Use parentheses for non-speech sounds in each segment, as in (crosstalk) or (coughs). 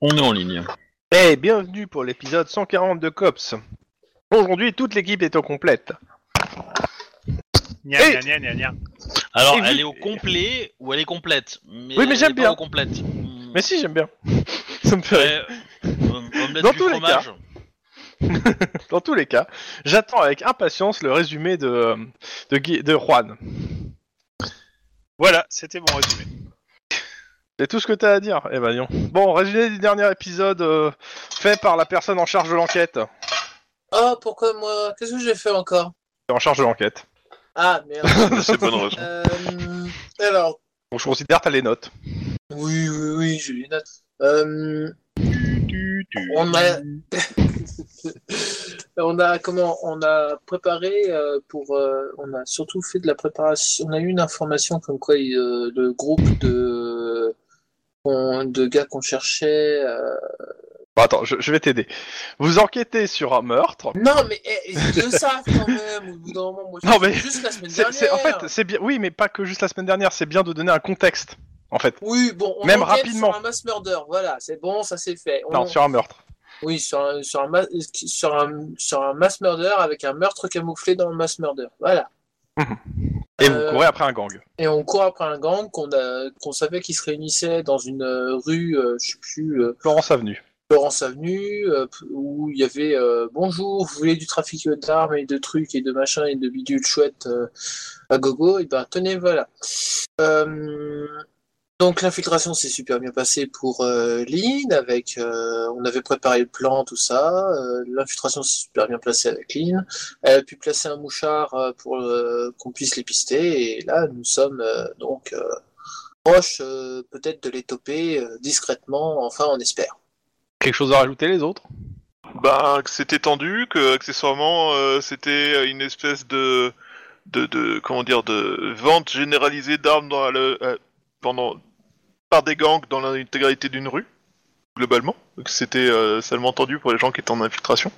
On est en ligne. Hey, bienvenue pour l'épisode 140 de Cops. Aujourd'hui, toute l'équipe est au complète. Nia, Et- nia, nia, nia, nia. Alors, Et vu- elle est au complet ou elle est complète mais Oui, mais elle j'aime est pas bien. au complète. Hmm. Mais si, j'aime bien. (laughs) Ça me fait rire. Ouais, hum, omelette Dans du tous les fromage. Dans tous les cas, j'attends avec impatience le résumé de, euh, de, Guy- de Juan. Voilà, c'était mon résumé. C'est tout ce que t'as à dire, eh ben non. Bon, résumé du dernier épisode euh, fait par la personne en charge de l'enquête. Oh, pourquoi moi Qu'est-ce que j'ai fait encore T'es En charge de l'enquête. Ah, (laughs) merde. C'est bonne raison. Euh, alors, Donc je considère t'as les notes. oui, oui, oui, j'ai les notes. Euh, on a... (laughs) on a comment on a préparé euh, pour euh, on a surtout fait de la préparation on a eu une information comme quoi il, euh, le groupe de qu'on- de gars qu'on cherchait euh, Bon, attends, je, je vais t'aider. Vous enquêtez sur un meurtre. non mais eh, ils le savent quand même au bout d'un moment moi je Non, l'ai mais fait juste la semaine C'est- c'est- en dernière. fait, c'est bien. Oui, mais pas que juste la semaine dernière. C'est bien de donner un contexte. En fait, oui bon on Même enquête rapidement. sur un mass murder voilà c'est bon ça c'est fait On- non, sur un meurtre. Oui, sur un, sur, un, ma- sur, un, sur un mass murder avec un meurtre camouflé dans le mass murder. Voilà. (laughs) Et Euh, vous courez après un gang. Et on court après un gang qu'on a- qu'on savait qui se réunissait dans une euh, rue, euh, je sais plus, euh, Florence Avenue. Florence Avenue, euh, p- où il y avait euh, Bonjour, vous voulez du trafic d'armes et de trucs et de machins et de bidules chouettes euh, à gogo Et ben tenez, voilà. Euh, donc l'infiltration s'est super bien passée pour euh, Lynn, avec, euh, on avait préparé le plan, tout ça. Euh, l'infiltration s'est super bien placée avec Lynn. Elle a pu placer un mouchard euh, pour euh, qu'on puisse les pister, et là nous sommes euh, donc euh, proches euh, peut-être de les toper euh, discrètement, enfin on espère. Quelque chose à rajouter les autres Bah, que c'était tendu, que accessoirement euh, c'était une espèce de, de, de- comment dire, de vente généralisée d'armes dans le, euh, pendant par des gangs dans l'intégralité d'une rue, globalement. Que c'était euh, salement tendu pour les gens qui étaient en infiltration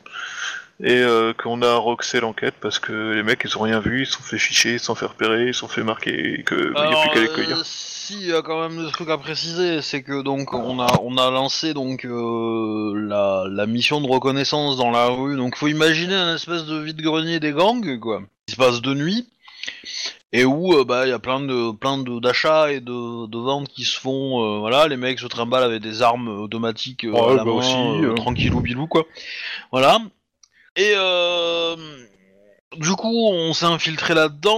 et euh, qu'on a roxé l'enquête parce que les mecs ils ont rien vu, ils se sont fait ficher, ils se sont fait repérer, ils se sont fait marquer, et que il y a Alors, plus qu'à les euh, cueillir. si, il y a quand même des trucs à préciser, c'est que donc on a on a lancé donc euh, la, la mission de reconnaissance dans la rue. Donc faut imaginer un espèce de vide grenier des gangs quoi, qui se passe de nuit et où euh, bah il y a plein de plein de d'achats et de, de ventes qui se font. euh, voilà, les mecs se trimballent avec des armes automatiques euh, Ouais, à la bah main, aussi, euh, euh. tranquillou bilou quoi. Voilà. Et euh, du coup, on s'est infiltré là-dedans.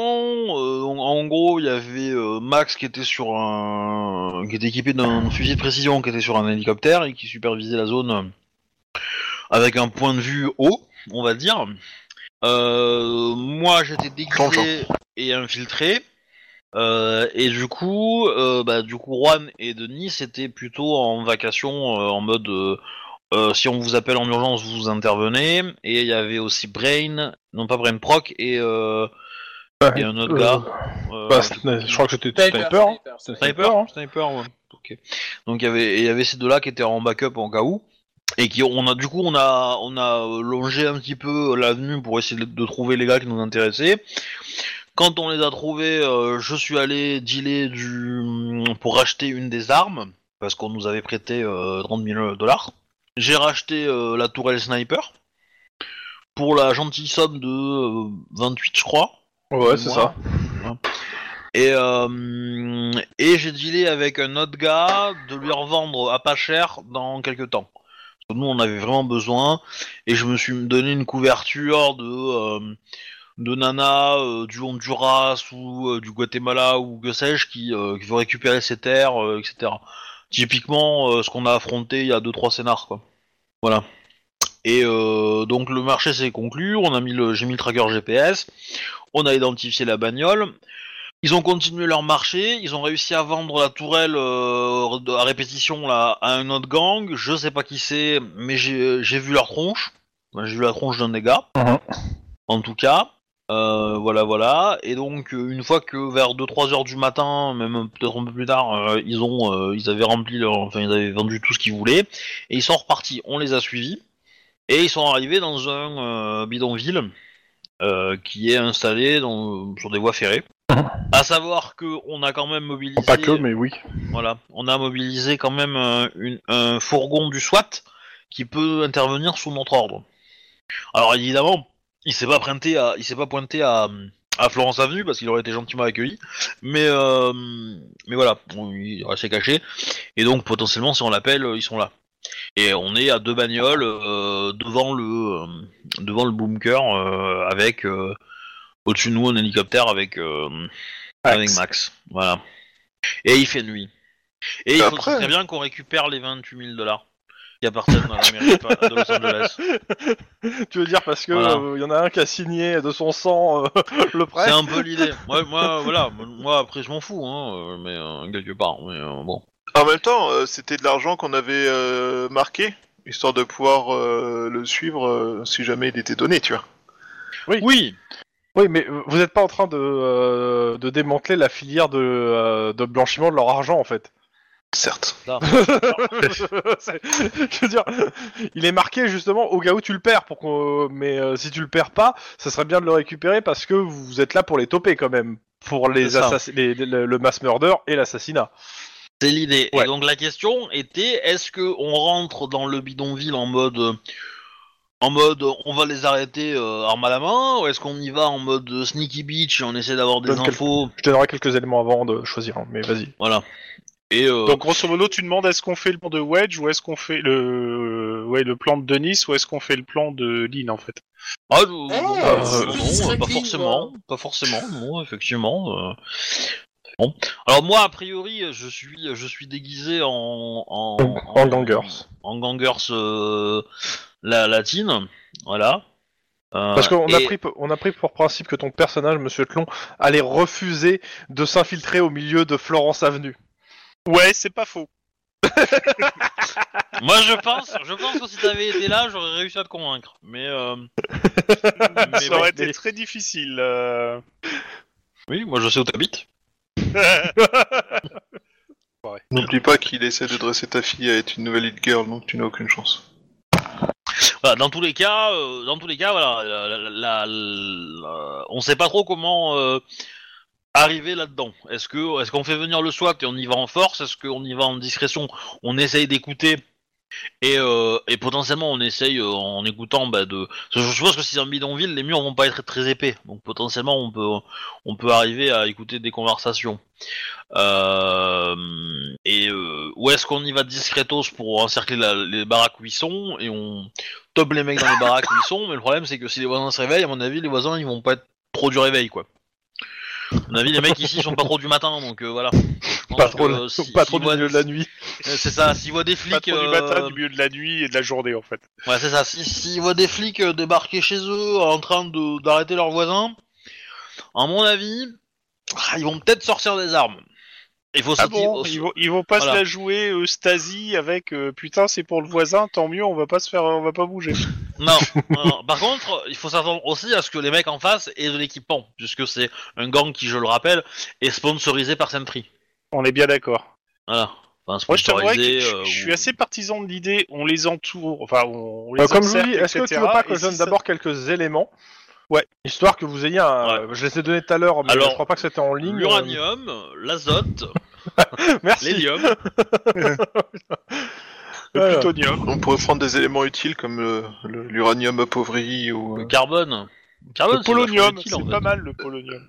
euh, en- en gros, il y avait euh, Max qui était sur un, qui était équipé d'un fusil de précision, qui était sur un hélicoptère et qui supervisait la zone euh, avec un point de vue haut, on va dire. Euh, moi, j'étais déguisé et infiltré. Euh, et du coup, euh, bah, du coup, Juan et Denis étaient plutôt en vacation, euh, en mode euh, euh, si on vous appelle en urgence, vous intervenez. Et il y avait aussi Brain, non pas Brain Proc, et, euh, Ouais, et un autre euh, gars. euh, Bah, je crois que c'était Sniper. hein. C'était Sniper, hein. Sniper, ouais. Ok. Donc il y avait, et il y avait ces deux-là qui étaient en backup en cas où, et qui on a du coup on a on a euh, longé un petit peu l'avenue pour essayer de, de trouver les gars qui nous intéressaient. Quand on les a trouvés, euh, je suis allé dealer du pour acheter une des armes parce qu'on nous avait prêté euh, 30 000 dollars. J'ai racheté euh, la tourelle sniper pour la gentille somme de euh, 28 je crois. Ouais, c'est Moi. ça. Et, euh, et j'ai dealé avec un autre gars de lui revendre à pas cher dans quelques temps. Parce que Nous, on avait vraiment besoin. Et je me suis donné une couverture de, euh, de nana euh, du Honduras ou euh, du Guatemala ou que sais-je qui, euh, qui veut récupérer ses terres, euh, etc. Typiquement, euh, ce qu'on a affronté il y a 2-3 scénars, quoi. Voilà. Et euh, donc le marché s'est conclu, on a mis le, j'ai mis le tracker GPS, on a identifié la bagnole, ils ont continué leur marché, ils ont réussi à vendre la tourelle euh, de- à répétition là, à un autre gang, je sais pas qui c'est, mais j'ai euh, j'ai vu leur tronche, Enfin, j'ai vu la tronche d'un des gars, Mhm. en tout cas, Euh, voilà voilà, et donc euh, une fois que vers 2-3 heures du matin, même peut-être un peu plus tard, euh, ils, ont, euh, ils avaient rempli leur, enfin ils avaient vendu tout ce qu'ils voulaient, et ils sont repartis, on les a suivis, et ils sont arrivés dans un euh, bidonville euh, qui est installé dans- sur des voies ferrées. À savoir que on a quand même mobilisé. Mhm. Pas que, mais oui. Voilà, on a mobilisé quand même euh, une- un fourgon du SWAT qui peut intervenir sous notre ordre. Alors évidemment, il s'est pas pointé à, il s'est pas pointé à, à Florence Avenue parce qu'il aurait été gentiment accueilli, mais euh, mais voilà, on- il est resté caché et donc potentiellement si on l'appelle, euh, ils sont là. Et on est à deux bagnoles euh, devant le euh, devant le bunker euh, avec euh, au-dessus de nous un hélicoptère avec euh, avec Max. Voilà. Et il fait nuit. Et il Et faut après très bien qu'on récupère les 28 000 dollars qui appartiennent à la mairie de Los Angeles. Tu veux dire parce que euh, Voilà. euh, il y en a un qui a signé de son sang euh, (laughs) le prêt C'est un peu l'idée. Ouais, moi, voilà. Moi, après, je m'en fous, hein, euh, mais euh, quelque part. Mais euh, bon. En même temps, euh, c'était de l'argent qu'on avait euh, marqué, histoire de pouvoir euh, le suivre euh, si jamais il était donné, tu vois. Oui. Oui, mais euh, vous n'êtes pas en train de, euh, de démanteler la filière de, euh, de blanchiment de leur argent (laughs) en fait. Certes. (laughs) C'est- Je veux dire, il est marqué justement au cas où tu le perds, pour qu'on- mais euh, si tu le perds pas, ça serait bien de le récupérer parce que vous êtes là pour les toper quand même, pour les, C'est ça. assass- les- le, le mass murder et l'assassinat. C'est l'idée. Ouais. Et donc la question était est-ce que on rentre dans le bidonville en mode euh, en mode euh, on va les arrêter euh, arme à la main ou est-ce qu'on y va en mode euh, sneaky bitch et on essaie d'avoir des Donne quelques- infos Je te donnerai quelques éléments avant de choisir, hein, mais vas-y. voilà. Et euh, Donc grosso modo, tu demandes est-ce qu'on fait le plan de Wedge ou est-ce qu'on fait le euh, ouais le plan de Denis ou est-ce qu'on fait le plan de Lynn en fait ah, non, Eh, non, c'est pas- plus non, discret pas que lui, forcément, pas forcément, non, effectivement. euh. Bon. Alors moi, a priori, je suis, je suis déguisé en en, En gangers. en gangers euh, la latine, voilà. Euh, Parce qu'on a, et- pris, on a pris pour principe que ton personnage, Monsieur Tlon, allait refuser de s'infiltrer au milieu de Florence Avenue. Ouais, c'est pas faux. Moi, je pense, je pense que si t'avais été là, j'aurais réussi à te convaincre. Mais, (laughs) euh, mais ça bon. aurait été très difficile. euh. oui, moi je sais où t'habites. N'oublie pas qu'il essaie de dresser ta fille à être une nouvelle hit girl, donc tu n'as aucune chance. Voilà, dans tous les cas, euh, dans tous les cas, voilà, la, la- la- la- on sait pas trop comment euh, arriver là-dedans. Est-ce que, est-ce qu'on fait venir le SWAT et on y va en force Est-ce qu'on y va en discrétion On essaye d'écouter et, euh, et potentiellement on essaye euh, en écoutant bah, de. parce que Je suppose que si c'est un bidonville, les murs vont pas être très épais, donc potentiellement on peut, on peut arriver à écouter des conversations. Euh, et euh, où est-ce qu'on y va discretos pour encercler la- les baraques où ils sont et on top les mecs dans les baraques où ils sont, mais le problème c'est que si les voisins se réveillent, à mon avis, les voisins ils vont pas être trop du réveil quoi. À mon avis, les mecs ici ils sont pas trop du matin donc euh, voilà. Je pense Pas trop, que, le- euh, (laughs) si- pas s'ils trop du voient- milieu de la nuit. euh, C'est ça, s'ils voient des Pas flics. trop du euh, matin, du milieu de la nuit et de la journée en fait. Ouais, c'est ça, si- s'ils voient des flics euh, débarquer chez eux en train de- d'arrêter leurs voisins, à mon avis, ah, ils vont peut-être sortir des armes. Il faut se dire- Ah Ils vont, ils vont pas Voilà. se la jouer euh, Stasi avec euh, putain c'est pour le voisin, tant mieux, on va pas se faire, on va pas bouger. Non, non, non. Par contre, il faut s'attendre aussi à ce que les mecs en face aient de l'équipement, puisque c'est un gang qui, je le rappelle, est sponsorisé par Sentry. On est bien d'accord. Voilà. Enfin, Moi, je t'avouerais que sponsorisé, je, euh, je suis ou- assez partisan de l'idée, on les entoure, enfin, on, on les Euh, comme je vous encercle, dis, est-ce que tu etc., veux pas que et je si donne ça- d'abord quelques éléments Ouais. Histoire que vous ayez un. Je les ai donnés tout à l'heure, mais Alors, je crois pas que c'était en ligne. L'uranium, (laughs) l'azote, euh, (laughs) Merci. l'hélium. le Euh, plutonium On pourrait prendre des éléments utiles comme le- le- l'uranium appauvri ou... Le euh, carbone. Carbone, Le c'est vachement polonium, utile, en c'est fait. pas mal le polonium.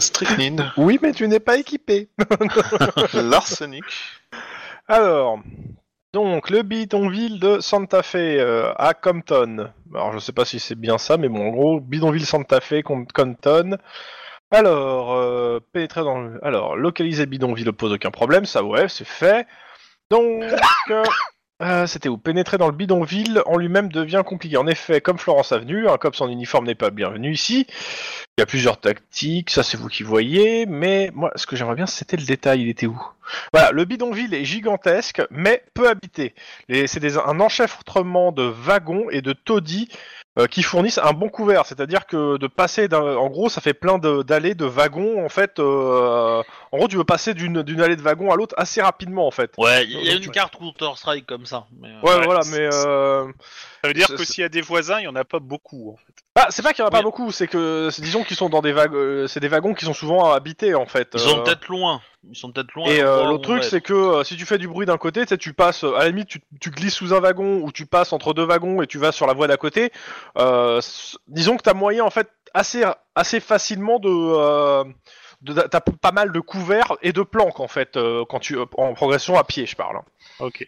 (laughs) strychnine, Oui, mais tu n'es pas équipé. l'arsenic. Alors, donc le bidonville de Santa Fe euh, à Compton. Alors je sais pas si c'est bien ça, mais bon, en gros, bidonville Santa Fe, Com- Compton. Alors, euh, pénétrer dans le... Alors, localiser le bidonville ne pose aucun problème, ça ouais, c'est fait. Donc, euh, euh, c'était où Pénétrer dans le bidonville en lui-même devient compliqué. En effet, comme Florence Avenue, un cop sans uniforme n'est pas bienvenu ici. Il y a plusieurs tactiques, ça c'est vous qui voyez, mais moi, ce que j'aimerais bien, c'était le détail, il était où voilà, le bidonville est gigantesque, mais peu habité. Les- C'est des- un enchevêtrement de wagons et de taudis euh, qui fournissent un bon couvert. C'est-à-dire que de passer, d'un- en gros, ça fait plein de- d'allées de wagons en fait. euh, En gros, tu veux passer d'une d'une allée de wagon à l'autre assez rapidement en fait. Ouais, il y a Donc, une ouais. carte Counter Strike comme ça. mais, euh, Ouais, Ouais, voilà, c'est- mais euh, Ça veut dire C'est- que s'il y a des voisins, il n'y en a pas beaucoup. en fait. bah, c'est pas qu'il y en a pas Oui. beaucoup, c'est que c'est- disons qu'ils sont dans des wagons, euh, c'est des wagons qui sont souvent habités en fait. Ils sont euh, peut-être loin. Ils sont peut-être loin. Et à euh, l'endroit l'autre où on truc, va c'est être. que euh, si tu fais du bruit d'un côté, tu sais, tu passes, euh, à la limite, tu, tu glisses sous un wagon ou tu passes entre deux wagons et tu vas sur la voie d'à côté. euh, s- disons que t'as moyen, en fait, assez, assez facilement de. euh, de- T'as p- pas mal de couverts et de planques en fait euh, quand tu en progression à pied je parle. hein. Ok.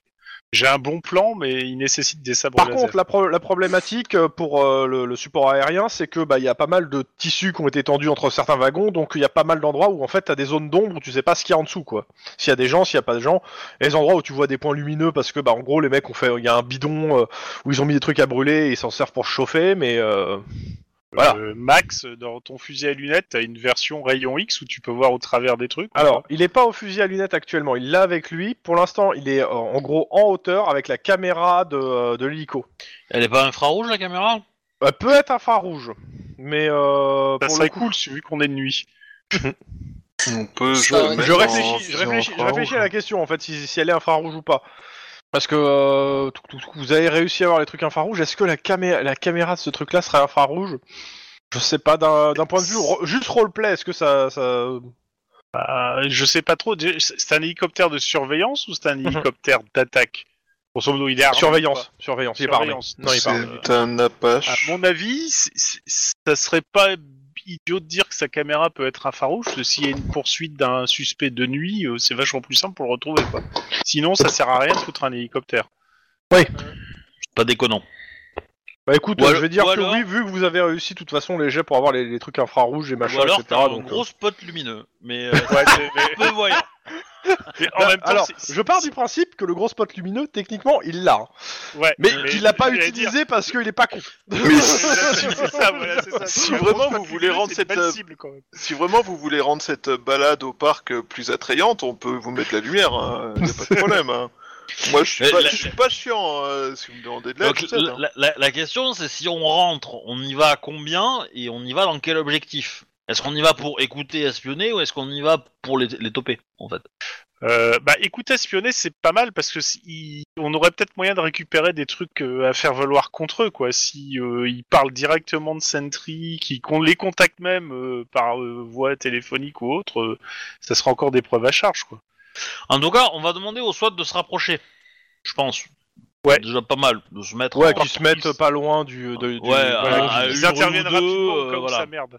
J'ai un bon plan, mais il nécessite des sabres Par laser. contre la, pro- la problématique euh, pour euh, le, le support aérien c'est que bah il y a pas mal de tissus qui ont été tendus entre certains wagons donc il y a pas mal d'endroits où en fait t'as des zones d'ombre où tu sais pas ce qu'il y a en dessous quoi. S'il y a des gens, s'il y a pas de gens, et les endroits où tu vois des points lumineux parce que bah en gros les mecs ont fait il y a un bidon euh, où ils ont mis des trucs à brûler et ils s'en servent pour chauffer mais euh, voilà. Euh, Max, dans ton fusil à lunettes, t'as une version rayon X où tu peux voir au travers des trucs. alors, il est pas au fusil à lunettes actuellement, il l'a avec lui. Pour l'instant, il est euh, en gros en hauteur avec la caméra de, euh, de l'hélico. Elle est pas infrarouge la caméra Elle peut être infrarouge, mais euh, Ça pour serait le coup- cool vu qu'on est de nuit. On peut jouer Ah, ouais. je réfléchis, je réfléchis, je réfléchis à la question en fait si, si elle est infrarouge ou pas. Parce que euh, tout- tout- tout- vous avez réussi à avoir les trucs infrarouges, est-ce que la, camé- la caméra de ce truc-là serait infrarouge Je sais pas, d'un d'un point de vue ro- juste roleplay, est-ce que ça... ça... Euh, je sais pas trop. déjà, C'est c'est un hélicoptère de surveillance ou c'est un hélicoptère d'attaque Grosso modo, il est armé, Mhm. surveillance, surveillance, il est pas armé. Surveillance. Non, il Ah, est pas armé. C'est un quoi. À Apache. mon avis, c'est- c'est- ça serait pas idiot de dire que sa caméra peut être infrarouge. parce que S'il y a une poursuite d'un suspect de nuit, euh, c'est vachement plus simple pour le retrouver. Quoi. Sinon, ça sert à rien de foutre un hélicoptère. C'est Pas déconnant. Bah écoute, Ou euh, alors- je vais dire ou que alors- oui, vu que vous avez réussi de toute façon les jets pour avoir les, les trucs infrarouges et machin, Ou alors etc. t'as un donc, euh, gros spot lumineux. Mais euh, Ouais, c'est- mais- peu voyant. (laughs) mais en bah, même temps, alors, c'est- je pars du principe que le gros spot lumineux, techniquement, il l'a. hein. Ouais, Mais, qu'il l'a pas j'allais dire- utilisé parce qu'il est pas con. (laughs) Mais c'est ça, voilà, c'est ça. Si C'est un vraiment gros vous spot voulez lumineux, rendre c'est une cette, belle euh, cible quand même. Si vraiment vous voulez rendre cette balade au parc euh, plus attrayante, on peut vous mettre la lumière, hein. y a pas de problème. hein. Moi, je suis Mais pas, la- je suis pas chiant. hein. Si vous me demandez de l'aide, Donc, je vous aide, hein. la, la- la question, c'est si on rentre, on y va à combien et on y va dans quel objectif Est-ce qu'on y va pour écouter, espionner ou est-ce qu'on y va pour les, les toper, en fait Euh, bah écoute, espionner c'est pas mal parce que si- on aurait peut-être moyen de récupérer des trucs euh, à faire valoir contre eux quoi. Si euh, ils parlent directement de Sentry, qui qu'on les contacte même euh, par euh, voie téléphonique ou autre, euh, ça sera encore des preuves à charge quoi. En tout cas, on va demander au SWAT de se rapprocher, je pense. Ouais. C'est Déjà pas mal, de se mettre Ouais, en- qu'ils se mettent pas loin du. de- du- Ouais, voilà, à- Ah, à qu'ils- une ils interviennent heure ou deux, rapidement euh, comme voilà. ça merde.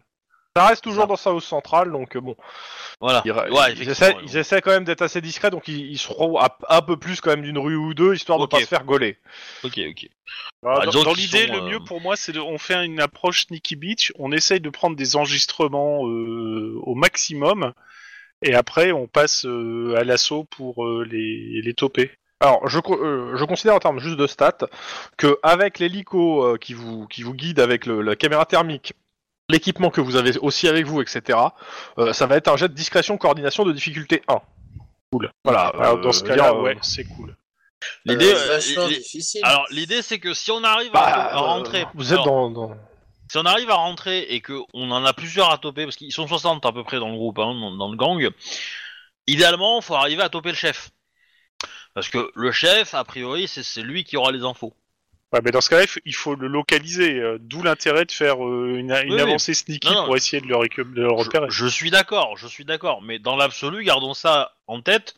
Ça reste toujours dans sa hausse centrale, donc euh, bon. Voilà. Ils, Ouais, ils effectivement, essaient, ouais. ils essaient quand même d'être assez discrets, donc ils, ils seront à- un peu plus quand même d'une rue ou deux, histoire Ok. de pas se faire gauler. Ok, ok. Voilà, Bah, dans disons dans qu'ils l'idée, sont, le euh, mieux pour moi, c'est de, on fait une approche sneaky beach, on essaye de prendre des enregistrements euh, au maximum, et après on passe euh, à l'assaut pour euh, les, les toper. Alors, je, co- euh, je considère en termes juste de stats que avec l'hélico euh, qui, vous, qui vous guide avec le- la caméra thermique, l'équipement que vous avez aussi avec vous, etc., euh, ça va être un jet de discrétion coordination de difficulté 1. Cool. Voilà. Ah, Alors, dans euh, ce je veux cas-là, dire, euh, ouais, c'est cool. L'idée, Euh, euh, vachement l'i- difficile. alors l'idée, c'est que si on arrive bah, à, à rentrer, euh, Vous êtes alors, dans, dans- si on arrive à rentrer et que on en a plusieurs à toper, parce qu'ils sont 60 à peu près dans le groupe, hein, dans, dans le gang, idéalement, faut arriver à toper le chef. Parce que le chef, a priori, c'est- c'est lui qui aura les infos. Ouais, mais dans ce cas-là, il faut- il faut le localiser, euh, d'où l'intérêt de faire euh, une, une Oui, oui. avancée sneaky Non, non. pour essayer de le, récup- de le repérer. Je, je suis d'accord, je suis d'accord, mais dans l'absolu, gardons ça en tête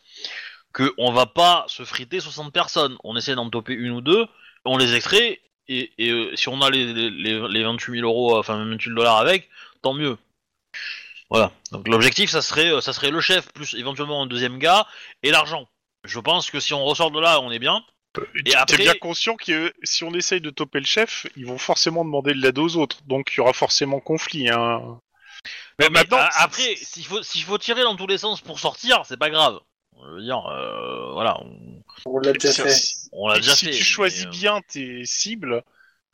que on va pas se friter 60 personnes. On essaie d'en toper une ou deux, on les extrait et, et, euh, si on a les, les, les- les 28 000 euros, enfin 28 000 dollars avec, tant mieux. Voilà. Donc l'objectif, ça serait, euh, ça serait le chef plus éventuellement un deuxième gars et l'argent. Je pense que si on ressort de là, on est bien. Euh, T'es après- bien conscient que euh, si on essaye de toper le chef, ils vont forcément demander de l'aide aux autres, donc il y aura forcément conflit. Hein. Mais Mais maintenant, a- c'est- après, s'il faut, s'il faut tirer dans tous les sens pour sortir, c'est pas grave. Je veux dire, euh, voilà, on, On l'a déjà si- fait. si- on l'a Et Bah, déjà si fait. tu mais, choisis euh, bien tes cibles,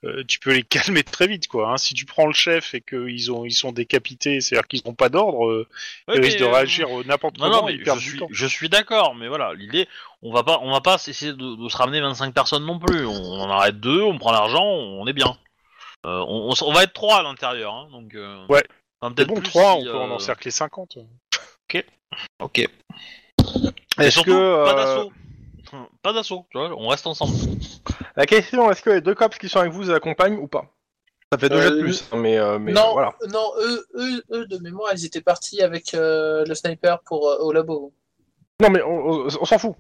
euh, tu peux les (laughs) calmer très vite, quoi. hein. Si tu prends le chef et qu'ils ont, ils sont décapités, c'est-à-dire qu'ils n'ont pas d'ordre, euh, Ouais, ils mais, risquent de euh, réagir euh, n'importe Non, comment non, mais et ils perdent je du suis, temps. je suis d'accord, mais voilà, l'idée, on va pas, on va pas essayer de, de se ramener 25 personnes non plus. On, on en arrête deux, on prend l'argent, on est bien. Euh, on, on s- on va être trois à l'intérieur, hein, donc. euh, Ouais. enfin, Mais peut-être bon, plus 3, on si, peut en euh, encercler 50. Ok. Et Est-ce surtout, que, pas euh, d'assaut. Pas d'assaut, tu vois, on reste ensemble. La question, est-ce que les deux cops qui sont avec vous vous accompagnent ou pas Ça fait deux Euh, jets de plus, hein, mais, euh, mais non, voilà. non eux, eux, eux, de mémoire, ils étaient partis avec euh, le sniper pour, euh, au labo. Non, mais on, on- on s'en fout.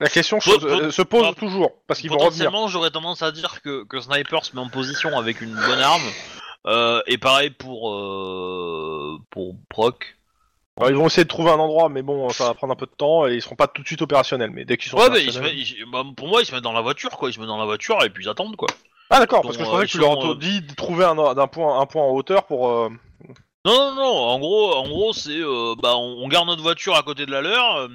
La question se, Pot- pot- euh, se pose pot- toujours, parce qu'ils vont revenir. Ah. Potentiellement, j'aurais tendance à dire que, que Sniper se met en position avec une bonne arme. Euh, et pareil pour, euh, pour Proc. Alors, ils vont essayer de trouver un endroit, mais bon, ça va prendre un peu de temps et ils seront pas tout de suite opérationnels. Mais dès qu'ils sont Ouais, mais ils se opérationnels... mettent- ils- bah, pour moi, ils se mettent dans la voiture, quoi. Ils se mettent dans la voiture et puis ils attendent, quoi. Ah d'accord, parce que je Bon, pensais euh, que tu leur selon, as dit de trouver un, d'un point, un point en hauteur pour... euh, Non, non, non. En gros, en gros, c'est euh, bah, on, on garde notre voiture à côté de la leur. euh,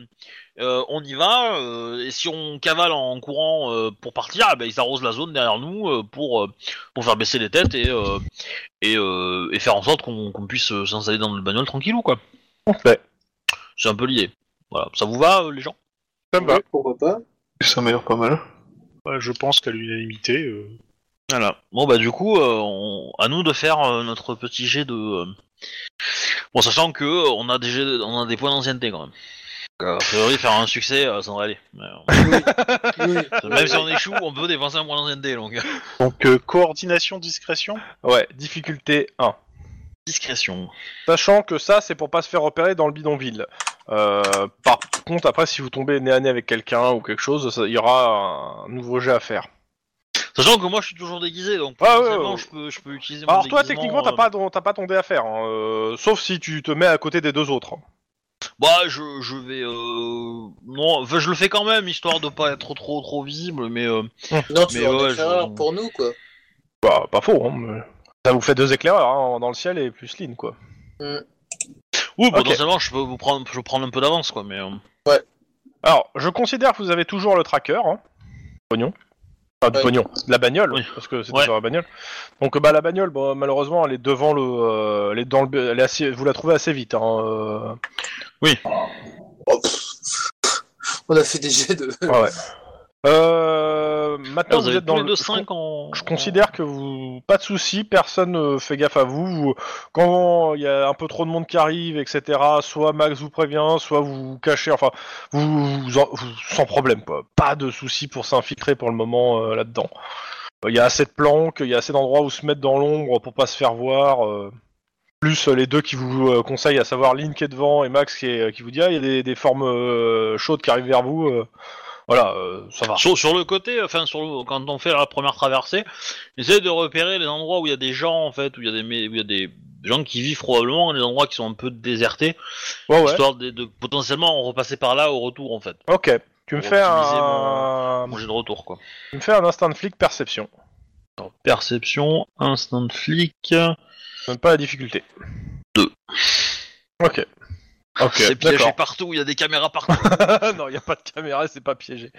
euh, on y va. euh, et si on cavale en courant euh, pour partir, eh ben, ils arrosent la zone derrière nous euh, pour euh, pour faire baisser les têtes et euh, et, euh, et faire en sorte qu'on qu'on puisse euh, s'installer dans notre bagnole tranquillou, quoi. Ouais. C'est un peu l'idée. Voilà. Ça vous va, euh, les gens Ça Bah, me va. Ouais, pourquoi pas Ça m'a l'air pas mal. Ouais, je pense qu'à l'unanimité. euh, Voilà. Bon bah du coup, euh, on- à nous de faire euh, notre petit jet de. euh, Bon, sachant que euh, on a des jets- on a des points d'ancienneté quand même. Donc, euh, a priori, faire un succès, euh, ça devrait aller. Mais, euh, Oui. même si on échoue, on peut dépenser un point d'ancienneté. Donc Donc, euh, coordination, discrétion. Ouais, difficulté 1. (laughs) discrétion. Sachant que ça, c'est pour pas se faire opérer dans le bidonville. Euh, par contre, après, si vous tombez nez à nez avec quelqu'un ou quelque chose, ça- il y aura un nouveau jet à faire. Sachant que moi, je suis toujours déguisé, donc Ah, ouais, potentiellement, ouais. je peux, je peux utiliser. mon Bah, Alors toi, déguisement, techniquement, t'as euh, pas, ton- t'as pas ton dé à faire, hein, euh, sauf si tu te mets à côté des deux autres. hein. Bah, je, je vais. Euh... Non, enfin, je le fais quand même, histoire de pas être trop, trop, trop visible, mais. euh, (laughs) Non, tu Mais vas en ouais, déclarer je- un pour nous, quoi. Bah, pas faux, hein, mais ça vous fait deux éclaireurs hein, dans le ciel et plus Lynn, quoi. Mm. Oui, Ok. potentiellement, je peux vous prendre, je peux prendre un peu d'avance, quoi, mais. euh, Alors, je considère que vous avez toujours le tracker, hein. Pognon. Enfin, du Ouais. pognon, de la bagnole, Oui. parce que c'est Ouais. toujours la bagnole. Donc, euh, bah, la bagnole, bon, malheureusement, elle est devant le. euh, elle est dans le. bu- elle est assez- vous la trouvez assez vite, hein. euh, Oh, pff. On a fait des jets de. ouais, ouais. Euh, maintenant, Ah, vous vous, avez êtes dans tous les le. deux je 5 en. Je considère que vous. Pas de soucis, personne euh, fait gaffe à vous. Vous- Quand il y a un peu trop de monde qui arrive, etc., soit Max vous prévient, soit vous vous cachez, enfin, vous, vous en- vous- sans problème, quoi. Pas de soucis pour s'infiltrer pour le moment euh, là-dedans. Euh, Il y a assez de planques, il y a assez d'endroits où se mettre dans l'ombre pour pas se faire voir. euh. Plus euh, les deux qui vous euh, conseillent, à savoir Lynn qui est devant et Max qui, est- qui vous dit Ah, il y a des, des formes euh, chaudes qui arrivent vers vous. euh. Voilà, euh, ça va. Sur, sur le côté, enfin sur le- quand on fait la première traversée, j'essaie de repérer les endroits où il y a des gens en fait, où il y a des mé- où il y a des gens qui vivent probablement, les endroits qui sont un peu désertés, Ouais, ouais. histoire de, de potentiellement en repasser par là au retour en fait, Ok. Tu me Pour fais optimiser un. manger de retour quoi. Tu me fais un instant de flic perception. Attends, perception, instant flic, Je donne pas la difficulté. Deux. Ok. Ok. c'est piégé d'accord. (laughs) Ah partout, il y a des caméras partout. non, il n'y a pas de caméra, c'est pas piégé.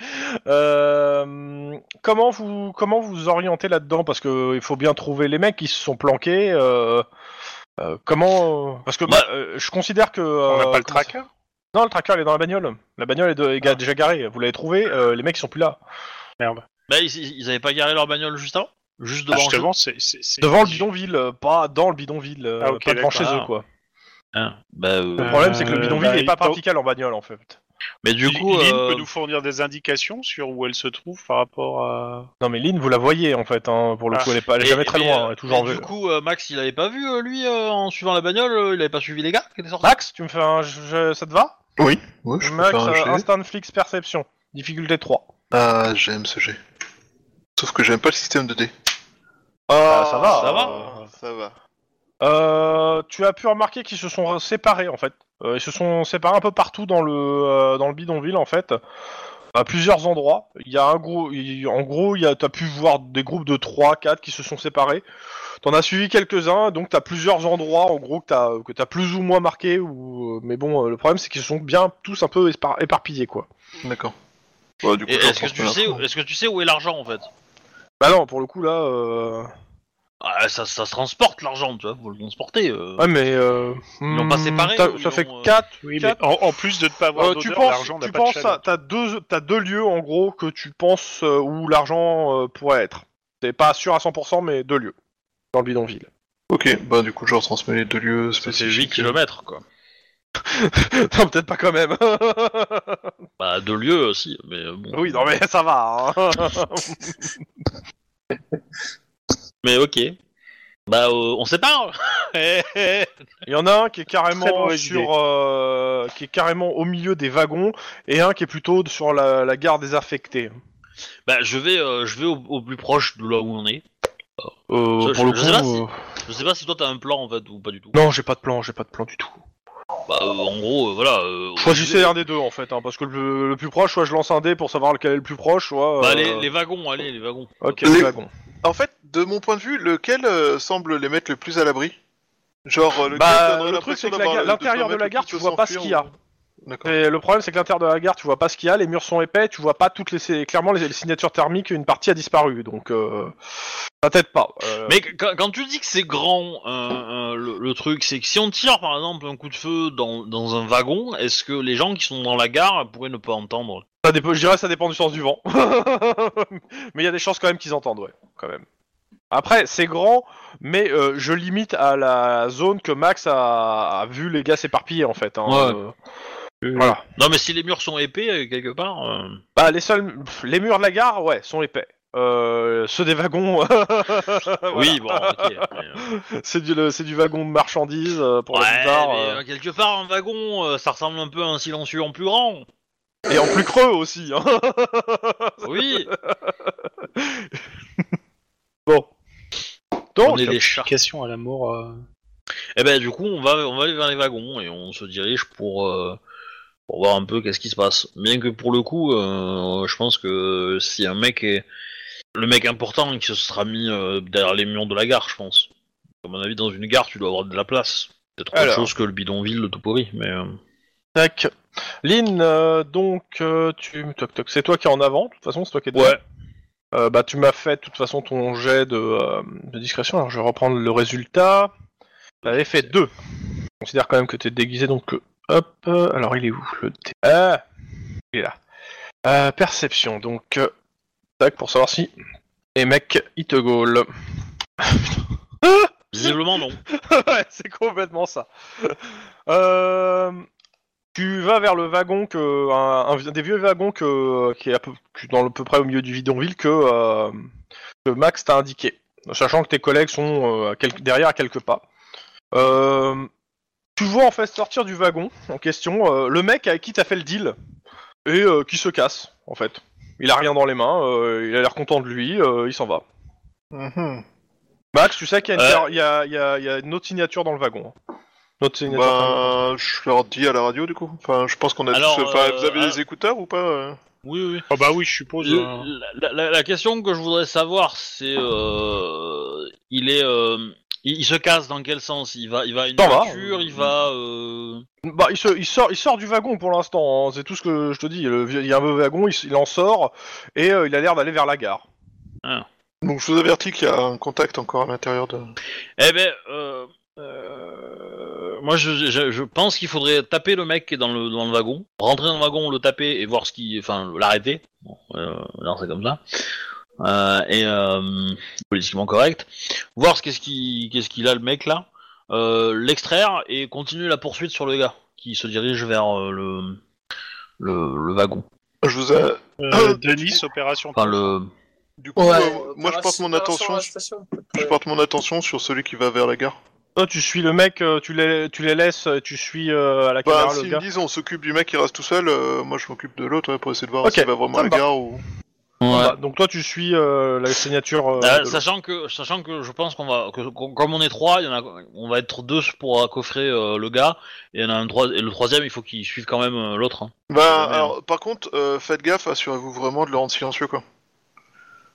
Euh, comment vous comment vous orientez là-dedans Parce que il faut bien trouver les mecs qui se sont planqués. euh, euh, comment Parce que Bah, bah, euh, je considère que on n'a euh, pas le Ah. comment tracker ça- Non, le tracker il est dans la bagnole. La bagnole est, de- est déjà garée. Vous l'avez trouvé. euh, les mecs ils sont plus là. Merde. bah ils, ils avaient pas garé leur bagnole juste avant, juste Ah, devant. justement, c'est. c'est- c'est- Devant le bidonville, euh, pas dans le bidonville, euh, Ah, ok, pas devant chez d'accord. eux quoi. Hein, bah, euh, Le problème c'est que le Euh, bidonville bah, n'est pas il faut- praticable en bagnole en fait. mais du Lynn coup, euh, peut nous fournir des indications sur où elle se trouve par rapport à. Non mais Lynn, vous la voyez en fait, hein, pour le Ah. coup, elle est, pas, elle est et- jamais très mais, loin, euh, elle est toujours en mais vue. Du coup, euh, Max, il avait pas vu euh, lui euh, en suivant la bagnole, euh, il avait pas suivi les gars qui étaient sortis. Max, tu me fais un... jeu- ça te va Oui, ouais, je peux Max, faire un euh, jet. instant flics perception, difficulté 3. Ah, j'aime ce jet. Sauf que j'aime pas le système de dés. Ah, ça va, ça va. Ça va. Euh, tu as pu remarquer qu'ils se sont séparés en fait. Euh, ils se sont séparés un peu partout dans le, euh, dans le bidonville en fait. À plusieurs endroits, il y a un gros, il- en gros, il y a, t'as pu voir des groupes de 3, 4 qui se sont séparés. T'en as suivi quelques-uns, donc t'as plusieurs endroits, en gros, que t'as, que t'as plus ou moins marqué, ou, mais bon, euh, le problème c'est qu'ils sont bien tous un peu espar- éparpillés, quoi. D'accord. Bah, du coup, Et j'en Est-ce que, pense tu pas. sais, est-ce que tu sais où est l'argent en fait Bah non, pour le coup là, euh... ah, ça, ça se transporte l'argent, tu vois, faut le transporter. euh. ouais mais, euh... Ils l'ont pas hmm, séparé, t'as- ou ça ils fait l'ont, euh, 4 Oui, mais en, en plus de ne pas avoir Euh, d'odeur, tu penses, l'argent n'a tu pas de penses, chaleur. à- t'as deux, t'as deux lieux en gros que tu penses euh, où l'argent euh, pourrait être. T'es pas sûr à 100%, mais deux lieux. dans le bidonville. Ok, bah du coup je retransmets les deux lieux C'est spécifiques. 8 km quoi. (laughs) non, peut-être pas quand même. (laughs) Bah, deux lieux aussi, mais euh, bon. oui, non, mais (laughs) ça va. hein. Mais ok. Bah, euh, on sépare Eh, eh. Il y en a un qui est Très carrément mauvaise idée. sur, euh, qui est carrément au milieu des wagons et un qui est plutôt sur la, la gare désaffectée. Bah, je vais, euh, je vais au, au plus proche de là où on est. Euh, Je- pour je- le je sais pas coup, euh, Je sais pas si toi t'as un plan en fait ou pas du tout. non, j'ai pas de plan, j'ai pas de plan du tout. Bah, euh, en gros, euh, voilà. euh, Choisissez un des deux en fait, hein, parce que le, le plus proche, soit je lance un dé pour savoir lequel est le plus proche, soit. Bah, euh, les, les wagons, allez, les wagons. Ok, Les- les wagons. En fait, de mon point de vue, lequel euh, semble les mettre le plus à l'abri Genre euh, lequel Bah, donnerait le truc l'impression c'est que la d'avoir ga- le- l'intérieur de, permettre la le gare, plus tu de vois pas ce s'enfuir qu'il y a. ou- D'accord. Et le problème c'est que l'intérieur de la gare, tu vois pas ce qu'il y a, les murs sont épais, tu vois pas toutes les clairement les, les signatures thermiques, une partie a disparu, donc euh, ça t'aide pas. euh. Mais quand, quand tu dis que c'est grand, euh, euh, le, le truc, c'est que si on tire par exemple un coup de feu dans, dans un wagon, est-ce que les gens qui sont dans la gare pourraient ne pas entendre Ça dépend- je dirais que ça dépend du sens du vent. (laughs) mais il y a des chances quand même qu'ils entendent, ouais, quand même. Après, c'est grand, mais euh, je limite à la zone que Max a, a vu les gars s'éparpiller en fait. hein. Ouais. Euh, Voilà. Non, mais si les murs sont épais euh, quelque part. euh, Bah, les seuls, pff, les murs de la gare, ouais, sont épais. Euh, ceux des wagons, (laughs) Ah, Oui, bon, ok. mais, euh, c'est du, le- c'est du wagon de marchandises euh, pour la ouais, plupart, mais, euh. euh, quelque part, un wagon, euh, ça ressemble un peu à un silencieux en plus (laughs) grand. euh, et en plus creux aussi. hein. (laughs) Oui, bon. on Donc, est des chats. Application à la mort. euh, Eh ben, du coup, on va, on va aller vers les wagons et on se dirige pour, euh, pour voir un peu qu'est-ce qui se passe. Bien que pour le coup, euh, je pense que si un mec est. Le mec important, il se sera mis euh, derrière les murs de la gare, je pense. À mon avis, dans une gare, tu dois avoir de la place. Peut-être autre Alors. chose que le bidonville de Topori, mais. (laughs) euh, Tac. Lynn, euh, donc euh, tu toc toc, c'est toi qui es en avant, de toute façon c'est toi qui es devant. Ouais. Euh, bah tu m'as fait de toute façon ton jet de, euh, de discrétion, alors je vais reprendre le résultat. T'avais fait 2. Considère quand même que t'es déguisé donc euh, hop, euh, alors il est où le dé Ah Il est là. Euh, perception, donc euh, tac pour savoir si les mecs ils te gaulent. Visiblement, non. (laughs) ouais, c'est complètement ça. Euh, tu vas vers le wagon que un, un vi- des vieux wagons que qui est à peu, que dans le peu près au milieu du bidonville que euh, que Max t'a indiqué, sachant que tes collègues sont euh, à quelques- derrière à quelques pas. Euh, tu vois en fait sortir du wagon en question euh, le mec avec qui t'as fait le deal et euh, qui se casse en fait. Il a rien dans les mains, euh, il a l'air content de lui, euh, il s'en va. Mhm. Max, tu sais qu'il y, a une Euh. car- il y a- il y a- il y a une autre signature dans le wagon. hein. Une autre signature dans le wagon. Bah, je leur dis à la radio du coup. Enfin, je pense qu'on a Alors, tous. Enfin, euh, vous avez ah. des écouteurs ou pas euh Oui, oui. Ah bah oui, je suppose. Le- euh, la, la- la question que je voudrais savoir, c'est euh, il est euh, il, il se casse dans quel sens Il va il va à une Ça va. voiture, il va euh, Bah, il, se- il sort, il sort du wagon pour l'instant, hein. c'est tout ce que je te dis. Le vieux- Il y a un vieux wagon, il, s- il en sort et euh, il a l'air d'aller vers la gare. Donc, je vous avertis qu'il y a un contact encore à l'intérieur de. Eh ben euh, euh, moi je, je, je pense qu'il faudrait taper le mec qui est dans le dans le wagon, rentrer dans le wagon, le taper et voir ce qui enfin l'arrêter. Bon, euh, non, c'est comme ça. Euh, et euh, politiquement correct. Voir ce qu'est-ce qui qu'est-ce qu'il a le mec là, euh, l'extraire et continuer la poursuite sur le gars qui se dirige vers euh, le, le le wagon. Je vous a... euh, Denis, opération. Enfin le Du coup, euh, moi, je porte mon attention. attention. Je porte mon attention sur celui qui va vers la gare. Toi, tu suis le mec, euh, tu les, tu les laisses, tu suis euh, à la Bah, caméra s'ils le me gars. disent on s'occupe du mec qui reste tout seul, euh, moi je m'occupe de l'autre ouais, pour essayer de voir Ok, s'il va vraiment ça à me la va. gare ou. Bah, donc toi, tu suis euh, la signature. euh, Euh, de l'autre. sachant que sachant que je pense qu'on va que- qu'on- comme on est trois, il y en a, on va être deux pour euh, coffrer euh, le gars et il y en a un trois et le troisième il faut qu'il suive quand même euh, l'autre. hein. Bah, Merde. alors, par contre, euh, faites gaffe, assurez-vous vraiment de le rendre silencieux quoi.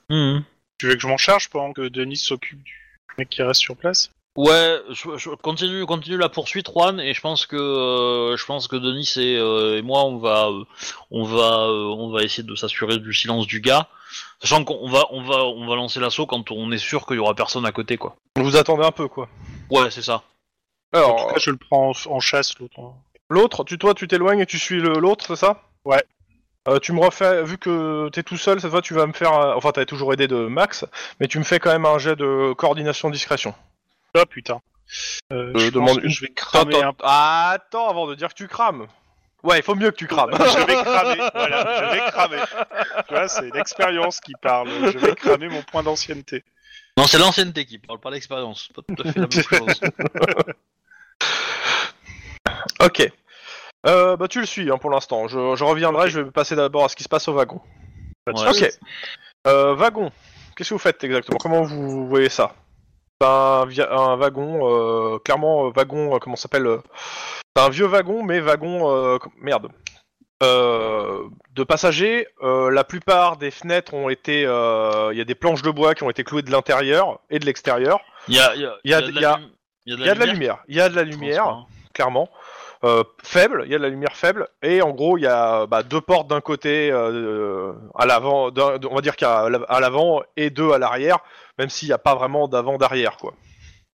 Mhm. Tu veux que je m'en charge pendant que Denis s'occupe du mec qui reste sur place Ouais, je, je- continue continue la poursuite Juan et je pense que euh, je pense que Denis et, euh, et moi on va euh, on va euh, on va essayer de s'assurer du silence du gars, sachant qu'on on va on va on va lancer l'assaut quand on est sûr qu'il y aura personne à côté quoi. Vous attendez un peu, quoi. Ouais c'est ça. En Alors, tout cas, je le prends en, en chasse l'autre. hein. l'autre, tu toi, tu t'éloignes et tu suis le- l'autre, c'est ça Ouais. Euh, tu me refais, vu que t'es tout seul, cette fois tu vas me faire. un- Enfin, t'as toujours aidé de Max, mais tu me fais quand même un jet de coordination discrétion. Ah putain. Euh, Je je demande pense que une- je vais cramer un Attends avant de dire que tu crames. Ouais, il faut mieux que tu (laughs) crames. Je vais cramer, voilà, je vais cramer. Tu vois, c'est l'expérience qui parle. Je vais cramer mon point d'ancienneté. Non, c'est l'ancienneté qui parle, pas l'expérience. Pas tout à fait la (laughs) même chose. ok. Euh, bah tu le suis hein, pour l'instant. Je, je reviendrai. Je vais passer d'abord à ce qui se passe au wagon. Ouais. Ok. Euh, wagon. Qu'est-ce que vous faites exactement Comment vous voyez ça C'est un, via- un wagon, euh, clairement euh, wagon, euh, comment ça s'appelle euh, C'est un vieux wagon, mais wagon, euh, com- merde. Euh, de passagers, euh, la plupart des fenêtres ont été, euh, il y a des planches de bois qui ont été clouées de l'intérieur et de l'extérieur. Il y a, il y a, Il y a- il il y a- lumi- Il y a de la lumière, il y a de la lumière Transparent. clairement. Euh, faible, il y a de la lumière faible, et en gros, il y a bah, deux portes d'un côté euh, à l'avant, d'un- on va dire qu'à l'a- à l'avant et deux à l'arrière, même s'il n'y a pas vraiment d'avant-derrière, quoi.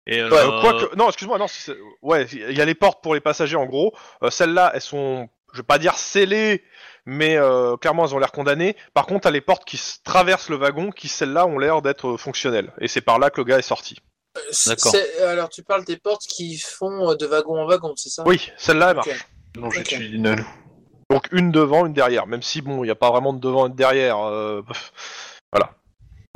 Et, euh, Euh, quoique- non, excuse-moi, non, c'est- ouais, il y a les portes pour les passagers, en gros. Euh, Celles-là, elles sont, je vais pas dire scellées, mais euh, clairement, elles ont l'air condamnées. Par contre, t'as les portes qui s- traversent le wagon, qui celles-là ont l'air d'être euh, fonctionnelles, et c'est par là que le gars est sorti. D'accord. Euh, C'est- Alors, tu parles des portes qui font euh, de wagon en wagon, c'est ça Oui, celle-là, elle marche. Ok. Donc une devant, une derrière. Même si bon, il n'y a pas vraiment de devant et de derrière. euh, pff.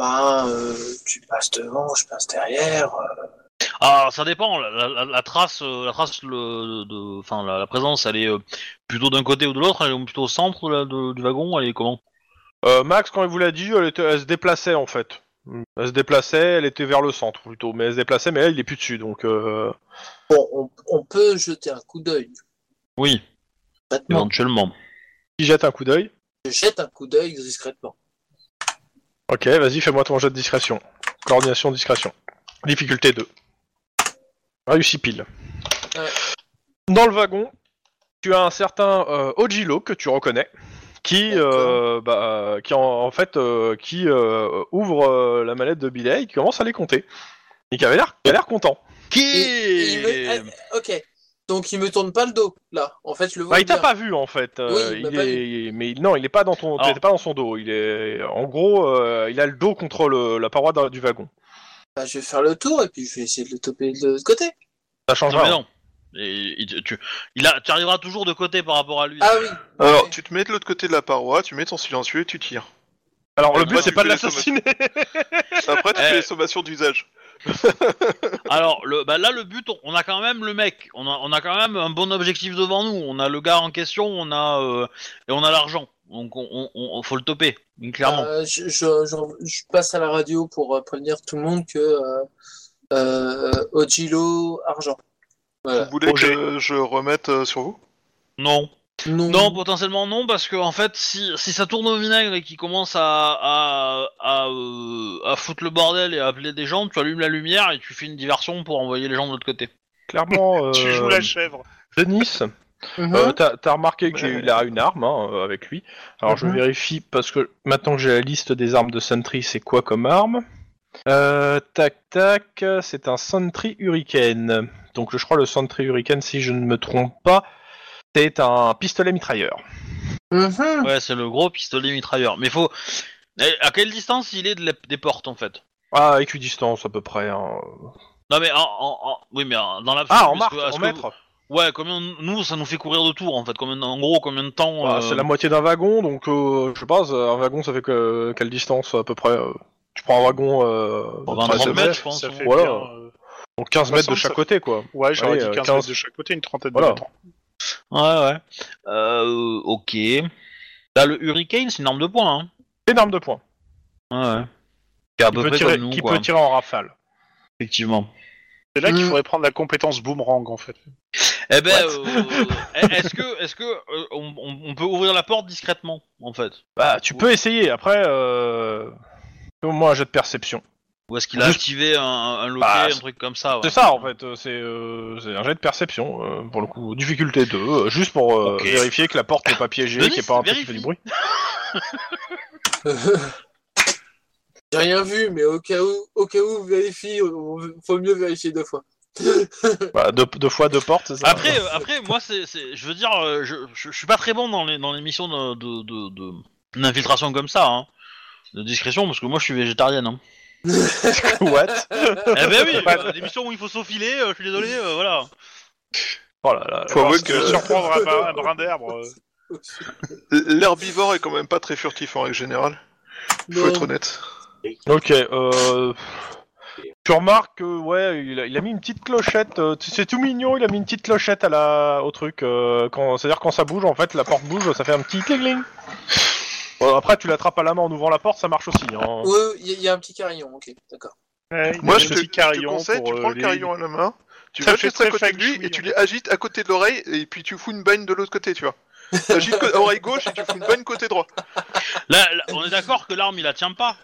Ben, euh, tu passes devant, je passe derrière. euh, Ah, ça dépend. La, la- la- la trace, euh, la trace, le, de, enfin, la, la présence, elle est euh, plutôt d'un côté ou de l'autre. Elle est plutôt au centre là, de- du wagon. Elle est comment Euh, Max, quand il vous l'a dit, elle, était- elle se déplaçait en fait. Elle se déplaçait, elle était vers le centre plutôt, mais elle se déplaçait, mais là il est plus dessus, donc euh, Bon, on, on peut jeter un coup d'œil. Oui, Maintenant, éventuellement. il jette un coup d'œil. je jette un coup d'œil discrètement. Ok, vas-y, fais-moi ton jet de discrétion. Coordination, discrétion. Difficulté 2. Réussi pile. Ouais. Dans le wagon, tu as un certain euh, Ojilo que tu reconnais, qui, D'accord. euh, bah, euh, qui en, en fait, euh, qui euh, ouvre euh, la mallette de Billet, qui commence à les compter, et qui avait l'air, qui a l'air content. Qui Et- et il me- ah, Ok, donc il me tourne pas le dos, là. En fait, je le vois Bah, il t'a bien. pas vu en fait. Euh, Oui, il m'a il pas est- mais il- non, il est pas dans ton, Alors. t'es pas dans son dos. Il est, en gros, euh, il a le dos contre le- la paroi d'un- du wagon. Bah, je vais faire le tour et puis je vais essayer de le toper de l'autre côté. Ça change Non, mais rien. non. Et, il- tu, il a- tu arriveras toujours de côté par rapport à lui. Ah oui. Alors, Ouais. tu te mets de l'autre côté de la paroi, tu mets ton silencieux et (laughs) tu tires. Alors le Ouais, but bah, c'est tu pas de fais les l'assassiner. Après, tu Eh. fais les sommations d'usage. Alors le, bah là, le but, on- on a quand même le mec. On a, on a quand même un bon objectif devant nous. On a le gars en question. On a euh, et on a l'argent. Donc on, on- on- faut le toper, clairement. Euh, je, je- je- je passe à la radio pour euh, prévenir tout le monde que euh, euh, Ojilo argent. Voilà. Vous voulez Projet. que je remette euh, sur vous Non. Non, Non, potentiellement non, parce que en fait, si, si ça tourne au vinaigre et qu'il commence à à, à, euh, à foutre le bordel et à appeler des gens, tu allumes la lumière et tu fais une diversion pour envoyer les gens de l'autre côté. (laughs) Clairement, euh, Tu joues la chèvre. Denis, Mhm. euh, t'as t'as remarqué Ouais. qu'il a une arme hein, euh, avec lui. Alors je Mhm. vérifie parce que maintenant que j'ai la liste des armes de Sentry, c'est quoi comme arme Euh, Tac tac, c'est un Sentry Hurricane. Donc je crois le Sentry Hurricane, si je ne me trompe pas, c'est un pistolet mitrailleur. Mhm. Hum. Ouais, c'est le gros pistolet mitrailleur. Mais faut. Eh, À quelle distance il est de la- des portes en fait Ah, équidistance à peu près. hein. Non mais en, en- en- oui mais en- dans l'absolu. Ah, en parce marque, que- est-ce en que- mètre. Ouais, combien nous ça nous fait courir de tours en fait. Combien en gros combien de temps Ah, euh, C'est la moitié d'un wagon, donc euh, je sais pas, un wagon ça fait que, quelle distance à peu près euh Tu prends un wagon... Euh, Bon, de 20, 13 30 mètres, mètres, Bah, je pense, hein. Ça ouais. fait Voilà. bien, euh, Donc Bah, 15 mètres de Ensemble, chaque ça- côté, quoi. Ouais, j'aurais Allez, dit euh, 15 15. de chaque côté, une trentaine Voilà. de mètres. Ouais ouais. Euh, ok. Là le Hurricane c'est une arme de poing. Hein. Énorme de points. Ouais. ouais. C'est à Qui, peu peut près tirer, comme nous, qui quoi. peut tirer en rafale. Effectivement. C'est là qu'il Mm. faudrait prendre la compétence boomerang, en fait. Eh ben, What euh, eh, est-ce que, est-ce que euh, on, on- on peut ouvrir la porte discrètement, en fait Bah, tu peux essayer, après... Euh... Moi, un jet de perception. Ou est-ce qu'il a Juste- activé un, un loquet, Bah, un c'est- truc comme ça Ah ouais. C'est ça, en fait, euh, c'est euh, c'est un jet de perception, euh, pour le coup. Difficulté 2, euh, juste pour euh, Ok. vérifier que la porte n'est pas piégée, Denis, qu'il n'y a pas un truc qui vérifie. fait du bruit. J'ai rien vu, mais au cas où, au cas où, vérifie. on- Faut mieux vérifier deux fois. Bah, deux, deux fois deux portes, c'est ça Après, euh, après, moi, c'est, c'est- je veux dire, euh, je, je, je suis pas très bon dans les, dans les missions de, de, de- de- d'infiltration comme ça, hein. de discrétion, parce que moi, je suis végétarienne. (laughs) Hein. What eh ben oui, euh, des missions où il faut s'enfiler, euh, je suis désolé, euh, voilà. Oh là là. Faut Alors, avouer se que- surprendre un, brin- un brin d'herbe. euh. L'herbivore est quand même pas très furtif en règle générale. Faut Non. être honnête. hein. Ok, euh... Tu remarques que, ouais, il a, il a mis une petite clochette, euh, c'est tout mignon, il a mis une petite clochette à la, au truc, euh, quand, c'est-à-dire quand ça bouge, en fait, la porte bouge, ça fait un petit cling Bon, après, tu l'attrapes à la main en ouvrant la porte, ça marche aussi, hein. Ouais, ouais, il y, a- il y a un petit carillon, ok, d'accord. Ouais, il Moi, a je des te, petits je te carillons conseille, pour, tu euh, prends le les- carillon à la main, tu Ça vas fait juste à très côté de lui feng shui, et tu hein. l'agites à côté de l'oreille et puis tu fous une bagne de l'autre côté, tu (laughs) vois. T'agites co- oreille gauche et tu fous une bagne côté droit. Là, là, on est d'accord que l'arme, il la tient pas.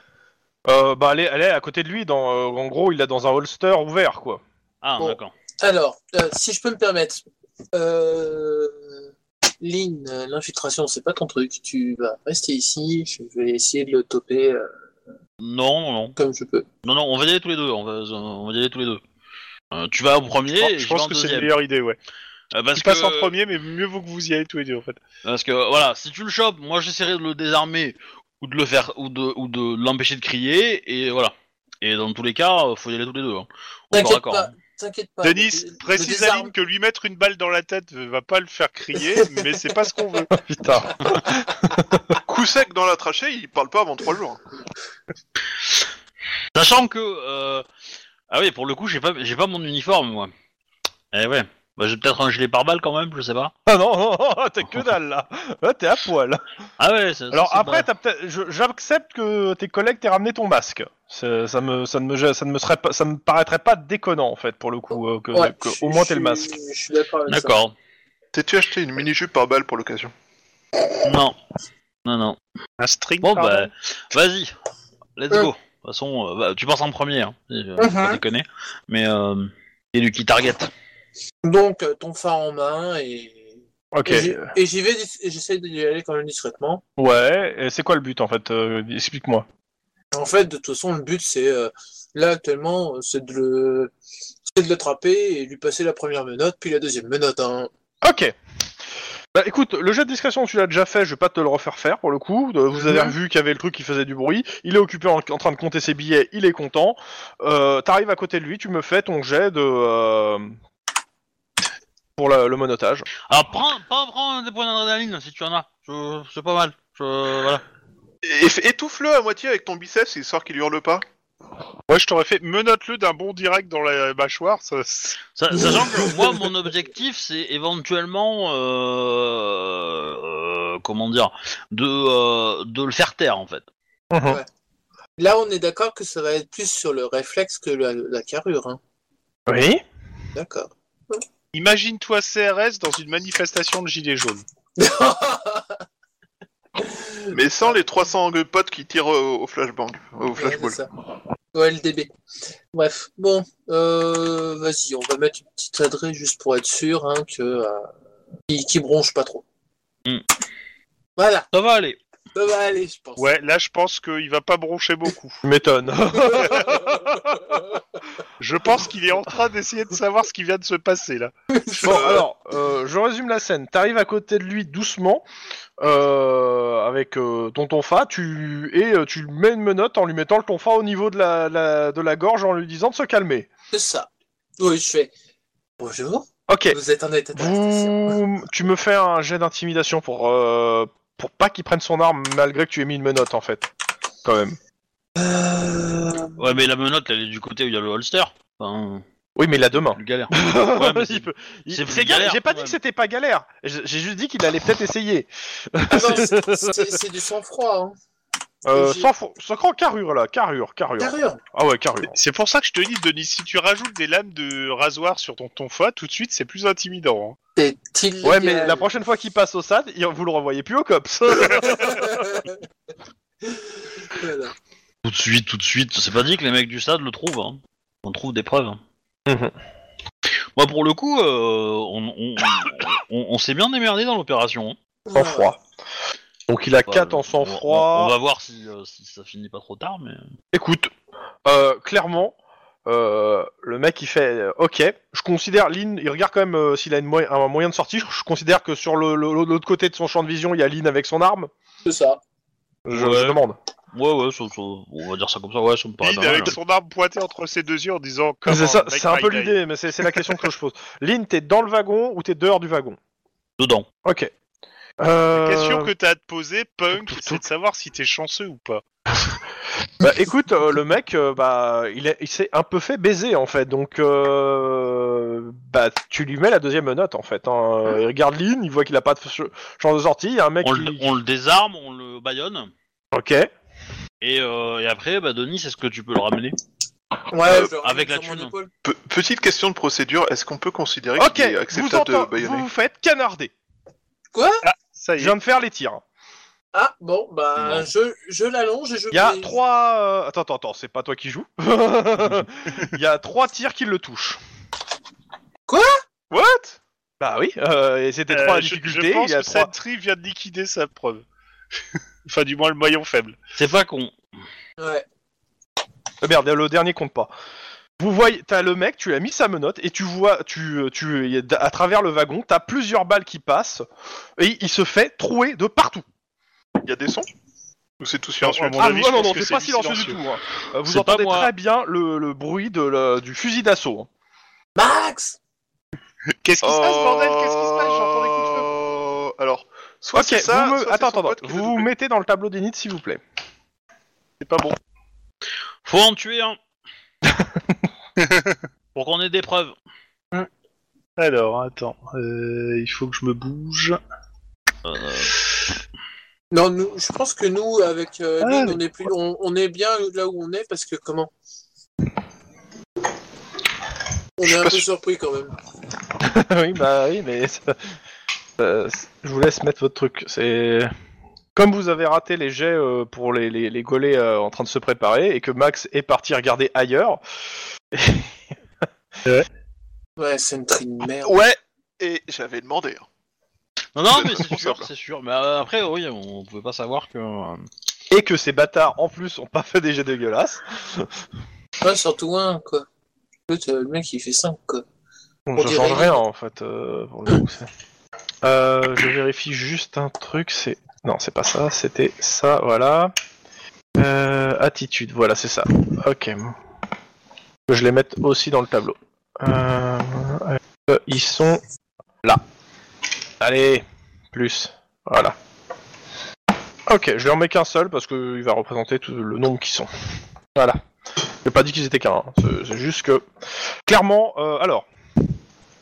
Euh, bah, elle est, elle est à côté de lui, dans, euh, en gros, il l'a dans un holster ouvert, quoi. Ah, Bon. d'accord. Alors, euh, si je peux me permettre, euh, Lynn, euh, l'infiltration, c'est pas ton truc. Tu vas rester ici. Je vais essayer de le toper euh, Non, non, non. comme je peux. Non, non, on va y aller tous les deux, on va, on va y aller tous les deux. Euh, tu vas au premier, Je et je, pense- vais je pense en que c'est la deuxième. meilleure idée, ouais. Euh, parce Tu passes que- en premier, mais mieux vaut que vous y allez tous les deux, en fait. Parce que voilà, si tu le chopes, moi j'essaierai de le désarmer ou de le faire ou de ou de l'empêcher de crier et voilà. Et dans tous les cas, euh, faut y aller tous les deux. hein. Au corps à T'inquiète corps, pas. hein. T'inquiète pas. Denis, Le- le précise à désarme- Lynn que lui mettre une balle dans la tête va pas le faire (laughs) crier, mais c'est pas ce qu'on veut. Putain. Coup sec dans la trachée, il parle pas avant trois jours. Sachant que euh, ah oui, pour le coup, j'ai pas j'ai pas mon uniforme moi. Eh ouais. Bah, j'ai peut-être un gilet pare-balles quand même, je sais pas. Ah non, non, (laughs) non, t'es que dalle, là. Là, t'es à poil. Ah ouais, ça- ça, Alors c'est pas- après, t'as peut-être- je- j'accepte que tes collègues t'aient ramené ton masque. C'est- Ça me, ça ne me, ça ne me serait pas, ça me paraîtrait pas déconnant en fait pour le coup euh, que, Ouais, que je- au moins je t'aies le suis- masque. Je suis d'accord avec ça. D'accord. T'es-tu acheté une mini-jupe par balle pour l'occasion Non. Non non. Un string, Bon pardon. bah vas-y. Let's Euh. go. De toute façon, euh, bah, tu passes en premier, hein. Euh, Mhm. faut pas déconner. Mais euh, et lui qui target. Donc, euh, ton phare en main et. Ok. et j'y- Et j'y vais, dis- et j'essaie d'y aller quand même discrètement. Ouais. et C'est quoi le but en fait euh, Explique-moi. En fait, de toute façon, le but, c'est euh, là actuellement, euh, c'est de le, c'est de l'attraper et lui passer la première menotte, puis la deuxième menotte. Hein. Ok. Bah écoute, le jet de discrétion tu l'as déjà fait, je vais pas te le refaire faire pour le coup. Euh, Vous avez Mhm. vu qu'il y avait le truc qui faisait du bruit. Il est occupé en, en train de compter ses billets, il est content. Euh, T'arrives à côté de lui, tu me fais ton jet de euh, pour la- le monotage. Alors Ah, prends, prends, prends des points d'adrénaline si tu en as. Je- C'est pas mal. Je- voilà. Et- et- Étouffe-le à moitié avec ton biceps, histoire qu'il hurle pas. Ouais, je t'aurais fait menote-le d'un bon direct dans la mâchoire. Ça, c'est- Sa- Sachant que moi, mon objectif, c'est éventuellement, euh, euh, comment dire, de, euh, de le faire taire en fait. Mhm. Là, on est d'accord que ça va être plus sur le réflexe que la, la carrure. Hein. Oui. D'accord. Imagine-toi CRS dans une manifestation de gilets jaunes. Mais sans les 300 potes qui tirent au, au flashbang, au Ouais, flashball. c'est ça. Au LDB. Bref, bon, euh, vas-y, on va mettre une petite adresse juste pour être sûr hein, que euh, qu'il- qu'il bronche pas trop. Hmm. Mm. Voilà, Ça va aller. ça va aller, je pense. Ouais, là, je pense qu'il va pas broncher beaucoup. Tu m'étonnes. Je pense qu'il est en train d'essayer de savoir ce qui vient de se passer, là. Bon, alors, euh, je résume la scène. T'arrives à côté de lui doucement, euh, avec euh, ton tonfa, tu... et euh, tu lui mets une menotte en lui mettant le tonfa au niveau de la, la- de la gorge en lui disant de se calmer. C'est ça. Oui, je fais. Bonjour, Ok, Hmm. vous êtes en état d'arrestation. vous... tu me fais un jet d'intimidation pour, euh, pour pas qu'il prenne son arme malgré que tu aies mis une menotte en fait. Quand même. Euh, Ouais, mais la menotte, elle est du côté où il y a le holster. Enfin, Oui, mais il a deux mains. plus galère. (laughs) Ouais, mais c'est- (laughs) Il peut- il- c'est c'est très galère, galère, J'ai pas quand dit même. que c'était pas galère. J'ai j'ai juste dit qu'il allait peut-être essayer. Ah non, c'est- c'est c'est du sang-froid. Hein. Euh, J'ai- sans, fro- sans cran, carrure là, carrure, carrure. Carrure. Ah ouais, carrure. C'est pour ça que je te dis, Denis, si tu rajoutes des lames de rasoir sur ton tonfa, tout de suite, c'est plus intimidant. hein. C'est Ouais, illégal. mais la prochaine fois qu'il passe au SAD, il- vous le revoyez plus au (laughs) COPS. Voilà. Tout de suite, tout de suite. C'est pas dit que les mecs du stade le trouvent. hein. On trouve des preuves. hein. Mhm. Moi, pour le coup, euh, on, on, on- on s'est bien démerdé dans l'opération. hein. Sans froid. Donc il a Enfin, 4 en on- sang On, on froid. va voir si, euh, si ça finit pas trop tard, mais. Écoute, euh, clairement, euh, le mec il fait euh, OK, je considère Lynn, il regarde quand même euh, s'il a une mo- un moyen de sortir, je considère que sur le- le- l'autre côté de son champ de vision, il y a Lynn avec son arme. C'est ça. Je, je Ouais. demande. Ouais, ouais, ça- ça- on va dire ça comme ça, ouais, ça me paraît Lynn pas mal. avec son arme pointée entre ses deux yeux en disant Mais Come C'est on, ça, make c'est un my peu day. l'idée, mais c'est c'est la question que je pose. Lynn, t'es dans le wagon ou t'es dehors du wagon Dedans. Ok. Euh, La question que t'as à te poser, Punk, tout- c'est de savoir si t'es chanceux ou pas. Bah écoute, euh, le mec, euh, bah, il, est- il s'est un peu fait baiser en fait, donc euh, bah, tu lui mets la deuxième note en fait. hein. Il regarde Lynn, il voit qu'il a pas de ch- chance de sortie, il y a un mec On qui... le, on le désarme, on le baillonne, Ok. et, euh, et après, bah, Denis, est-ce que tu peux le ramener Ouais, Euh, je le avec la remets sur mon thune. épaule. Pe- petite question de procédure, est-ce qu'on peut considérer Ok, qu'il est vous, acceptable entend- de baïonner vous vous faites canarder. Ah, Ça Je y est. viens de faire les tirs. Ah, bon, bah, je, je l'allonge et je. Il y a mets- trois... euh, Attends, attends, attends, c'est pas toi qui joues. (laughs) Il y a trois tirs qui le touchent. Quoi What Bah oui, euh, et c'était trois Euh, je, je difficultés, pense il y a que trois... Sentry vient de liquider sa preuve. (laughs) enfin, du moins le maillon faible. C'est pas con. Ouais. Ah merde, le dernier compte pas. Vous voyez, t'as le mec, tu l'as mis sa menotte, et tu vois, tu, tu, il y a- à travers le wagon, t'as plusieurs balles qui passent, et il se fait trouer de partout. Il y a des sons Ou c'est tout silencieux À mon ah avis, je non, non, pense non, que c'est c'est pas du silencieux du silencieux. tout. hein. Euh, Vous C'est pas entendez moi. très bien le, le bruit de, la- du fusil d'assaut. hein. Max Qu'est-ce qui se passe, bordel Qu'est-ce qui se passe J'entends des coups de feu. J'entends des coups de feu. Oh, Alors, soit ok, c'est ça, vous me- soit c'est attends, son attends, pote qui l'a vous vous doublé. mettez dans le tableau des nids, s'il vous plaît. C'est pas bon. Faut en tuer un Pour qu'on ait des preuves. Alors, attends. euh, il faut que je me bouge. Euh, Non, nous, je pense que nous, avec euh, Ah, Lynn, mais- on est, plus, on, on est bien là où on est parce que comment On Je est suis un pas peu sûr. surpris quand même. (laughs) oui, bah oui, mais ça- euh, c'est- je vous laisse mettre votre truc. C'est comme vous avez raté les jets euh, pour les, les, les Gaulais, euh, en train de se préparer et que Max est parti regarder ailleurs. Ouais, c'est une tri de merde. Ouais, et j'avais demandé. hein. Non, (laughs) non, mais c'est Pour sûr, ça. c'est sûr. Mais euh, après, oui, on pouvait pas savoir que. euh, Et que ces bâtards en plus ont pas fait des jets dégueulasses. Ouais, surtout un, quoi. L'autre, euh, le mec, il fait 5, quoi. Bon, On ça dirait- change rien en fait. euh, pour le coup, c'est- Euh, je vérifie juste un truc. C'est non, c'est pas ça. C'était ça. Voilà. Euh, attitude. Voilà, c'est ça. Ok. Je les mette aussi dans le tableau. Euh, euh, ils sont là. Allez, plus. Voilà. Ok, je vais en mets qu'un seul parce qu'il va représenter tout le nombre qui sont. Voilà. J'ai pas dit qu'ils étaient qu'un. hein. C'est- C'est juste que clairement. euh, alors.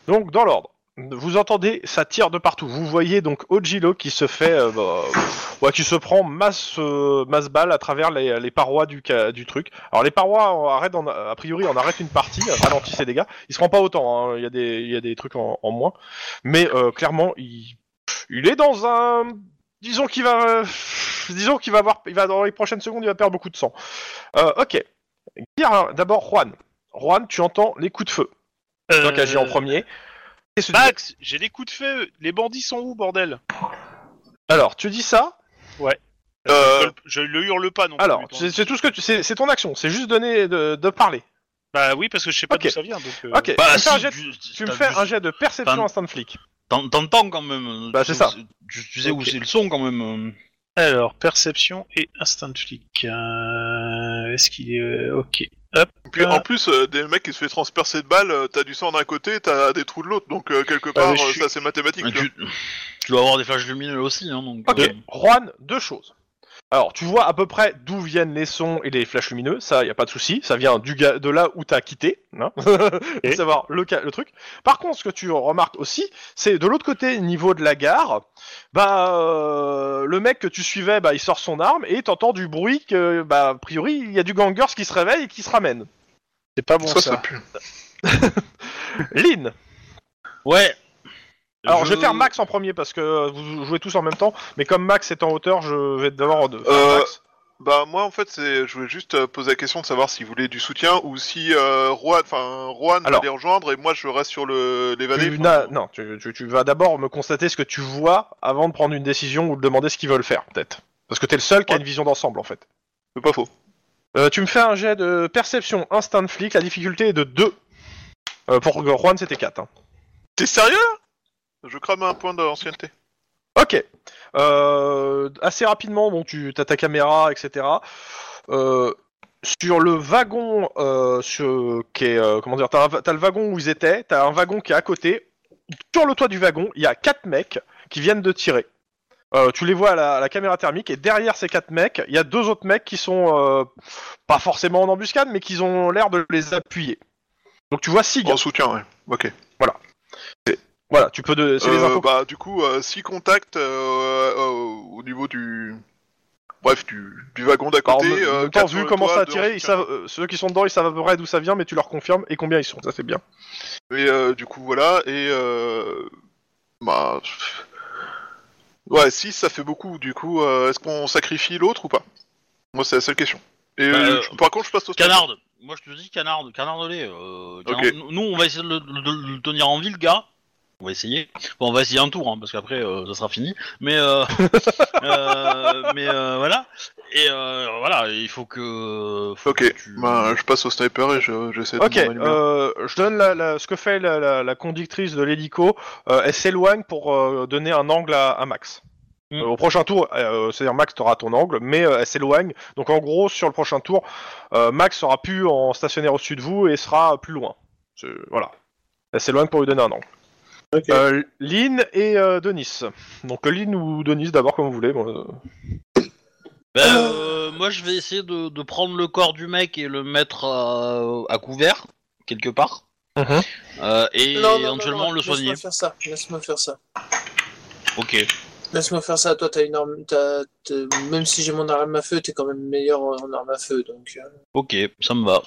Donc, dans l'ordre, vous entendez, ça tire de partout. Vous voyez donc Ojilo qui se fait, euh, bah, ouais, qui se prend masse, euh, masse balle à travers les, les parois du, ca- du truc. Alors, les parois, on arrête en- a priori, on arrête une partie, euh, ralentit ses dégâts. Il se prend pas autant, hein, il, y a des, il y a des trucs en, en moins. Mais euh, clairement, il, il est dans un. Disons qu'il va. euh, disons qu'il va avoir. Il va, dans les prochaines secondes, il va perdre beaucoup de sang. Euh, ok. Guillaume, D'abord, Juan. Juan, tu entends les coups de feu. Euh, Toi qui agis en premier. Bah, Qu'est-ce que tu Max, j'ai des coups de feu. Les bandits sont où, bordel Alors, tu dis ça. Euh, Je le hurle pas non Alors, plus. c'est c'est tout ce que tu, c'est c'est ton action. C'est juste donner de, de parler. Bah oui, parce que je sais pas Ok. d'où ça vient. Donc, euh, Ok. tu, me Bah, fais un si, jet- tu, tu me t'as fais vu- un jet de perception T'as- instant de flic. t'en- T'entends quand même. euh, Bah, tu c'est sais où ça. Tu, tu sais où Ok. c'est le son quand même. euh. Alors, perception et instinct de flic. Euh, Est-ce qu'il est... euh, Ok. Hop. puis, Ah. en plus, euh, des mecs qui se fait transpercer de balles, euh, t'as du sang d'un côté, t'as des trous de l'autre, donc euh, quelque part, Ah, mais je euh, suis- ça c'est mathématique. Mais tu vois. Tu, tu dois avoir des flashs lumineux aussi, hein, donc. Ok. euh, Juan, deux choses. Alors, tu vois à peu près d'où viennent les sons et les flashs lumineux. Ça, y a pas de souci. Ça vient du ga- de là où t'as quitté. Hein (laughs) Faut savoir le, ca- le truc. Par contre, ce que tu remarques aussi, c'est de l'autre côté, niveau de la gare, bah euh, le mec que tu suivais, bah il sort son arme et t'entends du bruit que, bah a priori, il y a du gangers qui se réveille et qui se ramène. C'est pas bon ça. ça, ça pue. Lynn. Ouais. Alors, je... vais faire Max en premier parce que vous jouez tous en même temps, mais comme Max est en hauteur, je vais d'abord faire Euh, Max. Bah, moi en fait, c'est... je voulais juste euh, poser la question de savoir s'il voulait du soutien ou si euh, Juan, enfin, Juan Alors. va les rejoindre et moi je reste sur le... l'évadé. Tu, Enfin, n'as- non, tu, tu- tu vas d'abord me constater ce que tu vois avant de prendre une décision ou de demander ce qu'ils veulent faire, peut-être. Parce que t'es le seul qui a une vision d'ensemble, en fait. C'est pas faux. Euh, tu me fais un jet de perception instinct de flic, la difficulté est de 2. Euh, pour Juan, c'était hein. 4. T'es sérieux Je crame un point d'ancienneté. Ok. Euh, assez rapidement, bon, tu as ta caméra, etc. Euh, sur le wagon, euh, sur- qui est, euh, comment dire, t'as, un va- t'as le wagon où ils étaient, t'as un wagon qui est à côté. Sur le toit du wagon, il y a quatre mecs qui viennent de tirer. Euh, tu les vois à la, à la caméra thermique et derrière ces quatre mecs, il y a deux autres mecs qui sont euh, pas forcément en embuscade, mais qui ont l'air de les appuyer. Donc tu vois six gars. En soutien, ouais. Ok. Voilà, tu peux. De, c'est les Euh, infos. bah, du coup, euh, six contacts euh, euh, au niveau du. Bref, du, du wagon d'à Alors, côté. en euh, même temps, quatre sur vu le comment toit, ça a deux en tiré, ils soutien. savent, euh, ceux qui sont dedans, ils savent à peu près d'où ça vient, mais tu leur confirmes et combien ils sont. Ça c'est bien. Et euh, du coup, voilà, et... Euh, bah... pff. Ouais, 6, ça fait beaucoup, du coup, euh, est-ce qu'on sacrifie l'autre ou pas Moi, c'est la seule question. Et Bah, euh, euh, je- par contre, je passe au stade. Canarde Moi je te dis canarde, canarde-les. euh, canarde- Nous on va essayer de le, de le tenir en vie le gars. On va essayer. Bon, on va essayer un tour hein, parce qu'après euh, ça sera fini. Mais (laughs) euh, euh, mais euh, voilà. Et euh, voilà, il faut que. faut Ok, que tu- bah, je passe au sniper et je- j'essaie Ok, de... m'en manier. euh, je donne la- la- ce que fait la, la- la conductrice de l'hélico. Euh, elle s'éloigne pour euh, donner un angle à, à Max. Mm. Euh, au prochain tour, euh, c'est-à-dire Max, t'auras ton angle, mais euh, elle s'éloigne. Donc en gros, sur le prochain tour, euh, Max sera plus en stationnaire au-dessus de vous et sera plus loin. C'est- Voilà. Elle s'éloigne pour lui donner un angle. Ok. Euh, Lynn et euh, Denis. Donc euh, Lynn ou Denis d'abord, comme vous voulez. moi, euh. Ben, euh, moi, je vais essayer de, de prendre le corps du mec et le mettre euh, à couvert, quelque part. Mhm. Euh, et Non, non, non, éventuellement non, le soigner. Laisse-moi faire ça. Laisse-moi faire ça. Ok. Laisse-moi faire ça. Toi, t'as une arme. t'as- t'as- Même si j'ai mon arme à feu, t'es quand même meilleur en arme à feu. Donc, euh, Ok, ça me va.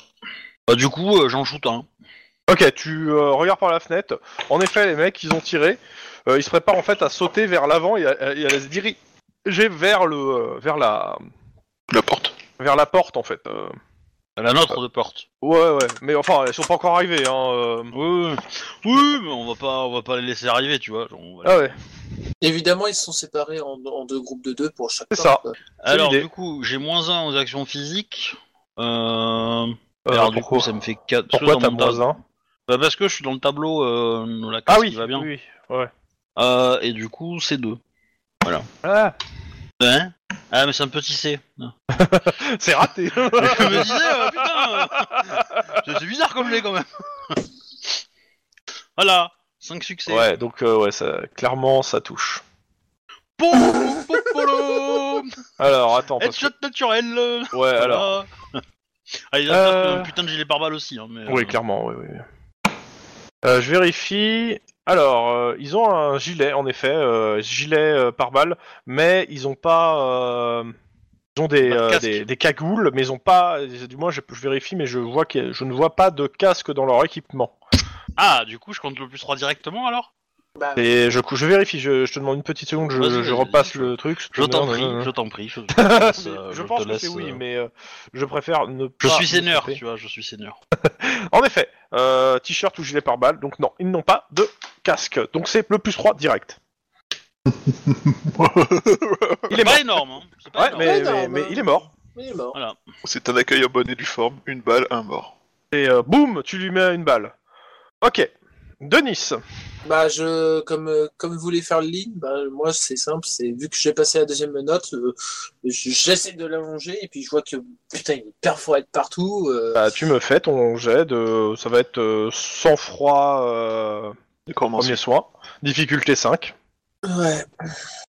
Bah, du coup, euh, j'en shoot un. Ok, tu euh, regardes par la fenêtre. En effet, les mecs, ils ont tiré. Euh, ils se préparent en fait à sauter vers l'avant et à, et à se diriger vers le, euh, vers la, La porte. (laughs) vers la porte en fait. Euh, La nôtre de porte. ouais, ouais. Mais enfin, ils sont pas encore arrivés. Hein, euh. Oui, oui, mais on va pas, on va pas les laisser arriver, tu vois. genre, on va- Ah ouais. évidemment, ils se sont séparés en, en deux groupes de deux pour chaque. C'est porte, ça. quoi. Alors, l'idée. du coup, j'ai moins un aux actions physiques. Euh... Euh, alors, du pourquoi- coup, ça me fait 4. Pourquoi t'as moins un bah, Parce que je suis dans le tableau, euh, la case Ah oui. qui va bien. Oui. Ouais. Euh, et du coup, c'est 2. Ah, Hein Ah, mais c'est un petit C. (laughs) Non. (laughs) c'est raté. je me disais, euh, putain, euh, c'est- c'est bizarre comme lait quand même. voilà, 5 succès. ouais. Donc euh, ouais, ça, clairement, ça touche. Pou, pou, pou, (laughs) polo. Alors attends. Parce Headshot naturel. euh, que- Ouais. Alors. voilà. Ah, il a Euh. un putain de gilet pare-balles aussi. Hein, mais, euh, Oui, clairement. Oui, oui. Euh, je vérifie. Alors, euh, ils ont un gilet, en effet, euh, gilet euh, par balle, mais ils ont pas. euh, ils ont des, Pas de euh, casque. des, des cagoules, mais ils ont pas. Du moins, je, je vérifie, mais je vois que je ne vois pas de casque dans leur équipement. Ah, du coup, je compte le plus 3 directement alors Bah, Et je, je vérifie. Je, je te demande une petite seconde. Je, Vas-y, je vas-y, repasse vas-y. le truc. Je t'en Non, prie, non, non, non. je t'en prie. (laughs) Je, je te laisse, Mais euh, je te pense que laisse, c'est oui, euh, mais euh, je préfère ne Je pas suis me seigneur, tromper. tu vois, je suis seigneur. En effet, euh, t-shirt ou gilet par balle, donc non, ils n'ont pas de casque. Donc c'est le plus 3 direct. Il est C'est mort. pas énorme, hein. C'est pas Ouais, énorme. mais, Ouais, non, bah. mais- mais- mais il est mort. il est mort. Voilà. C'est un accueil en bonne et due forme, une balle, un mort. Et euh, boum, tu lui mets une balle. Ok. Denis. Bah, je, comme, euh, comme voulait faire le lead, bah, moi, c'est simple, c'est, vu que j'ai passé la deuxième note, euh, je- j'essaie de l'allonger, et puis je vois que, putain, il perforé de partout, euh, Bah, tu me fais ton jet de. Ça va être euh, sang-froid euh, D'accord, premier soin. Difficulté 5. ouais.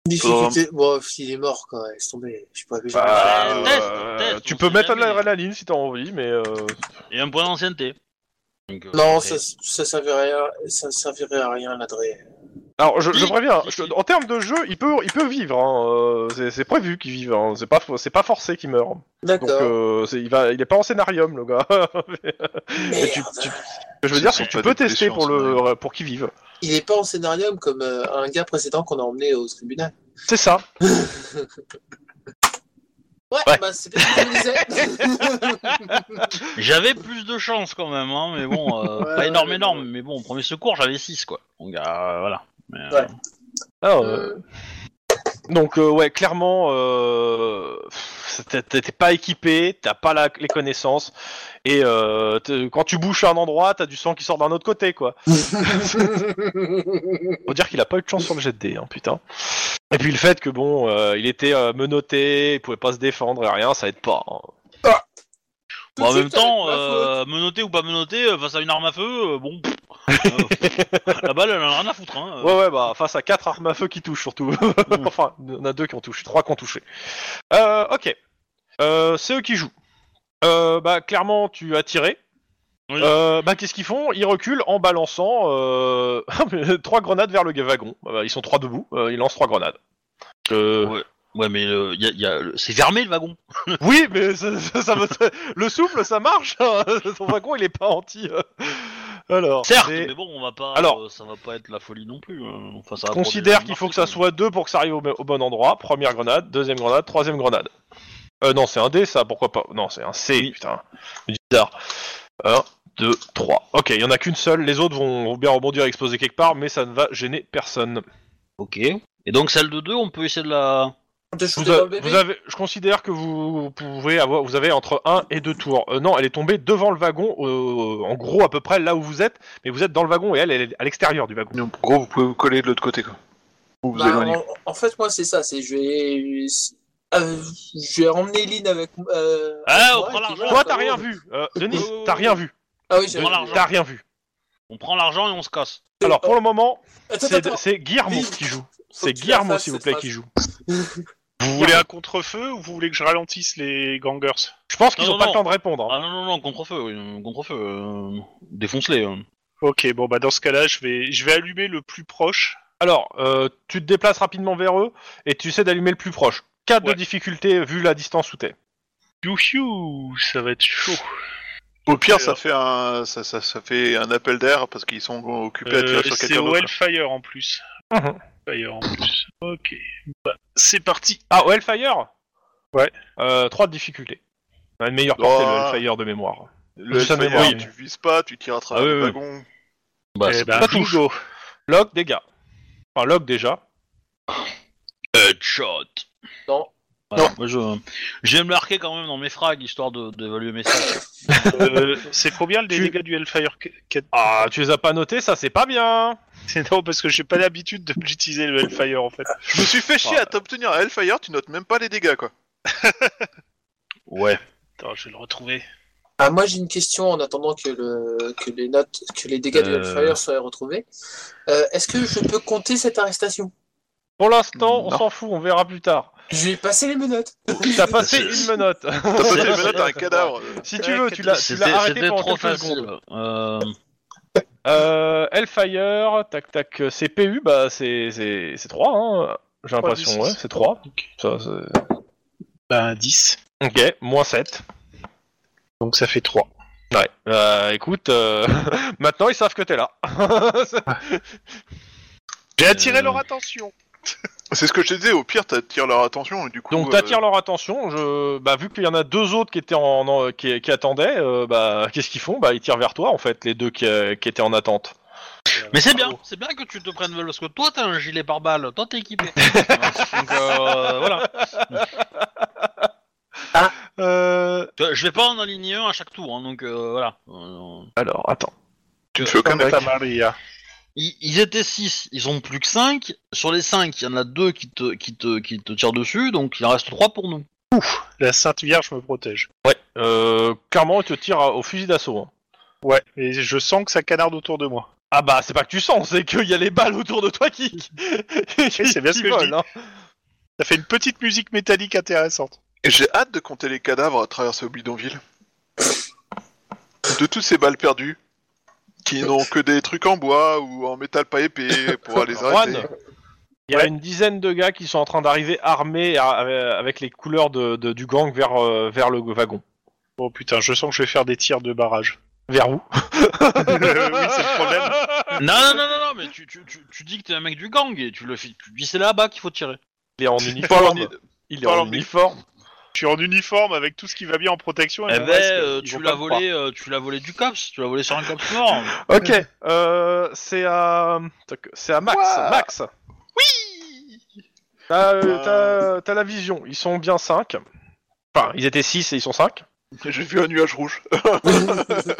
Difficulté, bon, il est mort, quoi, laisse tomber, je suis pas obligé. Bah, Euh, test, test, tu on peux sait mettre de jamais. l'adrénaline si t'as envie, mais. euh, Et un point d'ancienneté. Donc, euh, Non, après- ça, ça servirait à, ça servirait à rien, l'adré. Alors, je, je Si, préviens, si, je- si. en termes de jeu, il peut, il peut vivre. hein, euh, c'est- c'est prévu qu'il vive. hein, c'est pas, c'est pas forcé qu'il meure. Donc, D'accord. euh, c'est- il, va, il est pas en scénarium, le gars. (laughs) Mais tu- Merde. tu- je veux dire, C'est c'est que tu pas peux des tester pour, le, pour qu'il vive. Il est pas en scénarium comme euh, un gars précédent qu'on a emmené au tribunal. C'est ça. Ouais, Ouais. bah, c'est bien ce que je me disais. J'avais plus de chance quand même, hein, mais bon, euh, Ouais, pas ouais, énorme, ouais, énorme, ouais. mais bon, premier secours, j'avais 6 quoi. Donc euh, voilà. Mais, euh, Ouais. Alors, euh, Euh, donc, euh, ouais, clairement, euh, pff, t'es t'es pas équipé, t'as pas la- les connaissances, et euh, t'es- quand tu bouches à un endroit, t'as du sang qui sort d'un autre côté, quoi. (laughs) Faut dire qu'il a pas eu de chance sur le jet de dés, hein, putain. Et puis le fait que bon, euh, il était euh, menotté, il pouvait pas se défendre et rien, ça aide pas. hein. Bon, en Tout de même suite, ça va temps, être ma faute. euh, menoté ou pas menoté, euh, face à une arme à feu, euh, (laughs) bon, pff, euh, la balle, elle en a rien à foutre. Hein. Ouais, ouais, bah face à quatre armes à feu qui touchent surtout. (laughs) enfin, on a deux qui ont touché, trois qui ont touché. Euh, ok. Euh, c'est eux qui jouent. Euh, bah clairement, tu as tiré. Oui. Euh, bah qu'est-ce qu'ils font Ils reculent en balançant euh, (laughs) trois grenades vers le wagon. Bah, bah, ils sont trois debout, euh, ils lancent trois grenades. Euh, Ouais, mais euh, y a- y a- c'est fermé le wagon. Oui, mais ça, ça- ça me- ça- le souffle, ça marche. hein. (laughs) Ton wagon, il est pas anti. euh. Alors, Certes, c'est- mais bon, on va pas. Alors- euh, ça va pas être la folie non plus. hein. Enfin, ça va considère produire qu'il une faut que ça marque, soit deux pour que ça arrive au, au bon endroit. Première grenade, deuxième grenade, troisième grenade. Euh, non, c'est un D, ça, pourquoi pas Non, c'est un C, Oui. putain. Bizarre. 1, 2, 3. Ok, il y en a qu'une seule, les autres vont, vont bien rebondir et exploser quelque part, mais ça ne va gêner personne. hein. Ok. Et donc celle de deux, on peut essayer de la. On te shoote Vous, a- dans le bébé. vous avez, je considère que vous pouvez avoir, vous avez entre 1 et 2 tours. Euh, non, elle est tombée devant le wagon, euh, en gros à peu près là où vous êtes, mais vous êtes dans le wagon et elle, elle est à l'extérieur du wagon. En gros, vous pouvez vous coller de l'autre côté, quoi. Ou vous Bah, éloigner. en, en fait, moi, c'est ça. C'est je vais, euh, je vais emmener Lynn avec. Euh, Ah, avec on moi, prend et puis l'argent. voilà, Toi, t'as comment- rien vu, euh, Denis, Oh. t'as rien vu, Ah oui, j'ai Prends l'argent. t'as rien vu. On prend l'argent et on se casse. Alors pour le moment, Attends, attends, c'est c'est Guillermo Lise. qui joue. Faut C'est que tu la Guillermo fasses, s'il vous cette plaît phrase. qui joue. Vous voulez un contre-feu ou vous voulez que je ralentisse les gangers Je pense qu'ils Non, ont pas non. le temps de répondre. hein. Ah non non non, contre-feu, oui, euh, contre-feu, euh, défonce-les. hein. Ok, bon bah dans ce cas-là, je vais, je vais allumer le plus proche. Alors, euh, tu te déplaces rapidement vers eux et tu essaies d'allumer le plus proche. 4 de Ouais. difficulté vu la distance où t'es. Youhou, ça va être chaud. Au pire, ça Alors. fait un, ça, ça, ça fait un appel d'air parce qu'ils sont occupés à Euh, tirer sur c'est quelqu'un au d'autre. Hellfire en plus. Mhm. Hellfire en plus. Ok. Bah, c'est parti. Ah, au Hellfire Ouais. Euh, 3 de difficulté. On a une meilleure portée, Oh. le Hellfire de mémoire. Le Ça Hellfire, m'énerve. tu vises pas, tu tires à travers Ah oui, le oui. wagon. Bah, Eh c'est ben, pas bingo. touche. Log, dégâts. Enfin, log déjà. Headshot. Non. Voilà, moi je j'aime l'arquer quand même dans mes frags histoire de d'évaluer mes stats. Euh, (laughs) c'est combien le Tu- dégât du Hellfire 4 Ah, tu les as pas notés, ça c'est pas bien. C'est (laughs) non, parce que j'ai pas l'habitude de- d'utiliser le Hellfire en fait. Je me suis fait chier à t'obtenir un Hellfire, tu notes même pas les dégâts, quoi. ouais. Attends, je vais le retrouver. Ah, moi, j'ai une question en attendant que, le, que les notes, que les dégâts Euh. du Hellfire soient retrouvés. Euh, Est-ce que je peux compter cette arrestation Pour l'instant, on Non. s'en fout, on verra plus tard. Je vais passer les menottes. T'as passé C'est- une menotte. T'as C'est- (laughs) passé les menottes à un cadavre. Si tu veux, tu l'as tu l'as C'était arrêté c'était pendant trop quelques facile. secondes. Euh, Euh, Hellfire, tac tac, euh, CPU, bah c'est 3, hein, j'ai l'impression, Trois, ouais, dix, c'est 3. Ok. Ça, c'est- Bah 10. ok, moins 7. Donc ça fait 3. Ouais, euh, écoute, euh, (laughs) maintenant ils savent que (laughs) t'es là. (laughs) J'ai attiré Euh. leur attention. C'est ce que je te disais, au pire, t'attires leur attention, et du coup. euh, Donc t'attires leur attention, je... bah, vu qu'il y en a deux autres qui, étaient en, en- qui, qui attendaient, euh, bah, qu'est-ce qu'ils font Bah ils tirent vers toi en fait, les deux qui, euh, qui étaient en attente. Mais c'est bien, c'est bien que tu te prennes parce que toi t'as un gilet pare-balles, toi t'es équipé. Donc euh, voilà. Euh... Tu vois, Je vais pas en aligner un à chaque tour, hein, donc euh, voilà. Euh, Alors, attends. Tu ne fais aucun Santa break. Maria. Ils, ils étaient 6, ils ont plus que 5. Sur les 5, il y en a 2 qui te, qui, te, qui te tirent dessus, donc il en reste 3 pour nous. La Sainte Vierge me protège. Ouais, euh, clairement ils te tirent au fusil d'assaut. hein. Ouais, et je sens que ça canarde autour de moi. Ah bah c'est pas que tu sens, c'est qu'il y a les balles autour de toi qui. (laughs) qui- c'est bien qui ce que je volent, dis. hein. Ça fait une petite musique métallique intéressante. Et J'ai hâte de compter les cadavres à travers ce bidonville. de toutes ces balles perdues, qui n'ont que des trucs en bois ou en métal pas épais pour les Juan, arrêter. il y a une dizaine de gars qui sont en train d'arriver armés à- à- avec les couleurs de, de- du gang vers, euh, vers le wagon. Oh putain, je sens que je vais faire des tirs de barrage. (laughs) Vers où oui, c'est le problème. non, non, non, non, non, mais tu, tu, tu, tu dis que t'es un mec du gang et tu le fais- tu dis c'est là-bas qu'il faut tirer. Il (laughs) est en Parle en- uniforme. Il est parle en en- uniforme. Je suis en uniforme avec tout ce qui va bien en protection. et Eh mon ben, masque, euh, ils tu vont l'as pas me croire. volé, euh, tu l'as volé du cops, tu l'as volé sur un cops mort. Ok, euh, c'est à. toc, C'est à Max. Ouah. Max Oui Euh, T'as euh, Euh. t'as- t'as la vision, ils sont bien 5. Enfin, ils étaient 6 et ils sont 5. J'ai vu un nuage rouge.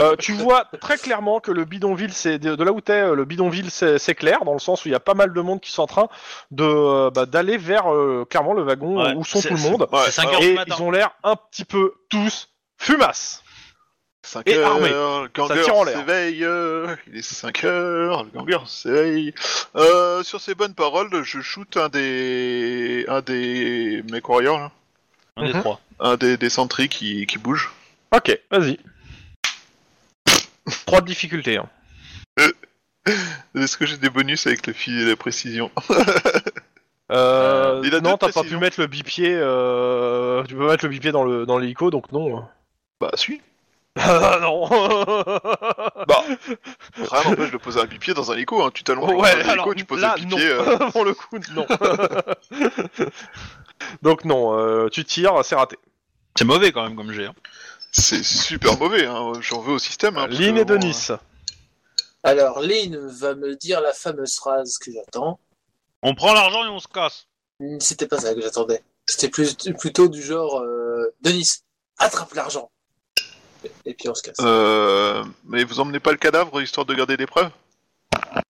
Euh, tu vois très clairement que le bidonville, c'est de, de là où t'es, euh, le bidonville c'est- s'éclaire, dans le sens où il y a pas mal de monde qui sont en train de euh, bah, d'aller vers euh, clairement le wagon Ouais, où sont c'est- tout le monde. Ouais, C'est 5 heures du Et matin. ils ont l'air un petit peu tous fumasses. Cinq Et armé. heures, le gangueur tire en l'air. s'éveille, euh, il est 5 heures, le gangueur s'éveille. Euh, sur ces bonnes paroles, je shoot un des. un des. mes warriors, là. Un des Mhm. trois. un des, des sentries qui, qui bouge. Ok, vas-y. Trois de difficulté. hein. Est-ce que j'ai des bonus avec le fil et la précision Euh, Euh, il a non, t'as deux pas pu précisions. mettre le bipied. euh, tu peux pas mettre le bipied dans le dans l'hélico, donc non. hein. Bah, suis (laughs) Ah non. Bah, Rien n'empêche de poser un bipied dans un hélico, hein. tu t'allonges dans Ouais, un hélico, alors, tu poses là, le bipied. non. euh, Pour le coup, non. Donc non, euh, tu tires, c'est raté. C'est mauvais quand même comme jet. hein. c'est super mauvais, hein. j'en veux au système. Hein, parce Lynn que, et bon, Denis. Alors, Lynn va me dire la fameuse phrase que j'attends. On prend l'argent et on se casse. Hmm, C'était pas ça que j'attendais. C'était plus, plutôt du genre euh, Denis, attrape l'argent. Et puis on se casse. Euh, mais vous emmenez pas le cadavre histoire de garder des preuves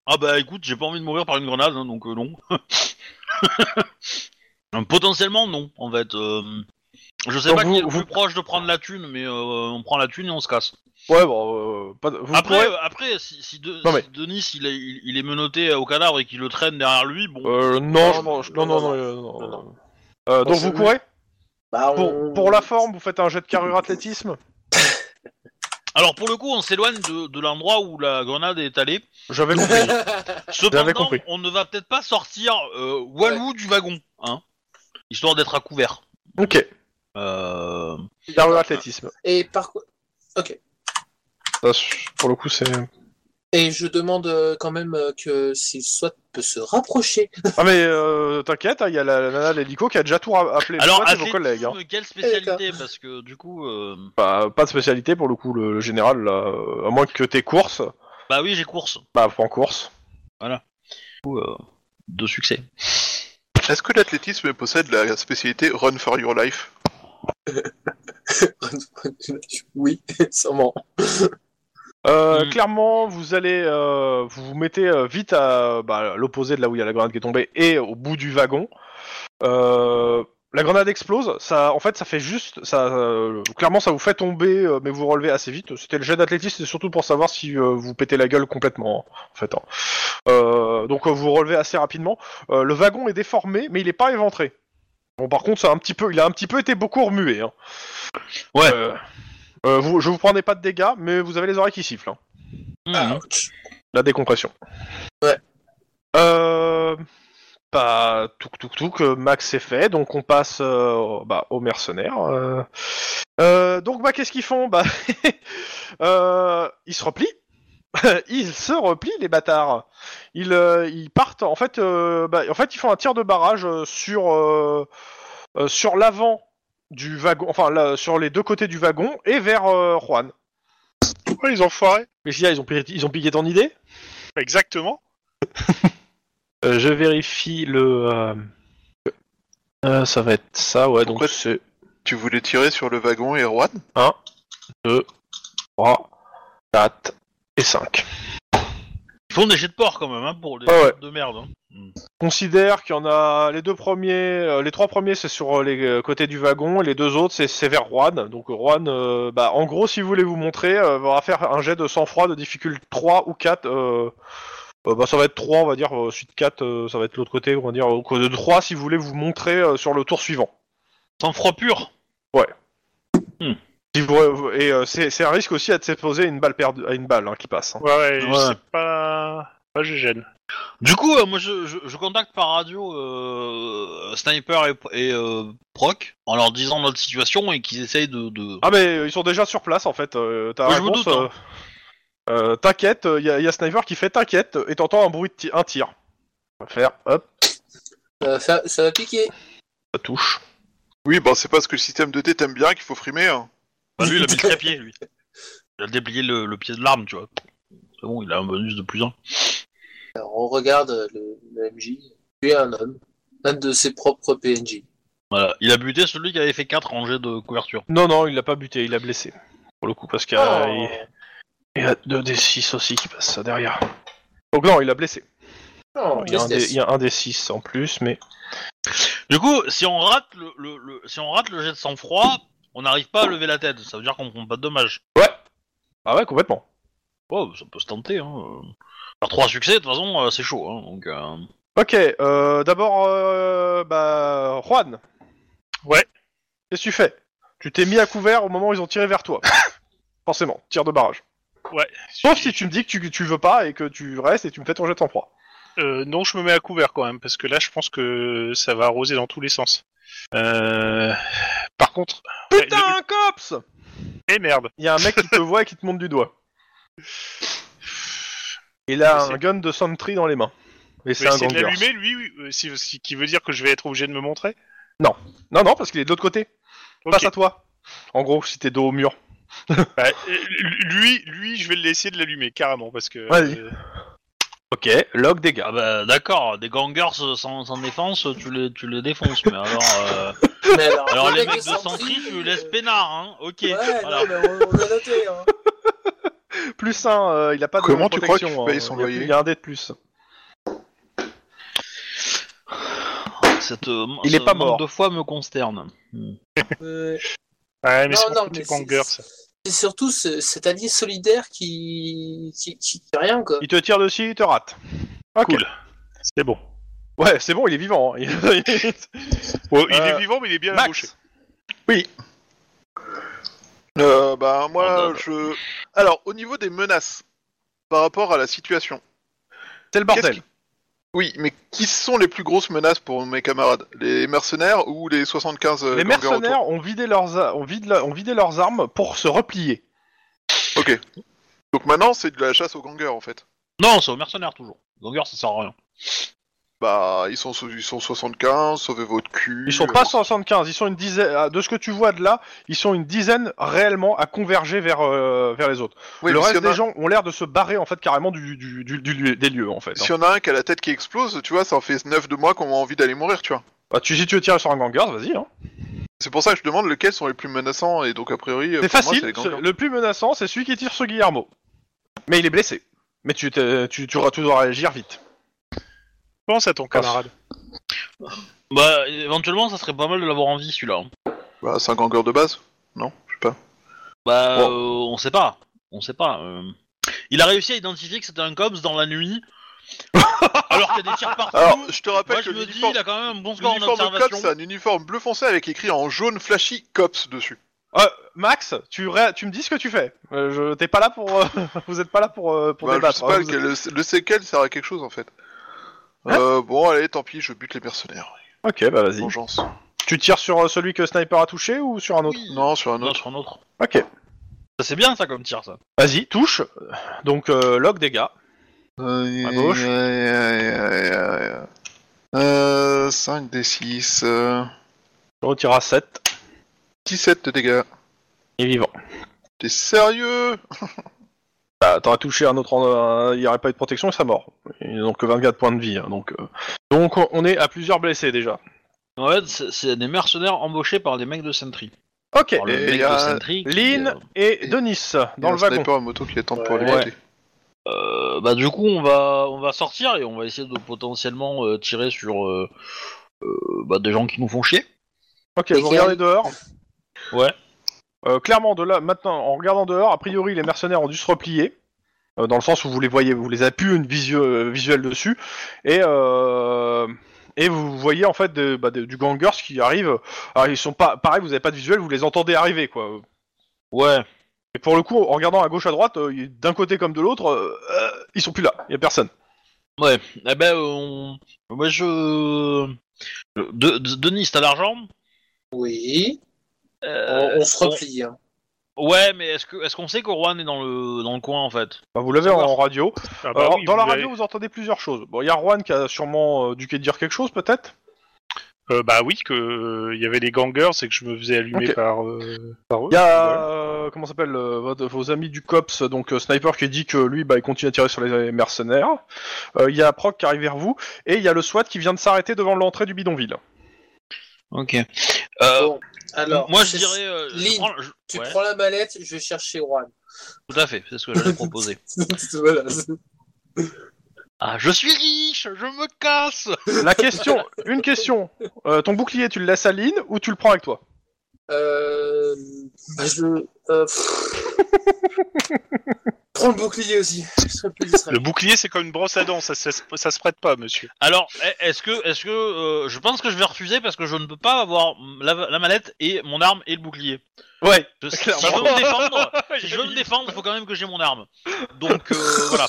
Ah bah écoute, j'ai pas envie de mourir par une grenade, hein, donc euh, non. (laughs) Euh, Potentiellement non, en fait. euh, Je sais Donc pas vous- qui est le vous- plus proche de prendre la thune, mais euh, on prend la thune et on se casse. Ouais, bon, euh, pas de- vous après, pourrez- euh, après, si, si, de- Non, mais- si Denis il est, il, il est menotté au cadavre et qu'il le traîne derrière lui, bon. Euh, non, je- non, je- non, non, non, euh, non, non, non. Euh, donc Bon, c'est vous lui. courez Bah, on- pour, pour la forme, vous faites un jet de carrure athlétisme Alors pour le coup, on s'éloigne de, de l'endroit où la grenade est allée. J'avais compris. Cependant, compris. on ne va peut-être pas sortir euh, Walou du wagon, hein, histoire d'être à couvert. (laughs) ok, Euh, carrure athlétisme. Et par co- Ok. Ça, je- pour le coup, c'est... Et je demande euh, quand même euh, que s'il soit peut se rapprocher. (laughs) Ah mais euh, t'inquiète, hein, il y a la la nana de l'hélico qui a déjà tout ra- appelé Alors, Soit et vos athlétisme, collègues. hein. quelle spécialité Parce que du coup, euh, Bah, pas de spécialité pour le coup, le, le général, là, euh, à moins que tes courses, bah oui, j'ai course. bah pas en course. Du coup, euh, de succès. Est-ce que l'athlétisme possède la spécialité Run for Your Life oui, (laughs) sûrement. Euh, Mm. Clairement, vous allez euh, vous vous mettez euh, vite à bah, l'opposé de là où il y a la grenade qui est tombée et au bout du wagon. Euh, la grenade explose. Ça, en fait, ça fait juste. Ça, euh, clairement, ça vous fait tomber, euh, mais vous relevez assez vite. C'était le jet d'athlétisme, c'est surtout pour savoir si euh, vous pétez la gueule complètement, hein, en fait. hein. Euh, donc, euh, vous relevez assez rapidement. Euh, le wagon est déformé, mais il n'est pas éventré. Bon, par contre, ça a un petit peu, il a un petit peu été beaucoup remué. hein. Ouais. Euh, euh, vous, je vous prenais pas de dégâts, mais vous avez les oreilles qui sifflent. hein. Ah. Mhm. Ouch. La décompression. Ouais. Euh. Bah, touk touk touk, euh, Max c'est fait, donc on passe euh, au- bah, aux mercenaires. euh. Euh, donc, bah, qu'est-ce qu'ils font Bah, (laughs) euh, ils se replient. (laughs) ils se replient, les bâtards. Ils, euh, ils partent, en fait, euh, bah, en fait, ils font un tir de barrage euh, sur, euh, euh, sur l'avant du wagon, enfin, là, sur les deux côtés du wagon et vers euh, Juan. Pourquoi les enfoirés Mais je dis, ah, ils ont, pi- ils ont piqué ton idée Exactement. Euh, je vérifie le. euh, euh, ça va être ça, ouais, Pourquoi donc c'est Tu voulais tirer sur le wagon et Erwan 3, 4 et 5. Ils font des jets de porc quand même, hein, pour les Ah ouais. de merde. hein. Considère qu'il y en a les deux premiers, euh, les trois premiers c'est sur euh, les euh, côtés du wagon et les deux autres c'est c'est vers Juan. Donc euh, Juan, euh, bah, en gros, si vous voulez vous montrer, euh, va faire un jet de sang-froid de difficulté 3 ou 4. euh, euh, bah, ça va être 3, on va dire, euh, suite 4, euh, ça va être l'autre côté, on va dire, euh, de 3 si vous voulez vous montrer euh, sur le tour suivant. Sans froid pur. Si vous- et euh, c'est c'est un risque aussi à de s'exposer à une balle, perdue, à une balle hein, qui passe. hein. Ouais, ouais, Ouais. c'est pas. Pas GGN. Du coup, euh, moi je, je, je contacte par radio euh, Sniper et, et, euh, Proc en leur disant notre situation et qu'ils essayent de. de- Ah mais euh, ils sont déjà sur place en fait. Euh, ta Oui, je me réponse, doute, hein. euh, euh, t'inquiète, il y, a- y a Sniper qui fait t'inquiète et t'entends un bruit de ti- un tir. On va faire, hop, Euh, ça, ça va piquer. ça touche. Oui, bon, c'est parce que le système de dé t'aime bien qu'il faut frimer. Hein. Bah, lui, il a mis le trépied, lui. Il a déplié le, le pied de l'arme, tu vois. C'est bon, il a un bonus de plus 1. euh, Alors, on regarde le, le MJ. Tu es un homme, un de ses propres PNJ. Voilà. Il a buté celui qui avait fait 4 rangées de couverture. Non, non, il l'a pas buté, il l'a blessé. Pour le coup, parce qu'il y a, Euh, il, il y a 2 des 6 aussi qui passent ça derrière. Donc non, il l'a blessé. Oh, Il y, a un des, tristesse. il y a un des 6 en plus, mais... Du coup, si on rate le, le- le- si on rate le jet de sang-froid, on n'arrive pas à lever la tête. Ça veut dire qu'on prend pas de dommages. Ouais Ah ouais, complètement. Oh, ça peut se tenter. Hein. euh. Faire 3 succès, de toute façon, euh, c'est chaud. Hein. Donc, euh, Ok, euh, d'abord, euh, bah, Juan. Ouais. Qu'est-ce que tu fais Tu t'es mis à couvert au moment où ils ont tiré vers (coughs) toi. Forcément, tir de barrage. Ouais. Sauf si tu me dis que tu, tu veux pas et que tu restes et tu me fais ton jet en proie. Euh, non, je me mets à couvert quand même, parce que là, je pense que ça va arroser dans tous les sens. Euh... Par contre... ouais, Putain, le- un cops Eh merde Il y a un mec qui (laughs) te voit et qui te monte du doigt. Il a Mais un gun de Sumtree dans les mains. Et c'est Mais un C'est de gangster. l'allumer, lui, oui, euh, si, si- qui veut dire que je vais être obligé de me montrer Non, non, parce qu'il est de l'autre côté. Ok. Passe à toi. En gros, si t'es dos au mur. Bah, euh, lui, lui, je vais l'essayer de l'allumer, carrément, parce que... Vas-y. euh, Ok, log dégâts. ah bah, d'accord, des gangers euh, sans, sans défense, tu les, tu les défonces. mais alors, euh, Mais alors, alors les mecs mecs de Sentry, tu les laisses peinards. Hein. Ok. Ouais, voilà. non, mais on, on a noté. Hein. Plus un, euh, il a pas de Comment tu protection, crois qu'il paye hein. son Il y a loyer plus- Il y a un dé de plus. Cette, euh, Il ce est pas nombre mort. de fois me consterne. Euh, Ouais, mais Non, c'est non, mon côté mais ganger, c'est- ça. c'est surtout ce- cet allié solidaire qui, qui, qui fait rien, quoi. Il te tire dessus, il te rate. Ok. Cool. C'est bon. Ouais, c'est bon, il est vivant. hein. (laughs) Il- Ouais, Oh, il Euh, est vivant, mais il Eh est bien embauché. Max. Euh, bah moi Ah, Oh, bah, je. Alors au niveau des menaces par rapport à la situation. C'est le qu'est-ce bordel. qui- Oui, mais qui sont les plus grosses menaces pour mes camarades Les mercenaires ou les 75 euh, Les gangers autour mercenaires ont vidé leurs, a- ont vidé la- ont vidé leurs armes pour se replier. Ok. Donc maintenant c'est de la chasse aux gangers en fait. Non, c'est aux mercenaires toujours. Gangers, ça sert à rien. Bah ils sont so- ils sont 75, sauvez votre cul. Ils sont pas 75, ils sont une dizaine. ah, De ce que tu vois de là, ils sont une dizaine réellement à converger vers, euh, vers les autres. Oui, le mais s'il y reste en a- des gens ont l'air de se barrer en fait carrément du, du- du- du lieu- des lieux en fait. hein. S'il y en a un qui a la tête qui explose, tu vois, ça en fait 9 de moi qu'on a envie d'aller mourir, tu vois. Bah, tu, si tu veux tirer sur un ganger, vas-y. Hein. C'est pour ça que je demande lesquels sont les plus menaçants et donc a priori. C'est pour moi, facile, les ce- gangers. le plus menaçant c'est celui qui tire sur Guillermo. Mais il est blessé. Mais tu, t'es- tu, tu, tu dois réagir vite. Pense à ton camarade. Bah, éventuellement, ça serait pas mal de l'avoir en vie celui-là. hein. Bah, c'est un ganger de base. Bah, Bon. euh, on sait pas. On sait pas. euh. Il a réussi à identifier que c'était un copse dans la nuit. alors qu'il y a des tirs partout. Alors, je te rappelle Moi, que je me dis, l'uniforme il a quand même un bon score en l'uniforme de observation. COPS, c'est un uniforme bleu foncé avec écrit en jaune flashy COPS dessus. Euh, Max, tu, ré- tu me dis ce que tu fais. Euh, je... T'es pas là pour. euh, (laughs) Vous êtes pas là pour, euh, pour Bah, je débattre. sais pas, hein, vous- que le, le séquel sert à quelque chose en fait. euh, bon, allez, tant pis, je bute les mercenaires. Ok, bah vas-y. Vengeance. Tu tires sur euh, celui que Sniper a touché ou sur un autre Non, sur un Non, autre. sur un autre. Ok. Ça, c'est bien ça comme tir, ça. Vas-y, touche. Donc, euh, log dégâts. Euh, À gauche. euh, euh, euh, euh, 5 des 6. euh, On tirera 7. 17 de dégâts. Il est vivant. T'es sérieux Bah, t'aurais touché un autre. en- un- Il n'y aurait pas eu de protection et ça mort. Ils n'ont que 24 points de vie. hein, donc, euh. donc, on est à plusieurs blessés déjà. En fait, c'est- c'est des mercenaires embauchés par des mecs de Sentry. Ok. Par le Et mec y a de Sentry. qui, Lynn euh, et Denis dans Il y a le un wagon. sniper à moto qui attend pour les Ouais. mater. euh, bah, du coup, on va, on va sortir et on va essayer de potentiellement euh, tirer sur euh, euh, bah, des gens qui nous font chier. Ok, vous regardez dehors. Ouais. Euh, clairement, de là, maintenant, en regardant dehors, a priori, les mercenaires ont dû se replier, euh, dans le sens où vous les voyez, vous les appuyez une visio- euh, visuelle dessus, et euh, et vous voyez en fait de- bah, de- du gangers qui arrive. Alors, ils sont pas, pareil, vous avez pas de visuel, vous les entendez arriver, quoi. Ouais. Et pour le coup, en regardant à gauche à droite, euh, y- d'un côté comme de l'autre, euh, euh, ils sont plus là, y a personne. Ouais, eh ben, euh, on... moi je. De, de- Denis, t'as l'argent Oui, on, Euh, on se replie. on- Hein. Euh, Ouais, mais est-ce que est-ce qu'on sait que Juan est dans le dans le coin en fait Bah, vous l'avez en, en radio. Ah bah Alors, oui, dans vous la l'avez- radio, vous entendez plusieurs choses. Bon, il y a Juan qui a sûrement euh, dû dire quelque chose, peut-être. Euh, bah oui, que euh, il y avait les gangers et que je me faisais allumer Ok. par, euh, par eux. Il y a, euh, comment s'appelle, euh, votre- vos amis du COPS, donc euh, Sniper qui dit que lui, bah, il continue à tirer sur les mercenaires. Euh, Il y a Proc qui arrive vers vous, et il y a le SWAT qui vient de s'arrêter devant l'entrée du bidonville. Ok. Euh, Bon, alors, moi, je c'est- dirais. euh, je Lynn, prends- je- Tu ouais, prends la mallette, je vais chercher Juan. (laughs) Tout à fait, c'est ce que j'allais proposer. Voilà, c'est- Ah, je suis riche, je me casse La (laughs) question, une question. Euh, ton bouclier, tu le laisses à Lynn ou tu le prends avec toi Euh, bah, je. euh, pff. (laughs) Prends le bouclier aussi. Je serais plus distrait. Le bouclier, c'est comme une brosse à dents, ça, ça, se- ça se prête pas, monsieur. Alors, e- est-ce que, est-ce que, euh, je pense que je vais refuser parce que je ne peux pas avoir mm, la, la mallette et mon arme et le bouclier. Ouais. Je- si Clairement. je veux me (laughs) défendre, si je veux me défendre, faut quand même que j'ai mon arme. Donc (laughs) euh, voilà.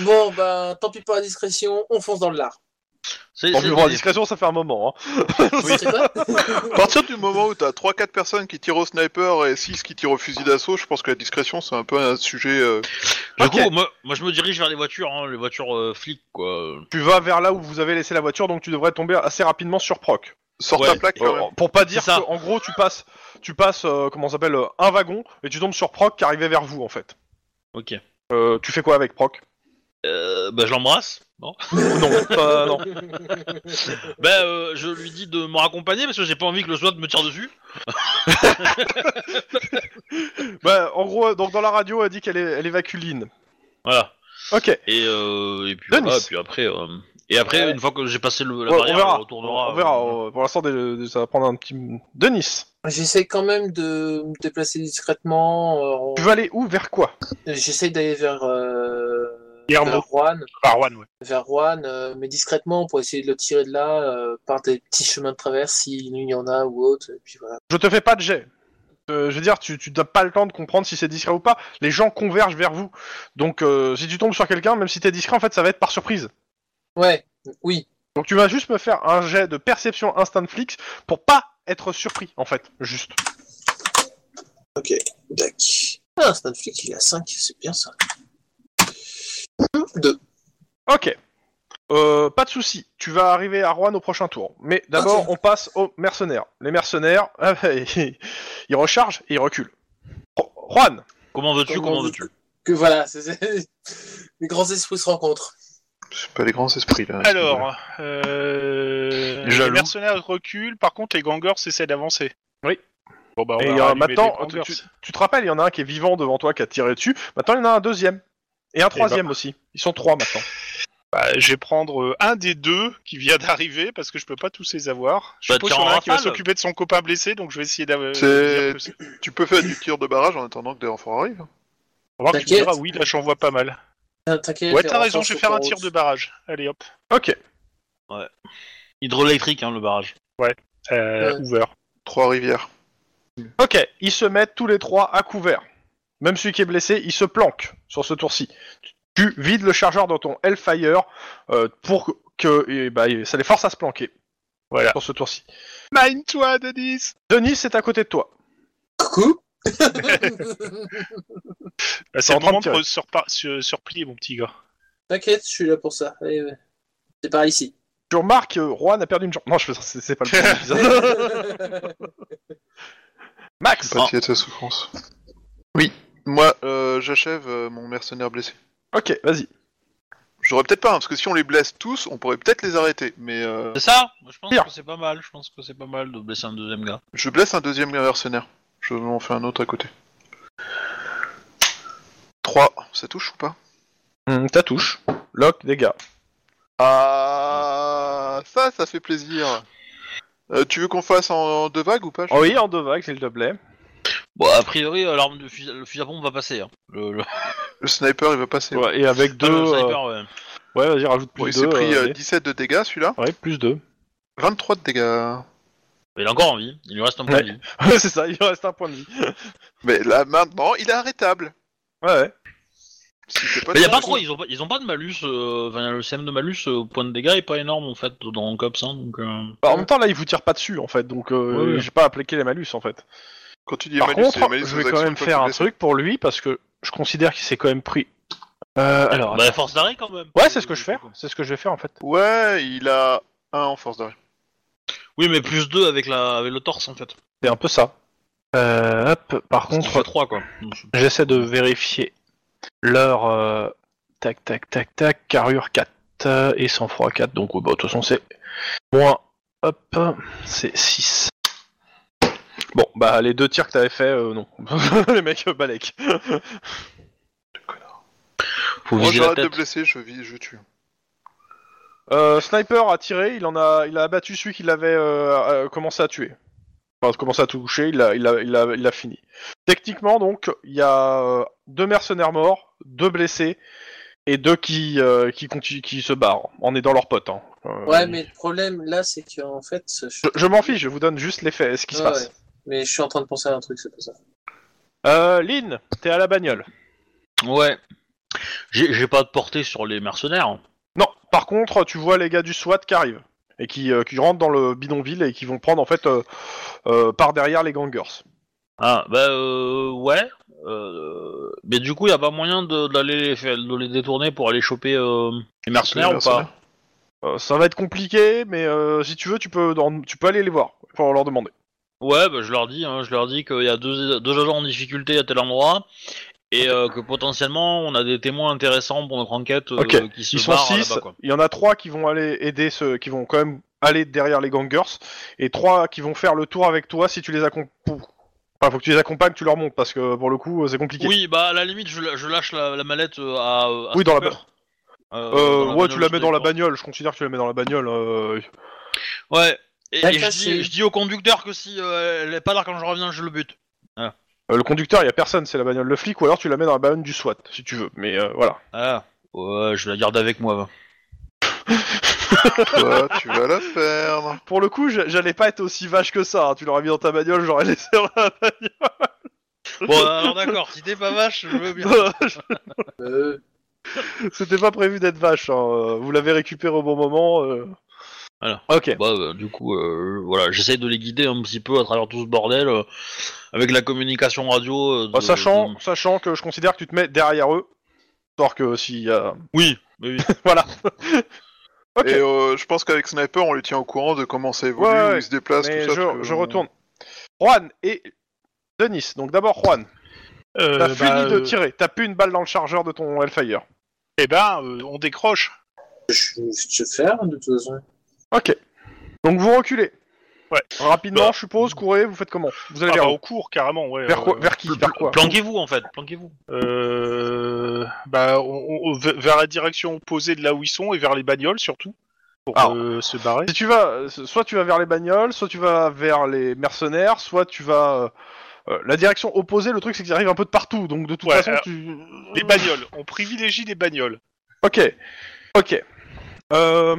Bon, bah, tant pis pour la discrétion, on fonce dans le lard. C'est, En c'est- plus, en discrétion, ça fait un moment. hein. C'est quoi À partir du moment où t'as 3-4 personnes qui tirent au sniper et 6 qui tirent au fusil d'assaut, je pense que la discrétion c'est un peu un sujet. euh, Du Ok. coup, moi, moi, je me dirige vers les voitures, hein, les voitures euh, flics quoi. Tu vas vers là où vous avez laissé la voiture, donc tu devrais tomber assez rapidement sur Proc. Sors Ouais. ta plaque quand Euh, même. pour pas dire C'est ça. que, en gros, tu passes, tu passes, euh, comment ça s'appelle, euh, un wagon et tu tombes sur Proc qui arrivait vers vous en fait. Ok. Euh, tu fais quoi avec Proc Euh, bah je l'embrasse. Non. Non, pas- non. Bah euh, je lui dis de me raccompagner parce que j'ai pas envie que le SWAT me tire dessus. Bah, en gros, donc dans la radio, elle dit qu'elle est, elle évacue Lynn. Voilà. Ok. Et, euh, et puis Denis. voilà, puis après. euh, Et après, Ouais. une fois que j'ai passé le, la Ouais, barrière, on verra. on retournera. On verra. euh, euh, pour l'instant, des- ça va prendre un petit. Denis, J'essaie quand même de me déplacer discrètement. tu euh, vas aller où Vers quoi J'essaie d'aller vers. Euh... Guillermo. Vers Juan, Arwan, ouais. vers Juan, euh, mais discrètement pour essayer de le tirer de là euh, par des petits chemins de traverse s'il y en a ou autre. Et puis voilà. Je te fais pas de jet. Euh, je veux dire, tu tu n'as pas le temps de comprendre si c'est discret ou pas. Les gens convergent vers vous. Donc, euh, si tu tombes sur quelqu'un, même si t'es discret, en fait, ça va être par surprise. Ouais, oui. Donc tu vas juste me faire un jet de perception instant flics pour pas être surpris en fait, juste. Tac. Ah, c'est un flic, il a 5, c'est bien ça. 2. Ok. Euh, pas de souci, tu vas arriver à Rouen au prochain tour. Mais d'abord, Ok. on passe aux mercenaires. Les mercenaires, (laughs) ah bah, ils ils rechargent et ils reculent. Ro- Juan, Comment veux-tu Comment Comment veux-tu Que voilà, (laughs) c'est- c'est- les grands esprits se rencontrent. C'est pas les grands esprits là. Alors, euh, les Jaloux. mercenaires reculent, par contre, les gangers essaient d'avancer. Oui. Bon, bah, on Et va il y a- rallumer maintenant, des gangers. tu, tu te rappelles, il y en a un qui est vivant devant toi qui a tiré dessus. Maintenant, il y en a un deuxième. Et un troisième aussi. Ils sont trois maintenant. Bah, je vais prendre euh, un des deux qui vient (laughs) d'arriver parce que je peux pas tous les avoir. Je Bah, suppose tiens, qu'il y en a un qui va rafale. s'occuper de son copain blessé, donc je vais essayer d'avoir. C'est- dire que c'est- Tu peux faire du tir de barrage en attendant que des renforts arrivent. On va voir que tu me T'inquiète. diras, oui, là j'en vois pas mal. Ah, T'inquiète. Ouais, les t'as raison, renforts je vais sont faire en un tir route. de barrage. Allez hop. Ok. Hydroélectrique, hein, le barrage. Euh, Bah, Ouais. Hoover. Trois rivières. Ok, ils se mettent tous les trois à couvert. Même celui qui est blessé, il se planque sur ce tour-ci. Tu vides le chargeur dans ton Hellfire euh, pour que- que et bah, ça les force à se planquer. Voilà. Sur ce tour-ci. Mine-toi, Denis Denis, c'est à côté de toi. Coucou Bah, C'est en train le de moment tirer. de se surpa- se- surplier, mon petit gars. (laughs) T'inquiète, je suis là pour ça. Allez, ouais. C'est par ici. Tu remarques que Juan a perdu une jambe. Non, je fais ça, c'est c'est pas le (laughs) premier épisode. Max Ah. Pâtis à ta souffrance. Oui. Moi, euh, j'achève euh, mon mercenaire blessé. Ok, vas-y. J'aurais peut-être pas, hein, parce que si on les blesse tous, on pourrait peut-être les arrêter. Mais euh, C'est ça Moi, Je pense Pire. que c'est pas mal. Je pense que c'est pas mal de blesser un deuxième gars. je blesse un deuxième mercenaire. Je m'en fais un autre à côté. 3, ça touche ou pas Hum, ta touche. Lock, dégâts. Ah, ça, ça fait plaisir. Euh, tu veux qu'on fasse en, en deux vagues ou pas Oh oui, en deux vagues, s'il te plaît. Bon, a priori, euh, l'arme de fusil- le fusil à pompe va passer. hein. Le, le- Le sniper, il va passer. Ouais, et avec deux. Ah, (laughs) le euh, sniper, ouais. Ouais, vas-y, rajoute plus Bon, il deux. s'est pris euh, euh, allez. 17 de dégâts, celui-là. Ouais, plus deux. 23 de dégâts. Mais Il a encore envie. Il lui reste un point Ouais. de vie. (laughs) c'est ça, il reste un point de vie. Mais là, maintenant, il est arrêtable. Ouais, ouais. Si c'est Mais y a de pas chance. trop. Ils ont pas, ils ont pas de malus. euh, Enfin, le CM de malus euh, au point de dégâts est pas énorme en fait dans Cops. Hein, donc, euh, Bah, en même temps, là, ils vous tirent pas dessus, en fait, donc euh, Ouais, ouais. j'ai pas appliqué les malus, en fait. Quand tu dis Par malus, c'est contre, malus je aux vais actions quand même une fois faire que un t'es truc pour lui, parce que je considère qu'il s'est quand même pris... Euh, alors... bah, force d'arrêt quand même. Ouais, c'est ce que je Euh, fais, c'est ce que je vais faire, en fait. blessé. Ouais, il a un en force d'arrêt. Oui, mais plus 2 avec la avec le torse en fait. C'est un peu ça. Euh, hop, par Contre contre, 3 quoi. Donc, j'essaie de vérifier leur... euh, Tac, tac, tac, tac, carrure 4 euh, et sang-froid 4, donc ouais, bah, de toute façon, c'est moins Hop, c'est 6. Bon, bah les deux tirs que t'avais fait, euh, non. (laughs) les mecs euh, balèques. Faut Moi viser la j'arrête de tête. blesser, je vis, je tue. Euh, sniper a tiré, il en a, il a abattu celui qu'il avait euh, euh, commencé à tuer. Enfin, commencé à toucher, il l'a il l'a- il l'a- il l'a fini. Techniquement, donc, il y a euh, deux mercenaires morts, deux blessés, et deux qui, euh, qui, continuent, qui se barrent, en aidant leurs potes. hein. Euh, Ouais, mais le problème là, c'est qu'en fait, je... Je, je m'en fiche, je vous donne juste les faits, ce qui se Ouais, passe. ouais. Mais je suis en train de penser à un truc, c'est pas ça. Euh, Lynn, t'es à la bagnole. Ouais. J'ai j'ai pas de portée sur les mercenaires. hein. Non, par contre, tu vois les gars du SWAT qui arrivent et qui, euh, qui rentrent dans le bidonville et qui vont prendre en fait euh, euh, par derrière les gangers. Ah, bah euh, ouais. Euh, mais du coup, y a pas moyen de- d'aller les, faire- de les détourner pour aller choper euh, les mercenaires Les ou pas Euh, ça va être compliqué, mais euh, si tu veux, tu peux, dans- tu peux aller les voir pour leur demander. Ouais, bah, je leur dis, hein, je leur dis qu'il y a deux, deux agents en difficulté à tel endroit et euh, que potentiellement on a des témoins intéressants pour notre enquête euh, Ok. qui se Ils sont barrent 6, là-bas, quoi. il y en a trois qui vont aller aider ceux qui vont quand même aller derrière les gangers et trois qui vont faire le tour avec toi si tu les accompagnes. Enfin, faut que tu les accompagnes, tu leur montes parce que pour le coup, euh, c'est compliqué. Oui, bah à la limite, je, la- je lâche la, la mallette euh, à. euh, à Oui, dans la Skipper. Euh, Euh, dans ouais, tu la bagnole, mets dans la je sais bagnole, je considère que tu la mets dans la bagnole. euh, pas. Ouais. Et, La et je, casser. dis, je dis au conducteur que si euh, elle est pas là quand je reviens, je le bute. Euh, le conducteur, il y a personne, c'est la bagnole de flic, ou alors tu la mets dans la bagnole du SWAT, si tu veux. Mais euh, voilà. Ah. Ouais, je vais la garde avec moi. va. Toi, (laughs) tu vas la perdre. Pour le coup, j'a- j'allais pas être aussi vache que ça. hein. Tu l'aurais mis dans ta bagnole, j'aurais (laughs) laissé dans la Bon, alors d'accord, si t'es pas vache, je veux bien. bagnole. Euh, C'était pas prévu d'être vache. hein. Euh, Vous l'avez récupéré au bon moment. euh. Voilà. Ok. Bah, bah, du coup, euh, voilà, j'essaie de les guider un petit peu à travers tout ce bordel euh, avec la communication radio. euh, de- Bah, sachant, de- sachant que je considère que tu te mets derrière eux, histoire que si. euh, Oui, mais oui. voilà. ok. Et euh, je pense qu'avec Sniper, on les tient au courant de comment ça Ouais, évolue, où ouais. ils se déplacent, Mais tout ça. je, parce que- je retourne. Juan et Denis. Donc d'abord Juan. Euh, T'as fini bah, de euh, tirer. T'as pu une balle dans le chargeur de ton Hellfire. Eh ben, euh, on décroche. je vais te faire, de toute façon. Ok. Donc vous reculez. Ouais. Rapidement, Bah. je suppose, courez, vous faites comment Vous Ah, allez bah, vers, où au cours, carrément, ouais. vers, quoi euh, vers qui Vers quoi Planquez-vous en fait, planquez-vous. euh, bah, on- on- vers la direction opposée de là où ils sont et vers les bagnoles surtout pour Alors, euh, se barrer. Si tu vas, euh, soit tu vas vers les bagnoles, soit tu vas vers les mercenaires, soit tu vas euh, euh, la direction opposée. Le truc c'est qu'ils arrivent un peu de partout, donc de toute Ouais, façon alors, tu. Les bagnoles, on privilégie les bagnoles. Ok, ok. Euh,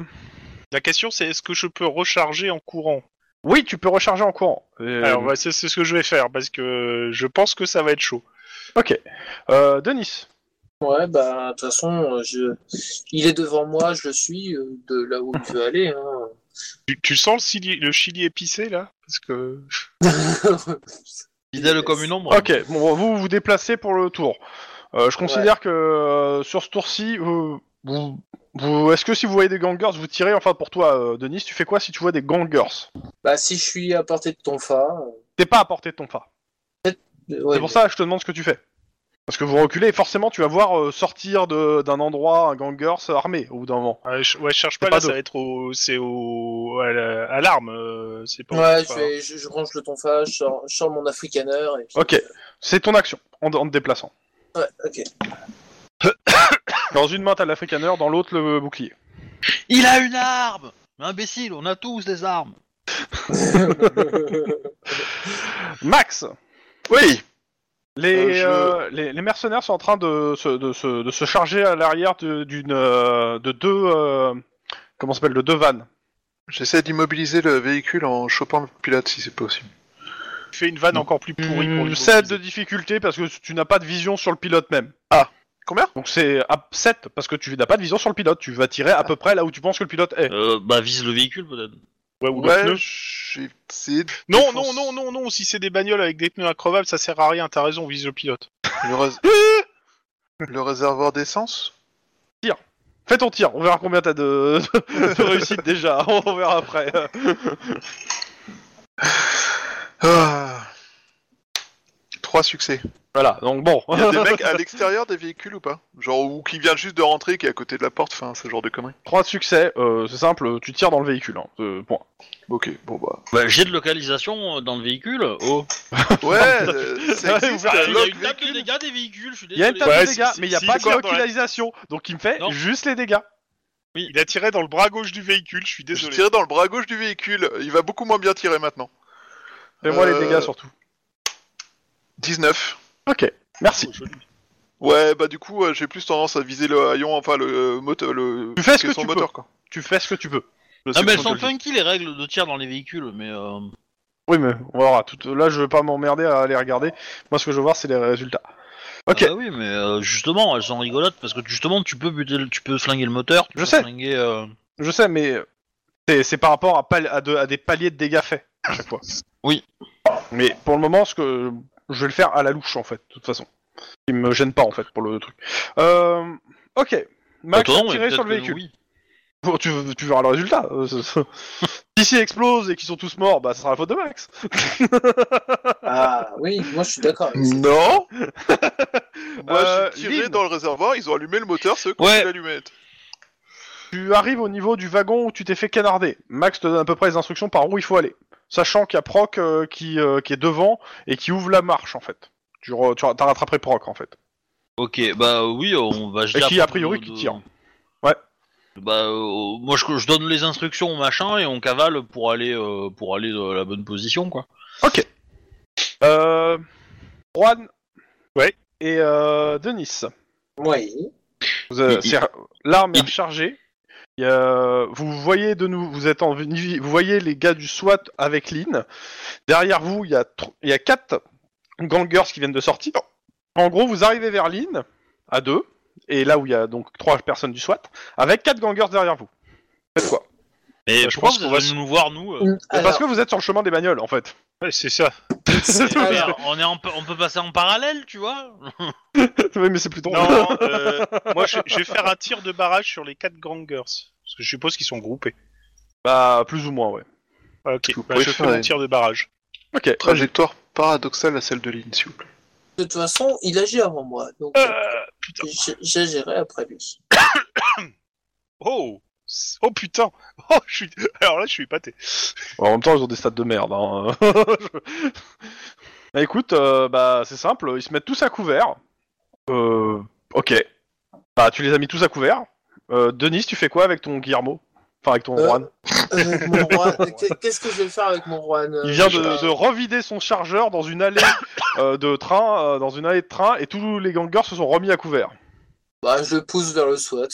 La question c'est est-ce que je peux recharger en courant oui, tu peux recharger en courant. Euh, Alors bah, c'est c'est ce que je vais faire parce que je pense que ça va être chaud. ok. Euh, Denis. Ouais, bah, de toute façon, euh, je... il est devant moi, je le suis, euh, de là où il veut aller. Hein. Tu, tu sens le chili, le chili épicé là Parce que Fidèle comme une ombre. Ok. Bon, vous vous déplacez pour le tour. Euh, je considère que euh, sur ce tour-ci, euh, vous, vous- est-ce que si vous voyez des gangers, vous tirez. Enfin, pour toi, euh, Denis, tu fais quoi si tu vois des gangers Bah, si je suis à portée de ton phare. T'es pas à portée de ton phare. euh, ouais, c'est pour ça que je te demande ce que tu fais. Parce que vous reculez, et forcément, tu vas voir euh, sortir de- d'un endroit un gangers euh, armé au bout d'un moment. ouais, je, ouais, je cherche C'est pas, pas là, d'eau. ça va être au c'est au à la- à l'arme, euh, c'est pas. c'est Ouais, je, pas- hein. vais- je, je range le tonfa, je sors, je sors mon africaner. Et puis... Ok, c'est ton action en, en te déplaçant. Ouais, ok. Dans une main, t'as l'africaner, dans l'autre, le bouclier. Il a une arme Mais imbécile, on a tous des armes. Max Oui les, Euh, euh, je- les, les mercenaires sont en train de se, de se, de se charger à l'arrière de- d'une euh, de deux euh, comment ça s'appelle de deux vannes. J'essaie d'immobiliser le véhicule en chopant le pilote si c'est possible. Je fais une vanne encore plus pourrie pour lui. 7 euh, de difficulté parce que tu n'as pas de vision sur le pilote même. Combien Ah. Donc c'est à 7 parce que tu n'as pas de vision sur le pilote. Tu vas tirer à peu près là où tu penses que le pilote est. Euh, bah vise le véhicule peut-être. Ouais, ou le pneu. Ouais, j'ai essayé de Non, non, défoncer- non, non, non, si c'est des bagnoles avec des pneus incroyables, ça sert à rien, t'as raison, vise le pilote. Le, rés- (laughs) le réservoir d'essence Fais ton tir, on verra combien t'as de... (laughs) de réussite déjà, (laughs) on verra après. Ah. Trois succès. Voilà, donc bon. Il y a des mecs (laughs) à l'extérieur des véhicules ou pas Genre, ou qui vient juste de rentrer, qui est à côté de la porte, enfin, ce genre de conneries. Trois succès, euh, c'est simple, tu tires dans le véhicule. Hein, euh, point. Ok, bon (laughs) bah. Bah, j'ai de localisation euh, dans le véhicule. Oh. Ouais, euh, ça Ouais, existe, vous- un Il y a lock une table de véhicule. dégâts des véhicules, je suis Il y a une désolé. table Ouais, de si- dégâts, si- mais il n'y a si, pas c'est quoi, de dans la- localisation, donc il me fait Non. juste les dégâts. Il a tiré dans le bras gauche du véhicule, je suis Je désolé. tirais dans le bras gauche du véhicule, il va beaucoup moins bien tirer maintenant. Fais-moi Euh, les dégâts surtout. 19. Ok, merci. Oh, joli. Ouais, bah du coup, euh, j'ai plus tendance à viser le haillon, enfin le euh, moteur, le. Tu fais ce que son tu moteur, quoi. Tu fais ce que tu peux. Ah, mais C'est elles sont le jeu. funky les règles de tir dans les véhicules, mais. euh, Oui, mais on verra. Tout... Là, je veux pas m'emmerder à aller regarder. Moi, ce que je veux voir, c'est les résultats. Ok. Ah bah oui, mais euh, justement, elles sont rigolotes parce que justement, tu peux buter, le- tu peux flinguer le moteur. tu Je peux sais. flinguer, euh, Je sais, mais c'est c'est par rapport à, pal- à de- à des paliers de dégâts faits à chaque fois. Oui. Mais pour le moment, ce que je vais le faire à la louche en fait, de toute façon. Il me gêne pas en fait pour le truc. Euh, ok. Max Attends, a mais tiré Bah, sur Bah, peut-être le que véhicule. oui. Bon, tu, tu verras le résultat. Euh, (laughs) c'est- c'est- si s'il explose et qu'ils sont tous morts, bah ça sera la faute de Max. (laughs) Ah oui, moi je suis d'accord. avec ça. Non Moi, Euh, j'ai tiré Lynn. dans le réservoir, ils ont allumé le moteur, c'est eux qui ont Ouais. fait l'allumette. Tu arrives au niveau du wagon où tu t'es fait canarder. Max te donne à peu près les instructions par où il faut aller. Sachant qu'il y a Proc euh, qui, euh, qui est devant et qui ouvre la marche en fait. Tu, re- tu as t'as rattrapé Proc en fait. Ok, bah oui, on va. je Et dis qui, à a priori, propos qui de- tire. Ouais. Bah euh, moi, je, je donne les instructions machin et on cavale pour aller euh, pour aller dans la bonne position quoi. Euh, Juan Ouais. et euh, Denis. Oui. Vous, euh, Il- il- c'est- L'arme est il- rechargée. Il y a- vous voyez de nous, vous êtes en vous voyez les gars du SWAT avec Lynn. Derrière vous, il y a tr- il y a quatre gangers qui viennent de sortir. En gros, vous arrivez vers Lynn à deux, et là où il y a donc trois personnes du SWAT avec quatre gangers derrière vous. Faites quoi Mais je pourquoi pense vous qu'on êtes va venus nous voir nous euh, (laughs) Parce que vous êtes sur le chemin des bagnoles en fait. Ouais, c'est ça. (laughs) C'est tout. mais On est en- on peut passer en parallèle, tu vois. Oui, mais c'est plus drôle. Non, (laughs) euh, moi je, je vais faire un tir de barrage sur les quatre gangers. Parce que je suppose qu'ils sont groupés. Bah plus ou moins ouais. Ah, ok, Vous Bah, pouvez je fais faire, mon ouais. tir de barrage. Ok. Trajectoire paradoxale à celle de Lynn, s'il vous plaît. De toute façon, il agit avant moi, donc Euh, putain. j- j'agirai après lui. Oh Oh putain (laughs) Oh, je suis... Alors là, je suis épaté. En même temps, ils ont des stats de merde. Hein. (laughs) Je- bah, écoute, euh, bah c'est simple, ils se mettent tous à couvert. Euh, ok. Bah tu les as mis tous à couvert. Euh, Denis, tu fais quoi avec ton Guillermo Enfin avec ton Euh, Juan Avec (laughs) mon Juan, qu'est- qu'est-ce que je vais faire avec mon Juan euh, Il vient de, euh, de revider son chargeur dans une (coughs) allée euh, de train, euh, dans une allée de train, et tous les gangers se sont remis à couvert. Bah, je le pousse vers le SWAT.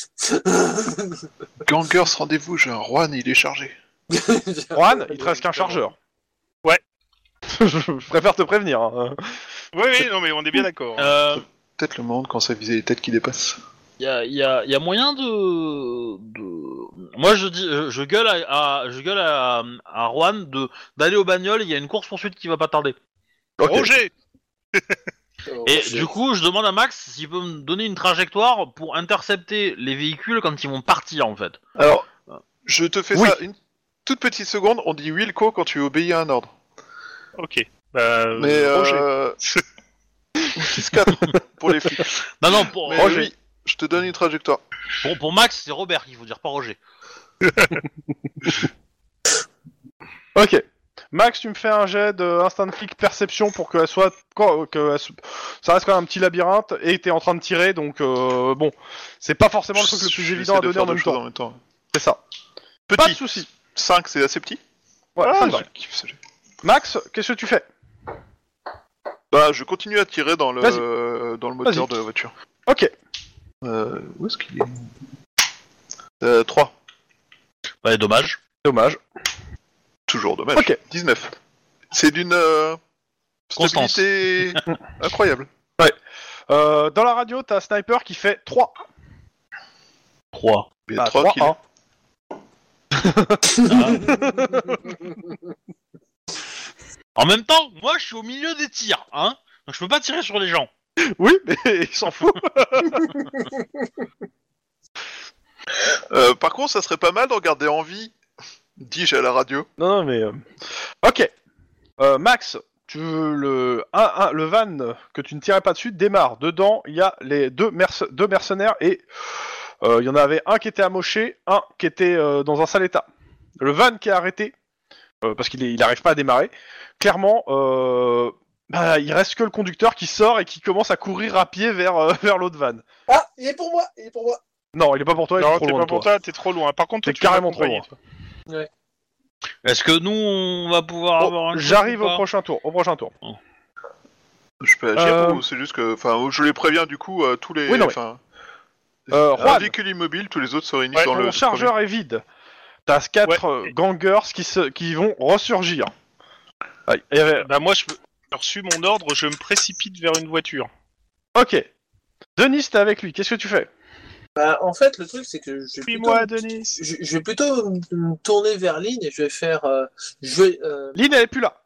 Gangers, rendez-vous, j'ai un Juan, il est chargé. (laughs) Juan, il te reste qu'un chargeur. Ouais. je, (laughs) je préfère te prévenir. hein. Oui, oui, non, mais on est bien d'accord. hein. Euh, Peut-être le monde quand ça visait les têtes qui dépassent. Y a, y, a, y a moyen de, de... Moi, je dis, je, je gueule à, à- je gueule à, à Juan de d'aller au bagnole. Il y a une course poursuite qui va pas tarder. Euh, Ok. Roger Oh, Et du coup, je demande à Max s'il peut me donner une trajectoire pour intercepter les véhicules quand ils vont partir, en fait. Alors, je te fais Oui. ça une toute petite seconde, on dit Wilco quand tu obéis à un ordre. Ok. Bah, euh, Mais Roger. euh, 6-4 pour les flics. Non, non, pour, Mais Roger. oui, je te donne une trajectoire. pour, pour Max, c'est Robert qu'il faut dire, pas Roger. Ok. Max, tu me fais un jet de instant flic perception pour que elle soit, co- que elle se- ça reste quand même un petit labyrinthe et t'es en train de tirer donc euh, bon, c'est pas forcément le truc le plus J'essaie évident à de donner faire en deux même choses temps. en même temps. C'est ça. Pas de Petit, souci. 5 c'est assez petit. Ouais, Ah, ça me va. je kiffe ce jeu. Max, qu'est-ce que tu fais Bah, je continue à tirer dans le, Vas-y. euh, dans le moteur Vas-y. de la voiture. Ok. Euh, où est-ce qu'il est euh, 3. Bah, dommage. Dommage. Toujours dommage. Ok. 19. C'est d'une euh, Constance. (laughs) stabilité incroyable. Euh, dans la radio, t'as un sniper qui fait 3. 3. Il y a Ah, trois 3 kills. 1. En même temps, moi, je suis au milieu des tirs, hein. Donc, je peux pas tirer sur les gens. Oui, mais (laughs) il s'en fout. Euh, par contre, ça serait pas mal de regarder en vie, dis-je à la radio. Non, non, mais. euh, Ok. Euh, Max, tu veux le, un- un- le van que tu ne tirais pas dessus démarre. Dedans, il y a les deux, merce- deux mercenaires et euh, il y en avait un qui était amoché, un qui était euh, dans un sale état. Le van qui est arrêté, euh, parce qu'il n'arrive pas à démarrer, clairement, euh, bah, il reste que le conducteur qui sort et qui commence à courir à pied vers, euh, (laughs) vers l'autre van. Ah, il est pour moi, il est pour moi. Non, il est pas pour toi, il est non, trop t'es loin pas de toi. pour toi, t'es trop loin. Par contre, toi, T'es tu vas carrément trop accompagner, loin. toi. Est-ce que nous, on va pouvoir Oh, Ah, avoir un truc J'arrive ou au pas prochain tour, au prochain tour. Je peux agir Euh. ou c'est juste que. Enfin, je les préviens du coup, euh, tous les. Oui, non, mais- enfin, Euh, un Juan, véhicule immobile, tous les autres se réunissent Ouais, dans ton le. le chargeur est vide. T'as quatre Ouais. euh, gangers qui, se, qui vont ressurgir. Aïe. Et, euh, Bah, moi, je j'ai reçu mon ordre, je me précipite vers une voiture. ok. Denis, t'es avec lui, qu'est-ce que tu fais Bah, en fait, le truc, c'est que je vais Puis plutôt, moi, Denis. je, je vais plutôt me- me tourner vers Lynn et je vais faire. euh, je vais, euh, Lynn, elle est plus là.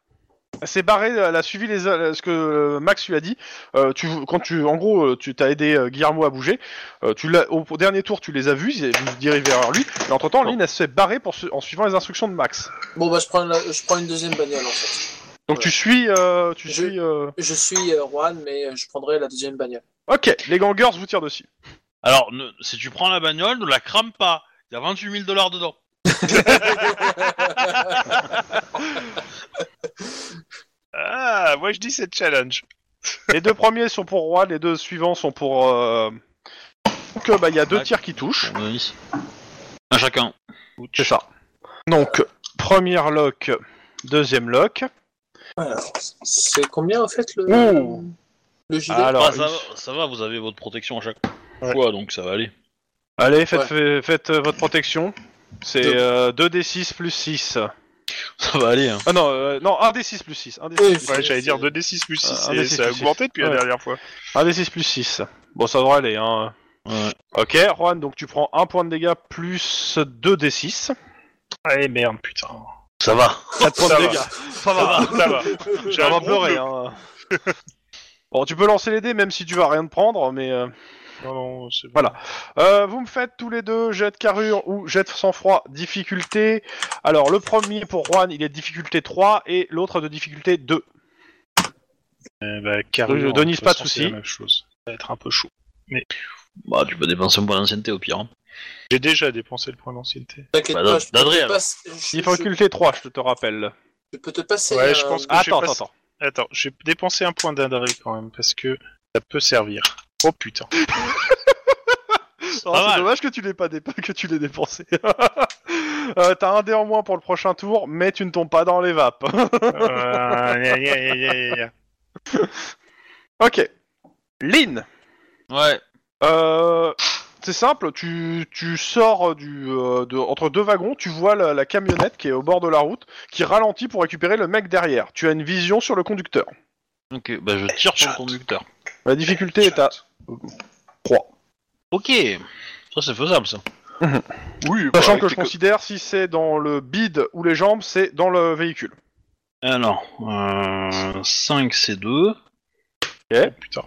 Elle s'est barrée, elle a suivi les, ce que euh, Max lui a dit. Euh, tu, quand tu, en gros, euh, tu t'as aidé euh, Guillermo à bouger. Euh, tu l'as- au dernier tour, tu les as vus, ils- vous vous dirigez vers lui. Et entre temps, Lynn, elle s'est barrée pour su- en suivant les instructions de Max. Bon, bah, je prends, la- je prends une deuxième bagnole en fait. Donc tu suis. euh, tu Je- suis euh, Je suis euh, Juan, mais euh, je prendrai la deuxième bagnole. Ok, les gangers vous tirent dessus. Alors, ne- si tu prends la bagnole, ne la crame pas. Il y a 28 000 dollars dedans. Ah, moi, je dis c'est challenge. Les deux premiers sont pour Roi, les deux suivants sont pour. Euh... Donc, euh, bah, il y a deux tirs qui touchent. Bon, Denis. Un chacun. C'est ça. Donc, première lock, deuxième lock. Alors, c'est combien en fait le, Ouh. le gilet Alors, Ah, ça, une- va, ça va, vous avez votre protection à chaque Ouais. fois, donc ça va aller. allez, faites, Ouais. fait- faites, euh, votre protection. C'est Deux. euh, 2d6 plus 6. Ça va aller. Hein. Ah non, euh, non 1d6 plus 6. Oui, 1d6, c'est- Ouais, j'allais dire c'est- 2d6 plus 6, Ah, un D six ça a plus six. augmenté depuis Ouais. la dernière fois. 1d6 plus 6. Bon, ça devrait aller. Hein. Ouais. Ok, Juan, donc tu prends un point de dégâts plus 2d6. Ah, eh, Ouais, merde, putain. Ça va. 4 points Ça de va. dégâts. Ça va. Ça va. (laughs) (laughs) J'ai On un va gros pleurer. bleu. hein. (laughs) bon, tu peux lancer les dés même si tu vas rien prendre, mais. euh, Non, non, c'est bon. Voilà. Euh, vous me faites tous les deux jet de carrure ou jet de sang-froid, difficulté. Alors, le premier pour Juan, il est de difficulté 3 et l'autre de difficulté 2. Eh bah, carrément, Denis, de toute pas de façon, soucis. c'est la même chose. Ça va être un peu chaud. Bah, tu peux dépenser un point d'ancienneté au pire. hein. J'ai déjà dépensé le point d'ancienneté. T'inquiète Bah, pas, je peux d'Adrien, te alors. passer. Je, je- Difficulté 3, je te rappelle. je peux te passer. euh, Ouais, un- je (laughs) pense que j'ai Attends, pas- attends, attends. Attends, j'ai dépensé un point d'adré quand même, parce que ça peut servir. Oh (laughs) putain. Oh, pas C'est mal. dommage que tu l'aies pas dé- que tu l'aies dépensé. (laughs) Euh, T'as un dé en moins pour le prochain tour, mais tu ne tombes pas dans les vapes. (laughs) Euh, gna, gna, gna, gna, gna, gna. ok. Lynn. Ouais. Euh, c'est simple, tu, tu sors du, euh, de- entre deux wagons, tu vois la, la camionnette qui est au bord de la route, qui ralentit pour récupérer le mec derrière. Tu as une vision sur le conducteur. Ok, bah je tire sur le Shot. conducteur. La difficulté est à 3. Ok. Ça, c'est faisable, ça. Oui, bah, Sachant avec que je les co- considère si c'est dans le bide ou les jambes, c'est dans le véhicule. Alors, 5 c'est 2. Oh putain.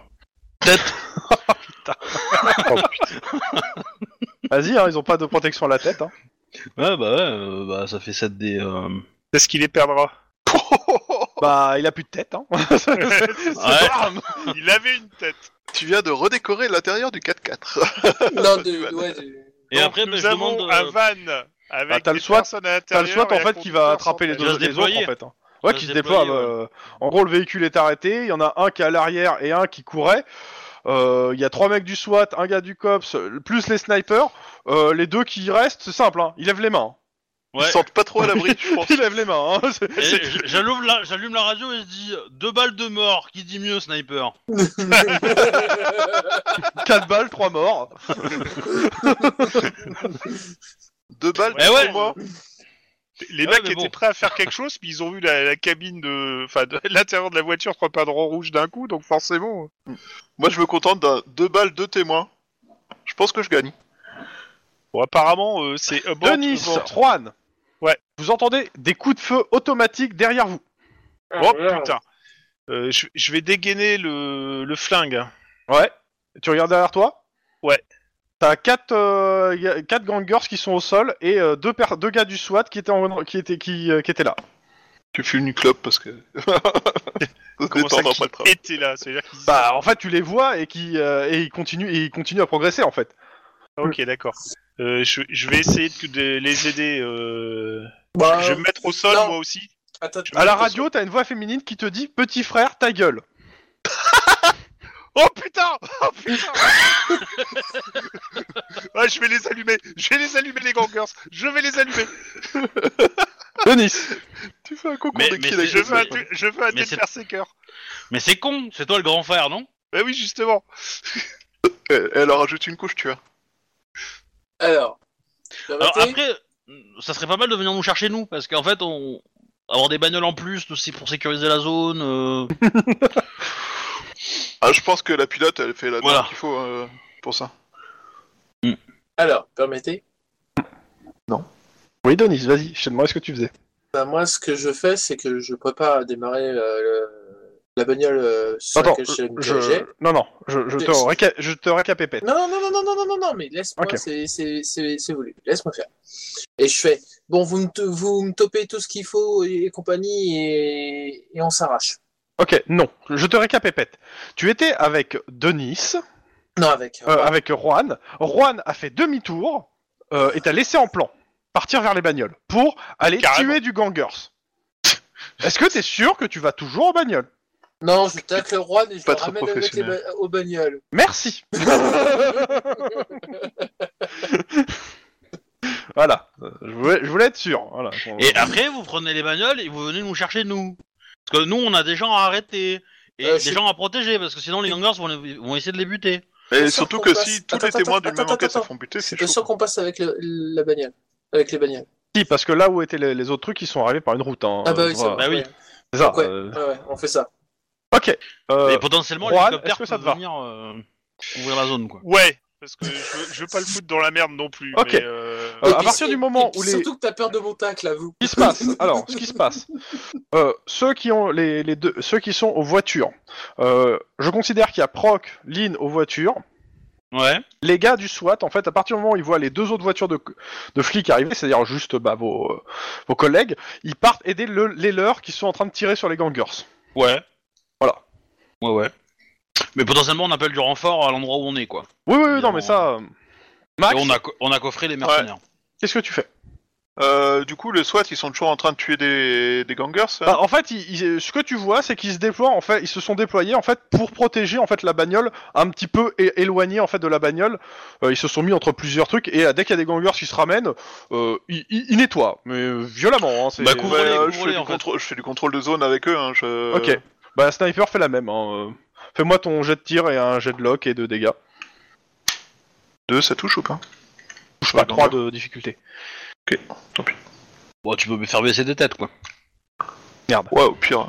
Vas-y, hein, ils ont pas de protection à la tête. hein. Ouais, bah ouais, euh, bah, ça fait 7 des. euh, C'est ce qu'il les perdra. Bah, il a plus de tête. hein. (laughs) Ah Ouais. Bam Il avait une tête. Tu viens de redécorer l'intérieur du (laughs) 4x4. Non, de, ouais, de- Et Donc, après, bah, nous je avons demande. un euh, van avec Ah, t'as le des SWAT- personnes à T'as le l'intérieur. SWAT en et un fait qui va conducteur attraper les sans tête. Il deux va se les autres en déployer. fait. hein. Ouais, Il va qui se se déploie. déployer, euh, En gros, le véhicule est arrêté. Il y en a un qui est à l'arrière et un qui courait. Euh, Il y a trois mecs du SWAT, un gars du COPS, plus les snipers. Euh, les deux qui restent, c'est simple. Hein. Ils lèvent les mains. Ils ouais. se sentent pas trop à l'abri, je pense. (laughs) Ils lèvent les mains. Hein. (laughs) C'est- Et j- J'allume la, j'allume la radio et je dis deux balles de mort. Qui dit mieux, sniper Quatre balles, trois morts. Deux balles, (laughs) Eh ouais. pour moi. conducteur. Les Ah, mecs mais bon. étaient prêts à faire quelque chose, puis ils ont vu la, la cabine de. Enfin, de- (laughs) l'intérieur de la voiture, trois padrons rouges d'un coup, donc forcément. Moi, je me contente d'un deux balles, deux témoins. Je pense que je gagne. Bon, apparemment, euh, c'est. euh, bon, Denis, bon. Juan. Ouais. Vous entendez des coups de feu automatiques derrière vous. Oh putain. Euh, je, je vais dégainer le, le flingue. hein. Ouais. Tu regardes derrière toi Ouais. T'as 4 euh, y a quatre gangers qui sont au sol et 2 deux, per- deux gars du SWAT qui euh, étaient, en- qui étaient, qui, euh, qui étaient là. Tu fumes une clope parce que. (laughs) ça se Comment ça détend dans qui pas le travail. était là C'est-à-dire qu'ils disaient, Bah, en fait, tu les vois et qui euh, et ils continuent et ils continuent à progresser en fait. Ah, Ok, d'accord. Euh, je, je vais essayer de, de les aider. euh, Bah, je vais me mettre au sol, Euh, non. moi aussi. attends, À la radio, t'as une voix féminine qui te dit "Petit frère, ta gueule." Oh putain Oh putain Ah, Je vais les allumer Je vais les allumer, les gangers Je vais les allumer Denis. Tu fais un concours Mais- de mais qui c'est- la Je veux, Mais- un tu- je veux un mais c'est- déperséqueur. Mais c'est con, c'est toi le grand frère, non Bah oui, justement Eh (laughs) Elle, elle en rajoute une couche, tu vois. Alors, t'as Bah, Alors raté après, ça serait pas mal de venir nous chercher nous, parce qu'en fait, on avoir des bagnoles en plus, tout c'est pour sécuriser la zone. euh, Ah, je pense que la pilote, elle fait la Voilà. voilà. qu'il faut euh, pour ça. Alors, permettez. Oui, Denis, vas-y. Je te demandais ce que tu faisais. Bah, moi, ce que je fais, c'est que je prépare à démarrer euh, le- la bagnole euh, sur Attends, laquelle je me je... dirigeais. non non, je, je te Yes. réca... je te récapépète. Non, non, non, non, non, non, non, non, mais laisse-moi, Ok. c'est- c'est- c'est c'est voulu, laisse-moi faire. Et je fais, bon, vous me, t- vous me topez tout ce qu'il faut et, et compagnie, et, et on s'arrache. Ok, non, je te récapépète. Tu étais avec Denis, Non, avec. euh, avec Juan. Juan a fait demi-tour euh, et t'a laissé en plan partir vers les bagnoles pour aller Carrément. tuer du gangers. (laughs) Est-ce que t'es sûr que tu vas toujours en bagnole Non, je tacle le roi et je Pas le très ramène avec les professionnel. ba- aux bagnoles. Merci. (laughs) voilà, Euh, je voulais, je voulais être sûr. Voilà. Et après, vous prenez les bagnoles et vous venez nous chercher nous, parce que nous, on a des gens à arrêter et Euh, des je- gens à protéger, parce que sinon les gangers vont, les- vont essayer de les buter. Et sûr surtout qu'on que passe- si tous Attends, les témoins attends, d'une même attends, enquête se attends. font buter, c'est C'est chaud. sûr qu'on passe avec le- la bagnole. Avec les bagnoles. Si, parce que là où étaient les, les autres trucs, ils sont arrivés par une route. hein. Ah, bah oui, Euh, c'est voilà. bah vrai, oui. ouais. C'est ça. Ouais, euh, ouais, ouais, on fait ça. Ok. euh, et potentiellement, Juan, l'hélicoptère est-ce peut que ça te va venir euh, ouvrir la zone, quoi. Ouais Parce que je, veux- je veux pas le foutre dans la merde non plus. Ok. mais, euh, Euh, Et à puis- partir et- du moment et où puis les- Surtout que t'as peur de mon tacle, là, vous. Ce qui se passe, alors, ce qui se passe, Euh, ceux qui ont les, les deux, ceux qui sont aux voitures, euh, je considère qu'il y a Proc, Lynn aux voitures, Ouais. les gars du SWAT, en fait, à partir du moment où ils voient les deux autres voitures de, de flics arriver, c'est-à-dire juste bah, vos, euh, vos collègues, ils partent aider le- les leurs qui sont en train de tirer sur les gangers. Ouais. Voilà. Ouais, ouais. Mais potentiellement, on appelle du renfort à l'endroit où on est, quoi. Oui, oui, oui, non, mais ça. euh, Et Max, on a, co- on a coffré les mercenaires. qu'est-ce que tu fais Euh, du coup, le SWAT, ils sont toujours en train de tuer des, des gangers. hein. Ah, Bah, En fait, ils- ils- ce que tu vois, c'est qu'ils se déploient, en fait, ils se sont déployés en fait pour protéger en fait la bagnole, un petit peu é- éloignée en fait de la bagnole. Euh, ils se sont mis entre plusieurs trucs et euh, dès qu'il y a des gangers qui se ramènent, euh, ils, ils- ils nettoient, mais euh, violemment. Hein, c'est- Bah, couvre-les, Ouais, euh, couvre-les, je, fais du en fait. contrôle- je fais du contrôle de zone avec eux. Hein, je... Ok. Bah, sniper fait la même. hein, euh. Fais-moi ton jet de tir et un jet de lock et de dégâts. Deux, ça touche ou pas Je pas Ouais, trois de difficulté. Bon, tu peux me faire baisser des têtes, quoi. Ouais, au pire.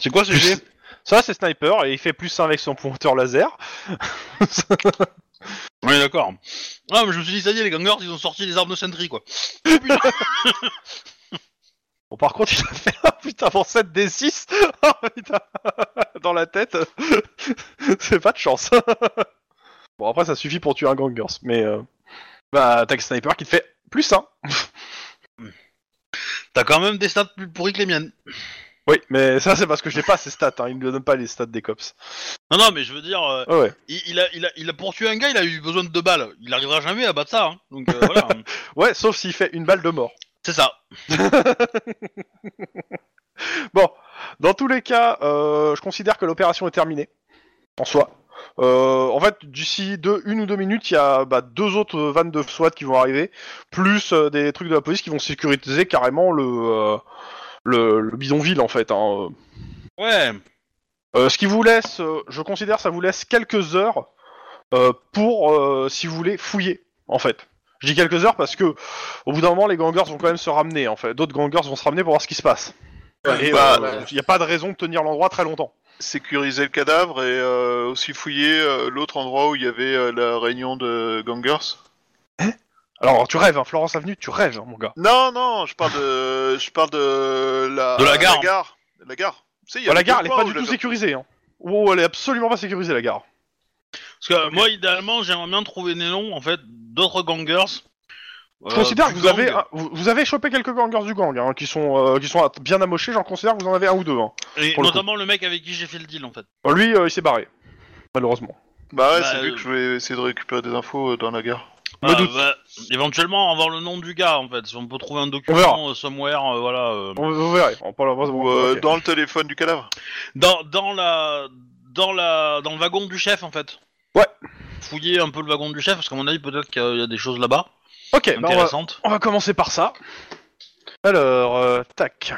C'est (laughs) quoi ce Plus- jet Ça, c'est sniper et il fait plus un avec son pointeur laser. Oui, d'accord. Ah, mais je me suis dit, ça y est, les gangers, ils ont sorti les armes de Sentry, quoi. Bon, par contre, (laughs) il a fait un putain pour 7 des (laughs) 6 dans la tête. (laughs) C'est pas de chance. (laughs) bon, après, ça suffit pour tuer un gangers, mais euh, bah, t'as que sniper qui te fait plus 1. T'as quand même des stats plus pourries que les miennes. Oui, mais ça, c'est parce que j'ai pas ses stats. Hein. Il ne donne pas les stats des cops. Non, non, mais je veux dire, euh, Ouais, ouais. il, il a, il, a, il a pour tuer un gars, il a eu besoin de deux balles. Il arrivera jamais à battre ça, hein. Donc, euh, voilà. (laughs) ouais, sauf s'il fait une balle de mort. C'est ça. Bon, dans tous les cas, euh, je considère que l'opération est terminée. En soi. Euh, en fait, d'ici deux, une ou deux minutes, il y a bah, deux autres euh, vannes de SWAT qui vont arriver, plus euh, des trucs de la police qui vont sécuriser carrément le, euh, le, le bidonville en fait. hein. Ouais. Euh, ce qui vous laisse, euh, je considère, ça vous laisse quelques heures euh, pour, euh, si vous voulez, fouiller en fait. Je dis quelques heures parce que au bout d'un moment, les gangers vont quand même se ramener en fait. D'autres gangers vont se ramener pour voir ce qui se passe. Ouais, Et bah, euh, il n'y a pas de raison de tenir l'endroit très longtemps. Sécuriser le cadavre et euh, aussi fouiller euh, l'autre endroit où il y avait euh, la réunion de gangers. Alors tu rêves, hein, Florence Avenue, tu rêves, hein, mon gars. Non, non, je parle de, je parle de la, De la gare. La gare. La gare. Tu sais, il y Bah, avait la gare, elle deux est coins pas où du tout j'avais- sécurisée. Hein. Oh, elle est absolument pas sécurisée, la gare. Parce que moi, idéalement, j'aimerais bien trouver Nélon, en fait, d'autres gangers Euh, Euh, Je considère que vous avez, un- vous vous avez chopé quelques gangers du gang, hein, qui sont, euh, qui sont at- bien amochés, j'en considère que vous en avez un ou deux. hein. Et pour le notamment le mec avec qui j'ai fait le deal en fait. Bon, lui, euh, il s'est barré, malheureusement. Bah ouais, Bah, c'est lui euh, que je vais essayer de récupérer des infos euh, dans la gare. Me Ah, doute. bah, éventuellement avoir le nom du gars en fait. Si on peut trouver un On verra. document euh, somewhere, euh, voilà. euh. On- Vous verrez. On parle Ou euh, ok. dans le téléphone du cadavre. Dans, dans la dans la dans le wagon du chef en fait. Ouais. Fouiller un peu le wagon du chef parce qu'à mon avis peut-être qu'il y a des choses là-bas Ok, bah, on va- intéressantes. On va commencer par ça. Alors, euh, tac.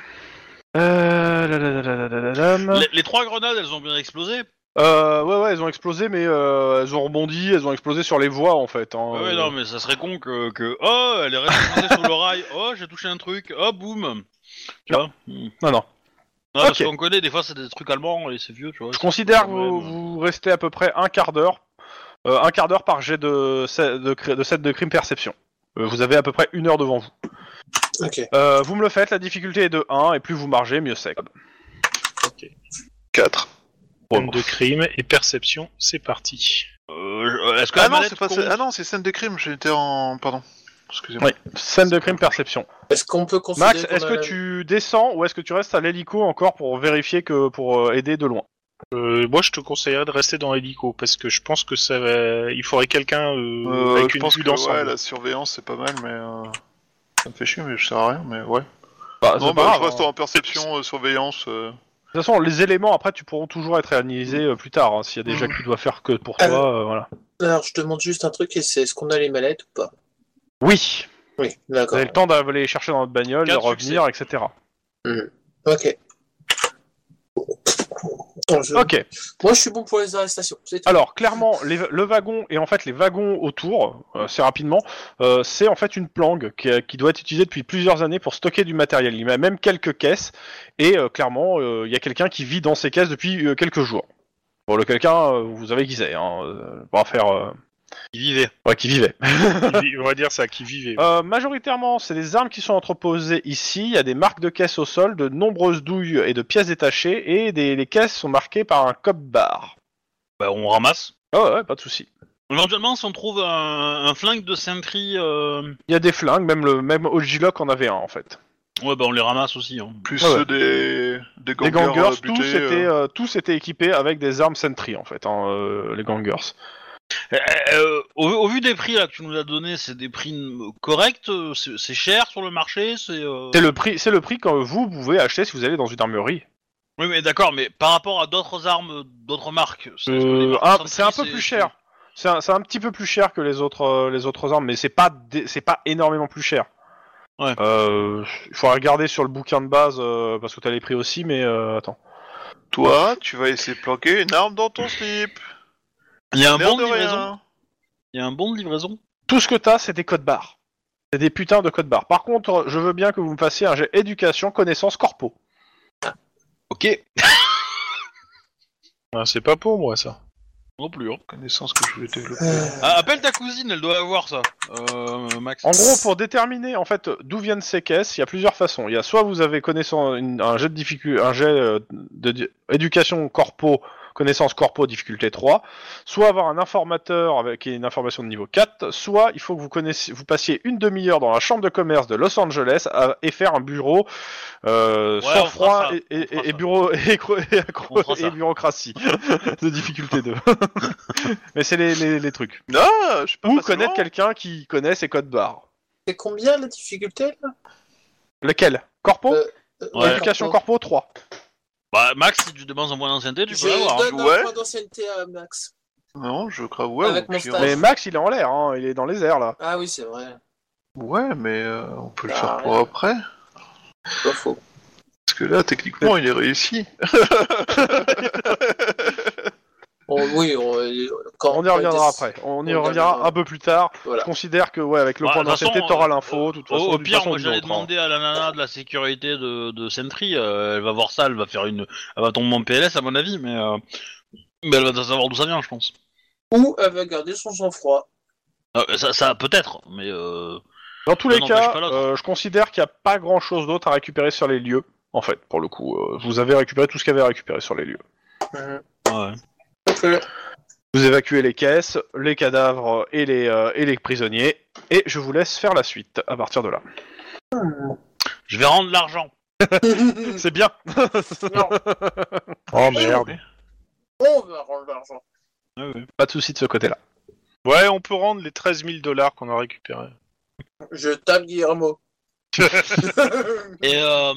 Euh, la, la, la, la, la, la, la, la. Les, les trois grenades elles ont bien explosé. Euh, ouais, ouais, elles ont explosé, mais euh, elles ont rebondi, elles ont explosé sur les voies en fait. hein. Ouais, non mais ça serait con que, que oh elle est restée posée sur le rail. Oh j'ai touché un truc. Oh boum. Tu vois. Hmm. non, non. Non, Ok. parce qu'on connaît des fois c'est des trucs allemands et c'est vieux tu vois. Je considère que Quand même. vous, vous restez à peu près un quart d'heure, euh, un quart d'heure par jet de set de, cri- de, set de crime perception. Euh, vous avez à peu près une heure devant vous. Ok. Euh, vous me le faites, la difficulté est de 1, et plus vous margez, mieux c'est. 4. Scène de crime et perception, c'est parti. Euh, Est-ce que Ah la non, mallette c'est pas compte ça- ah non, c'est scène de crime, j'étais en. Pardon. Excusez-moi. Oui, scène de crime perception. Est-ce qu'on peut considérer Max, qu'on est-ce a que la- tu descends ou est-ce que tu restes à l'hélico encore pour vérifier que pour euh, aider de loin Euh, moi, je te conseillerais de rester dans l'hélico parce que je pense que ça va... il faudrait quelqu'un euh, Euh, avec je une pense vue que d'ensemble. ouais, la surveillance c'est pas mal, mais. euh, Ça me fait chier, mais je sers à rien, mais ouais. Bah, non, c'est bah, pas grave, je reste hein. en perception, euh, surveillance. euh. De toute façon, les éléments après, tu pourront toujours être analysés euh, plus tard hein, s'il y a des jets que tu dois faire que pour toi. euh, voilà. Alors, je te demande juste un truc, et c'est est-ce qu'on a les mallettes ou pas Oui, Oui, vous d'accord. avez le temps d'aller les chercher dans votre bagnole, de Quatre revenir, etc. Ok. Attends, je- Ok. Moi, je suis bon pour les arrestations. c'est tout. Alors clairement, les- le wagon et en fait les wagons autour, euh, c'est rapidement, euh, c'est en fait une plangue qui, euh, qui doit être utilisée depuis plusieurs années pour stocker du matériel. Il y a même quelques caisses et euh, clairement euh, il y a quelqu'un qui vit dans ces caisses depuis euh, quelques jours. Bon le quelqu'un, euh, vous savez qui c'est, hein, euh, on va faire euh, Il vivait. ouais, qui vivait. (laughs) Qui vi- (laughs) on va dire ça, qui vivait. Ah, Euh, majoritairement, c'est des armes qui sont entreposées ici. Il y a des marques de caisses au sol, de nombreuses douilles et de pièces détachées et des, les caisses sont marquées par un cop bar. Bah on ramasse. Ah ouais, ouais, pas de souci. Éventuellement si on trouve un, un flingue de Sentry, euh... Il y a des flingues, même le même Ojiloc en avait un en fait. ouais bah on les ramasse aussi. hein. Plus Ouais, ouais. ceux des. Des les gangers, gangers, euh, butés, tous, euh. étaient, euh, tous étaient équipés avec des armes sentry en fait, hein, euh, les gangers. Euh, euh, au, au vu des prix là que tu nous as donné, c'est des prix euh, corrects, euh, c'est c'est cher sur le marché, c'est. euh, C'est le prix, c'est le prix que vous pouvez acheter si vous allez dans une armurerie. Oui mais d'accord, mais par rapport à d'autres armes, d'autres marques, c'est est-ce que les Euh, marques ah, Sentry, c'est un peu plus cher. C'est un, c'est un petit peu plus cher que les autres, euh, les autres armes, mais c'est pas, dé- c'est pas énormément plus cher. Ouais. Euh, il faudra regarder sur le bouquin de base euh, parce que t'as les prix aussi, mais euh, attends. Toi, tu vas essayer de planquer une arme dans ton slip. Il y a un L'air bon de de livraison. rien. Il y a un bon de livraison. Tout ce que t'as, c'est des codes barres. C'est des putains de codes barres. Par contre, je veux bien que vous me fassiez un jet éducation, connaissance, corpo. Ok. Ah, c'est pas pour moi ça. Non plus. hein. Connaissance que je vais développer. Euh, Ah, appelle ta cousine, elle doit avoir ça. Euh, Max. En gros, pour déterminer en fait d'où viennent ces caisses, il y a plusieurs façons. Il y a soit vous avez connaissance une- un jet de difficulté, un jet euh, de di- éducation corpo, connaissance corpo difficulté 3, soit avoir un informateur avec une information de niveau 4, soit il faut que vous connaissiez, vous passiez une demi-heure dans la chambre de commerce de Los Angeles à- et faire un bureau euh, Ouais, sans on fera froid ça, et, et- on fera et ça. bureau et, cro- et accro- On fera ça. (laughs) et bureaucratie de difficulté 2. Mais c'est les, les- les trucs. Ah, je suis pas Ou facilement. connaître quelqu'un qui connaît ses codes barres. C'est combien la difficulté là Lequel Corpo Euh, Euh, Ouais. Éducation corpo 3. Bah, Max, si tu demandes un point d'ancienneté, tu Je peux l'avoir. hein. donne un Ouais. point d'ancienneté à Max. Non, je crave ouais. Avec au mon pire. stage. Mais Max, il est en l'air, hein, il est dans les airs là. Ah oui, c'est vrai. Ouais, mais euh, on peut le Ah, faire ouais. pour après. Pas faux. Parce que là, techniquement, il est réussi. Bon, oui, on, euh, quand On y reviendra des- après. On y on y reviendra reviendra. un peu plus tard. bah, Voilà. Je considère que ouais, avec le Bah, point de toute d'ancienneté, façon, t'auras euh, l'info. de toute Au, façon, au d'une pire, façon ou moi d'une j'allais autre, hein. demander à la nana de la sécurité de, de Sentry, euh, elle va voir ça, elle va faire une. Elle va tomber en PLS à mon avis, mais. euh, mais elle va savoir d'où ça vient, je pense. Ou elle va garder son sang-froid. Euh, ça, ça peut-être, mais. Euh... Dans tous Ça les n'empêche cas, pas l'autre. euh, je considère qu'il n'y a pas grand chose d'autre à récupérer sur les lieux. En fait, pour le coup, euh, vous avez récupéré tout ce qu'il y avait à récupérer sur les lieux. Ouais. Donc, euh, Vous évacuez les caisses, les cadavres et les, euh, et les prisonniers. Et je vous laisse faire la suite à partir de là. Je vais rendre l'argent. Mm. C'est bien (laughs) Oh merde. On va rendre l'argent. Pas de soucis de ce côté-là. Ouais, on peut rendre les 13 000 dollars qu'on a récupérés. Je tape Guillermo. Et euh,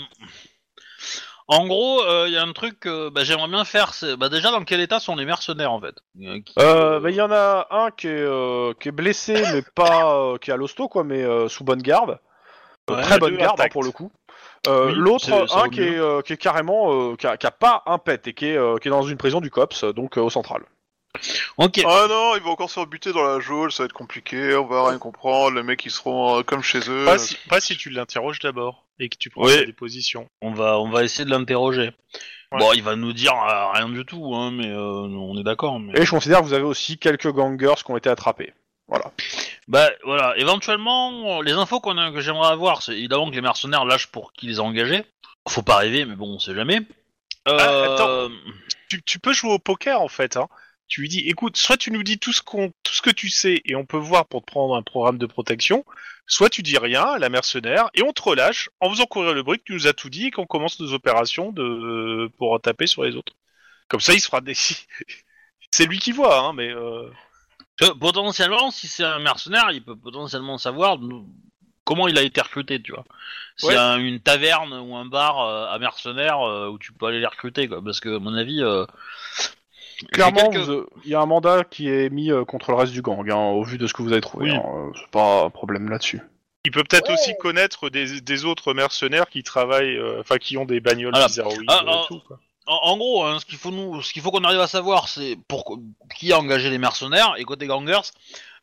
en gros, euh, il y a un truc que bah, j'aimerais bien faire. C'est bah, déjà dans quel état sont les mercenaires en fait Euh, qui- Euh, bah, Il y en a un qui est, euh, qui est blessé, (laughs) mais pas. euh, qui est à l'hosto, quoi, mais euh, sous bonne garde. Euh, Ouais, très les bonne deux garde, hein, intacts. pour le coup. Euh, Oui, c'est- L'autre, ça un vaut qui est, euh, qui est carrément. euh, qui, a, qui a pas un pet et qui est, euh, qui est dans une prison du COPS, euh, donc euh, au central. Ok. Ah non, ils vont encore se rebuter dans la geôle, ça va être compliqué, on va rien comprendre, les mecs ils seront euh, comme chez eux. Pas si, pas si tu l'interroges d'abord et que tu prends Oui. des positions. On va, on va essayer de l'interroger. Ouais. Bon, il va nous dire euh, rien du tout, hein, mais euh, on est d'accord. Mais... Et je considère que vous avez aussi quelques gangers qui ont été attrapés. Bah voilà, éventuellement, euh, les infos qu'on a, que j'aimerais avoir, c'est évidemment que les mercenaires lâchent pour qui les a engagés. Faut pas rêver, mais bon, on sait jamais. Ah, Euh, Tu, tu peux jouer au poker en fait. Hein. Tu lui dis, écoute, soit tu nous dis tout ce qu'on, tout ce que tu sais et on peut voir pour te prendre un programme de protection, soit tu dis rien à la mercenaire et on te relâche en faisant courir le bruit que tu nous as tout dit et qu'on commence nos opérations de pour taper sur les autres. Comme ça, il se fera des. (laughs) C'est lui qui voit, hein, mais. euh, que potentiellement, si c'est un mercenaire, il peut potentiellement savoir nous- comment il a été recruté, tu vois. S'il y a un- une taverne ou un bar euh, à mercenaires euh, où tu peux aller les recruter, quoi. Parce que, à mon avis, euh, j'ai Clairement, quelques- vous, euh, il y a un mandat qui est mis euh, contre le reste du gang, hein, au vu de ce que vous avez trouvé. Oui. hein, euh, c'est pas un problème là-dessus. Il peut peut-être Ouais. aussi connaître des, des autres mercenaires qui travaillent, euh, enfin qui ont des bagnoles Voilà. bizarroïdes Ah, et ah, tout. Quoi. En, en gros, hein, ce qu'il faut nous, ce qu'il faut qu'on arrive à savoir, c'est pour qui a engagé les mercenaires et côté gangers,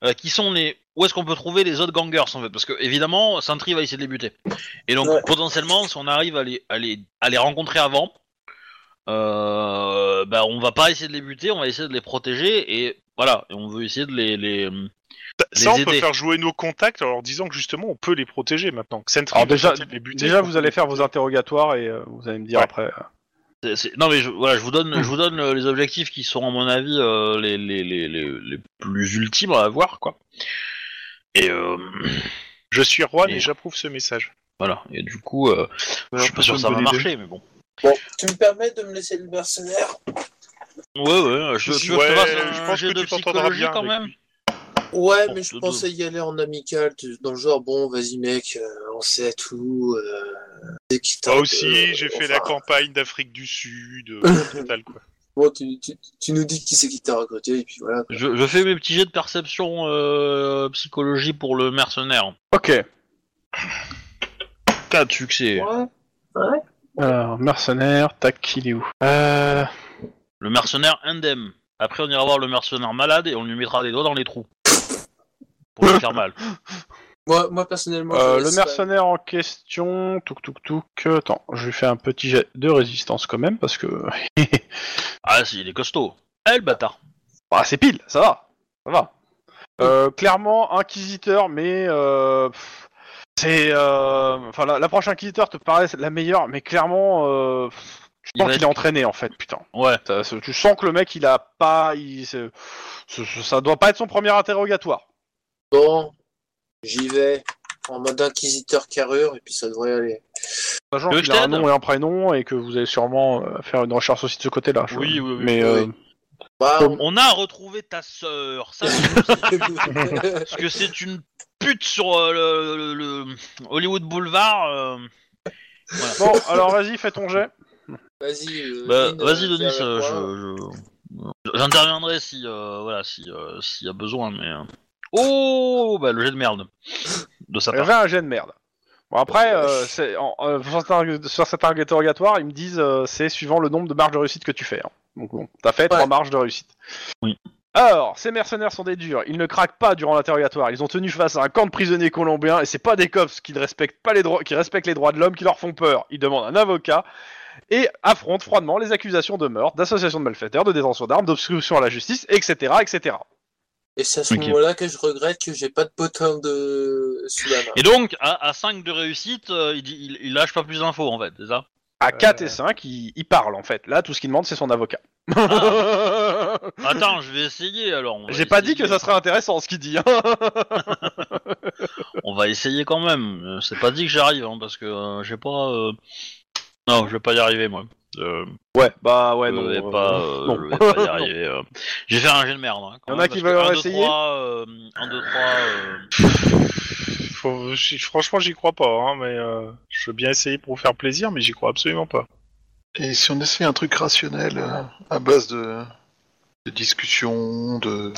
euh, qui sont les, où est-ce qu'on peut trouver les autres gangers en fait, parce que évidemment, Sentry va essayer de les buter. Et donc Ouais. potentiellement, si on arrive à les, à les, à les rencontrer avant, euh, bah on va pas essayer de les buter, on va essayer de les protéger et voilà, et on veut essayer de les, les... Ça, les on peut aider. faire jouer nos contacts en leur disant que justement on peut les protéger maintenant. Que Sentry Alors va déjà- tenter de les buter, Déjà, qu'on vous peut allez les- faire vos interrogatoires et euh, vous allez me dire Ouais. après. euh. c'est- c'est- non mais je, voilà, je vous donne, je vous donne euh, les objectifs qui sont à mon avis euh, les, les, les, les, les plus ultimes à avoir quoi. Et euh, Je suis roi et Et- j'approuve ce message. Voilà, et du coup, euh, je suis pas sûr que ça va marcher, mais bon. Bon, tu me permets de me laisser le mercenaire Ouais, ouais, je, tu veux que je te fasse un je pense jet que de tu t'entendras psychologie bien quand avec même lui. Ouais, Bon, mais je de- pensais y aller en amical, tu- dans le genre, bon, vas-y mec, euh, on sait tout. Euh, dès qu'il Moi tape, aussi, euh, j'ai fait enfin, la campagne d'AfriQUE du Sud, (laughs) euh, total, quoi. Bon, tu, tu, tu nous dis qui c'est qui t'a recruté, et puis voilà. quoi. je, je fais mes petits jets de perception euh, psychologie pour le mercenaire. Ok. 4 succès. Ouais. Alors, mercenaire, tac, il est où Euh, Le mercenaire indemne. Après, on ira voir le mercenaire malade et on lui mettra des doigts dans les trous. Pour lui faire mal. Moi, moi, personnellement, euh, je Le laisse- mercenaire en question, touc touc touc. euh, Attends, je lui fais un petit jet de résistance quand même parce que. (laughs) Ah, si, il est costaud. Eh, le bâtard. bah, c'est pile, ça va, ça va. Euh, clairement, inquisiteur, mais euh, pff, c'est, euh, enfin, la- l'approche inquisiteur te paraît la meilleure, mais clairement, euh, pff, tu Il sens va qu'il être- est entraîné en fait, putain. Ouais. Ça- ça- tu sens que le mec, il a pas, il, c'est- ce- ce- ça doit pas être son premier interrogatoire. Bon, j'y vais, en mode inquisiteur carrure, et puis ça devrait aller. Sachant Tu veux qu'il que je a un t'aide nom et un prénom et que vous allez sûrement euh, faire une recherche aussi de ce côté-là. je- Oui, oui, oui. Mais oui. euh, Bah, on- On a retrouvé ta sœur. Ça, c'est- parce que c'est une pute sur euh, le, le- le Hollywood Boulevard. euh. bon, alors vas-y, fais ton jet. (laughs) vas-y, euh, Bah, Lynn, vas-y euh, Denis, viens euh, avec moi. je, je- j'interviendrai si euh, voilà si euh, s'il y a besoin, mais euh. oh bah le jet de merde de sa (laughs) part. Fais un jet de merde. Bon après, euh, c'est- en- euh, sur, certains, sur certains interrogatoires, ils me disent euh, c'est suivant le nombre de marges de réussite que tu fais. hein. Donc bon, t'as fait trois marges de réussite. Oui. Alors, ces mercenaires sont des durs. Ils ne craquent pas durant l'interrogatoire. Ils ont tenu face à un camp de prisonniers colombiens et c'est pas des cops qui ne respectent pas les droits, qui respectent les droits de l'homme, qui leur font peur. Ils demandent un avocat et affrontent froidement les accusations de meurtre, d'association de malfaiteurs, de détention d'armes, d'obstruction à la justice, etc., etc. Et c'est à ce Ok. moment-là que je regrette que j'ai pas de potin de sous la main. Et donc à, 5 de réussite, euh, il, dit- il, il lâche pas plus d'infos en fait, c'est ça À 4 et 5, ils, ils parlent en fait. Là, tout ce qu'ils demandent, c'est son avocat. Attends, je vais essayer alors. on va (laughs) J'ai pas dit essayer. que ça serait intéressant ce qu'il dit. hein. on va essayer quand même. Euh, C'est pas dit que j'arrive, hein, parce que euh, j'ai pas. euh, Non, je vais pas y arriver, moi. Euh, (laughs) Ouais, bah ouais, je non. vais euh, pas, euh, non. je vais pas y arriver. euh. J'ai fait un jet de merde. Hein, quand Y'en même, a qui parce que veulent 1, 2, essayer 3, euh, 1, 2, 3. euh, Faut- j'y- Franchement, j'y crois pas, hein, mais euh, je veux bien essayer pour vous faire plaisir, mais j'y crois absolument pas. Et si on essaie un truc rationnel euh, à base de, de discussion, de.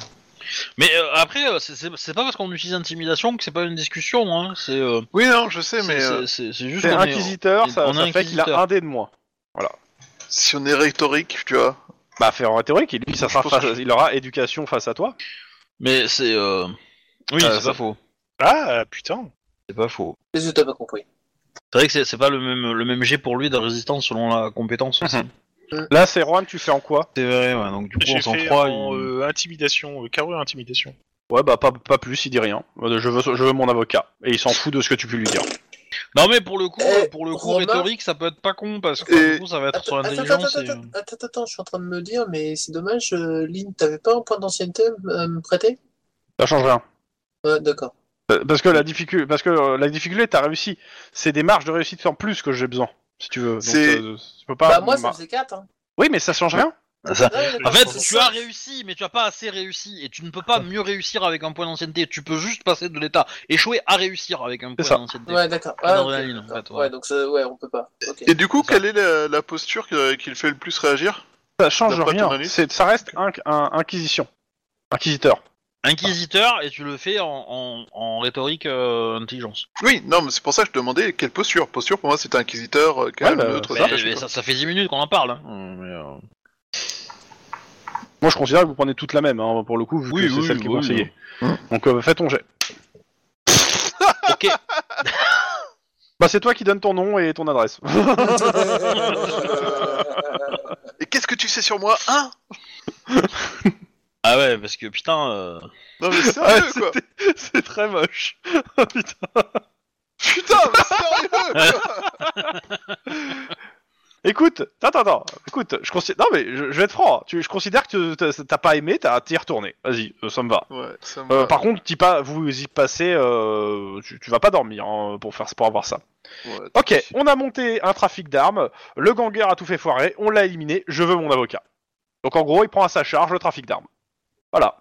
Mais euh, après, euh, c'est- c'est c'est pas parce qu'on utilise intimidation que c'est pas une discussion. Hein, c'est euh, Oui, non, je sais, mais c'est- euh, c'est- c'est- c'est juste C'est qu'on est- euh, inquisiteur, on- ça, on est ça fait qu'il a inquisiteur. un dé de moins. si on est rhétorique, tu vois. Bah, faire en rhétorique, et lui, ça Je sera pense face- que- il aura éducation face à toi. Mais c'est. euh, Oui, Ah, c'est ça- pas faux. Ah, putain C'est pas faux. Qu'est-ce que t'as pas compris C'est vrai que c'est- c'est pas le même, le même jet pour lui de résistance selon la compétence. aussi. Là, c'est Juan, tu fais en quoi (laughs) C'est vrai, ouais, donc du coup, J'ai on s'en fait croit. en, il- euh, intimidation, euh, carrure intimidation. Ouais, bah, pas, pas plus, il dit rien. Euh, Je veux, je veux mon avocat. Et il s'en fout de ce que tu peux lui dire. Non, mais pour le coup, Eh, euh, pour le coup Romain Eh, rhétorique, ça peut être pas con parce que Et- du coup, ça va être sur Attends, attends, l'intelligence. attends, et, euh, attends, attends, attends, je suis en train de me dire, mais c'est dommage, euh, Lynn, t'avais pas un point d'ancienneté à me prêter Ça change rien. Ouais, d'accord. Euh, Parce que la difficulté, parce que euh, la difficulté, t'as réussi. C'est des marges de réussite en plus que j'ai besoin, si tu veux. Donc, C'est- euh, tu peux pas. bah, moi, ça ma- me faisait 4. Hein. Oui, mais ça change rien. ça- Ouais, d'accord, En fait, c'est tu ça. as réussi, mais tu as pas assez réussi et tu ne peux pas mieux réussir avec un point d'ancienneté. Tu peux juste passer de l'état échouer à réussir avec un C'est point ça. d'ancienneté. Ouais, d'accord. Pas Ah, ok, d'adrénaline, en d'accord. fait, ouais. Ouais, donc ça, ouais, on peut pas. (laughs) Ok. (laughs) Et du coup, C'est ça. quelle est la, la posture que- qui le fait le plus réagir Ça change D'après rien. ton analyse C'est, ça reste inc- un- inquisition, inquisiteur. Inquisiteur et tu le fais en, en, en rhétorique euh, intelligence. Oui, non, mais c'est pour ça que je demandais quelle posture. Posture pour moi, c'était inquisiteur, euh, calme, bah, neutre. Mais- ça, mais je sais ça, ça fait 10 minutes qu'on en parle. hein. Euh, mais, euh, Moi, je considère que vous prenez toutes la même, hein, pour le coup, vu Oui, que c'est oui, celle qui est oui, conseillée. oui. Hein. Donc, euh, fais ton jet. Ok. (laughs) Bah, c'est toi qui donne ton nom et ton adresse. pas. Et qu'est-ce que tu sais sur moi, hein Ah ouais, parce que putain. euh, Non (laughs) mais (laughs) sérieux c'était- Ah quoi c'est très moche. Putain. Putain, mais sérieux quoi Écoute, attends, attends, écoute, je considère, non mais je, je vais être franc, hein. tu, je considère que t'as t'as pas aimé, t'as t'y retourné. Vas-y, euh, ça me va. Ouais, ça me Euh, va. par contre, t'y pas, vous y passez, euh, tu, tu vas pas dormir hein, pour faire pour avoir ça. Ouais, Ok, tu- on a monté un trafic d'armes, le gangueur a tout fait foirer, on l'a éliminé, je veux mon avocat. Donc en gros, il prend à sa charge le trafic d'armes. Voilà.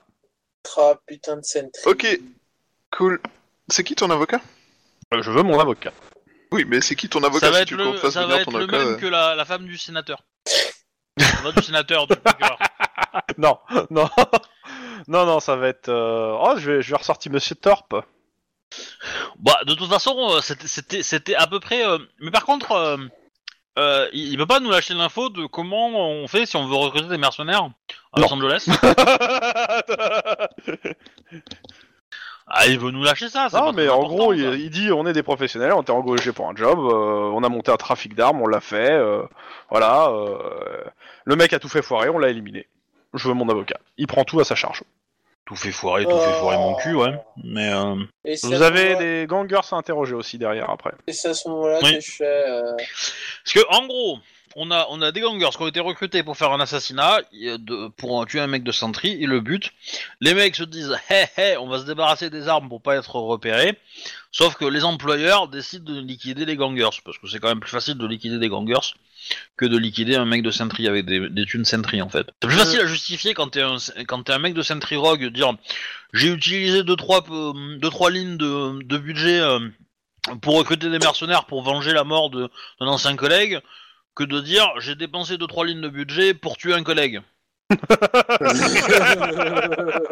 Ah, putain de scène. Ok, cool. C'est qui ton avocat Euh, Je veux mon avocat. (laughs) Oui, mais c'est qui ton avocat Ça va si être tu le, comptes fasses ça va venir être ton le avocat même euh. que la, la femme du sénateur. La du sénateur, du procureur. Non, (laughs) non, non, non, ça va être. euh, Oh, je vais, je vais ressortir Monsieur Torp. (laughs) Bah, de toute façon, euh, c'était- c'était c'était à peu près. euh, Mais par contre, euh, euh, il il peut pas nous lâcher l'info de comment on fait si on veut recruter des mercenaires à Non. Los Angeles. Ah, il veut nous lâcher ça. c'est Non, pas mais très en important, gros, ça. il, il dit on est des professionnels, on t'est engagé pour un job, euh, on a monté un trafic d'armes, on l'a fait, euh, voilà. euh, le mec a tout fait foirer, on l'a éliminé. Je veux mon avocat. Il prend tout à sa charge. tout fait foirer, tout fait foirer mon cul, ouais. Mais euh, Et c'est à Vous ce avez moment-là- des gangers à interroger aussi derrière après. et c'est à ce moment-là Oui. que je fais. (laughs) euh, (laughs) parce que en gros, on a on a des gangers qui ont été recrutés pour faire un assassinat, il y a de- pour tuer un mec de Sentry, ils le butent. Les mecs se disent, (laughs) hé hé, on va se débarrasser des armes pour pas être repérés. Sauf que les employeurs décident de liquider les gangers, parce que c'est quand même plus facile de liquider des gangers que de liquider un mec de Sentry avec des, des thunes Sentry en fait. C'est plus facile à justifier quand t'es un, quand t'es un mec de Sentry Rogue, de dire j'ai utilisé deux trois, peu- deux, trois lignes de, de budget euh, pour recruter des mercenaires pour venger la mort de- d'un ancien collègue, que de dire j'ai dépensé deux trois lignes de budget pour tuer un collègue.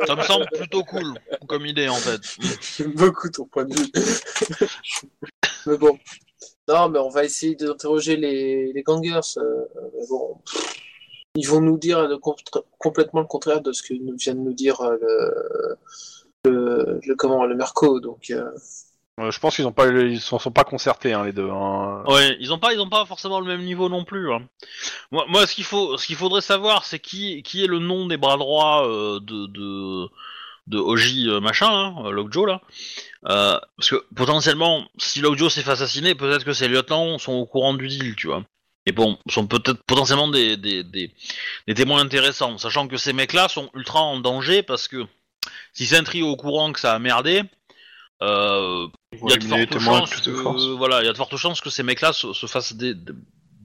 Ça me semble plutôt cool comme idée en fait. J'aime beaucoup ton point de vue. (laughs) mais bon. Non, mais on va essayer d'interroger les, les gangers. euh, mais bon. Ils vont nous dire le contra- complètement le contraire de ce que nous vient de nous dire euh, le, le, le- comment, le Merco. (laughs) Donc, euh, Euh, je pense qu'ils ont pas, ils s'en sont pas concertés hein, les deux. hein. Ouais, ils ont pas, ils ont pas forcément le même niveau non plus. hein. Moi, moi, ce qu'il faut, ce qu'il faudrait savoir, c'est qui, qui est le nom des bras droits euh, de de de Oji euh, machin, là, euh, Lockjaw là. Euh, parce que potentiellement, si Lockjaw s'est fait assassiner, peut-être que ses lieutenants sont au courant du deal, tu vois. Et bon, sont peut-être potentiellement des des, des des témoins intéressants, sachant que ces mecs-là sont ultra en danger parce que si c'est un trio au courant que ça a merdé. euh, il y a de éliminer les fortes témoins avec chances toute que, force. voilà, il y a de fortes chances que ces mecs-là se, se fassent dé- dé-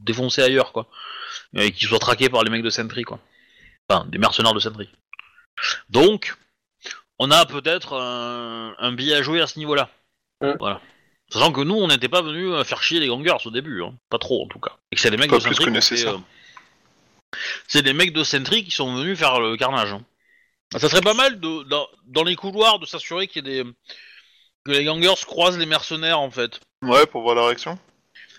défoncer ailleurs, quoi. Et qu'ils soient traqués par les mecs de Sentry, quoi. Enfin, des mercenaires de Sentry. Donc, on a peut-être un, un billet à jouer à ce niveau-là. Ouais. Voilà. Sachant que nous, on n'était pas venus euh, faire chier les gangers au début, hein. pas trop en tout cas. Et que c'est des mecs Pas de plus Sentry qui que ont fait, nécessaire. euh, C'est des mecs de Sentry qui sont venus faire le carnage. hein. Ça serait pas mal de, dans, dans les couloirs de s'assurer qu'il y ait des que les gangers croisent les mercenaires en fait. Ouais, pour voir la réaction.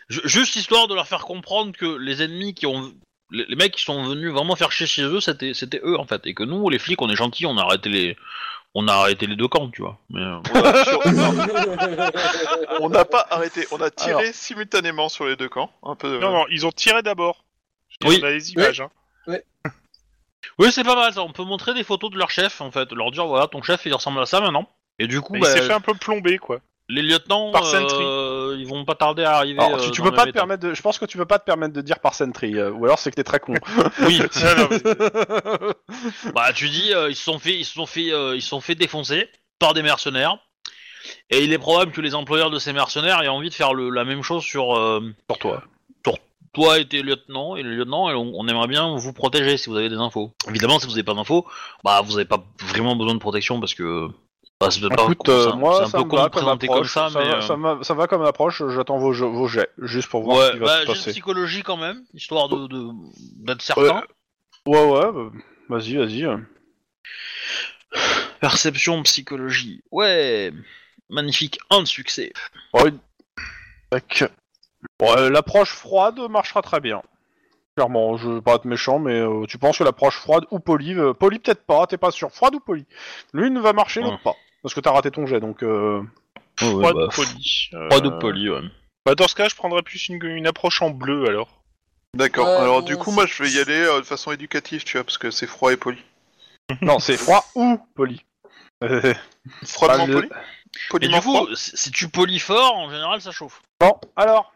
Ju- Juste histoire de leur faire comprendre que les ennemis qui ont. Les les mecs qui sont venus vraiment faire chier chez eux, c'était c'était eux en fait. Et que nous, les flics, on est gentils, on a arrêté les. On a arrêté les deux camps, tu vois. Mais, euh, On a- sur- non, Bah, on (laughs) n'a pas arrêté, on a tiré Alors. simultanément sur les deux camps. Un Euh. peu. euh, Non, non, ils ont tiré d'abord. Oui. On a les images. Hein. Oui, c'est pas mal ça. On peut montrer des photos de leur chef en fait. Leur dire, voilà, ton chef il ressemble à ça maintenant. Et du coup, Mais bah, il s'est fait un peu (laughs) plomber, quoi. les lieutenants, euh, par Sentry. ils vont pas tarder à arriver. Alors, euh, tu, tu dans peux le pas même te état. permettre de. Je pense que tu peux pas te permettre de dire par Sentry, euh, ou alors c'est que t'es (laughs) très con. hein. Oui, Ah, non, mais- (laughs) Bah tu dis euh, ils se sont fait ils se sont fait euh, ils se sont fait défoncer par des mercenaires et il est probable que les employeurs de ces mercenaires aient envie de faire le- la même chose sur euh, Pour toi. sur toi et tes lieutenants et le lieutenant et on, on aimerait bien vous protéger si vous avez des infos. Évidemment si vous avez pas d'infos, bah vous avez pas vraiment besoin de protection parce que bah, c'est peut-être pas Écoute, c'est euh, un- moi, c'est ça un me peu con va de comme présenter comme approche. ça, ça, mais va, euh, ça me- ça va comme approche, j'attends vos, jeux- vos jets, juste pour voir ce ouais, qui va bah, se j'ai une passer. psychologie quand même histoire de de- d'être certain. Ouais, ouais, bah, vas-y, vas-y. Perception psychologie. Ouais. Magnifique, un de succès. Ouais. Tac. Bon, euh, l'approche froide marchera très bien. Clairement, je veux pas être méchant, mais euh, tu penses que l'approche froide ou polie, euh, polie peut-être pas, t'es pas sûr. Froide ou polie L'une va marcher, l'autre pas. Parce que t'as raté ton jet, donc... (laughs) Euh... Froid bah, de poli. Euh, Pas bah, de poli, ouais. Bah, dans ce cas, je prendrais plus une, une approche en bleu alors. D'accord. Ouais, Alors bon, du coup, c'est- moi, je vais y aller euh, de façon éducative, tu vois, parce que c'est froid et poli. non, c'est froid ou poli. Euh, Froidement Bah, le- poli. Mais Poliment du froid. coup, si si tu polis fort, en général, ça chauffe. bon, alors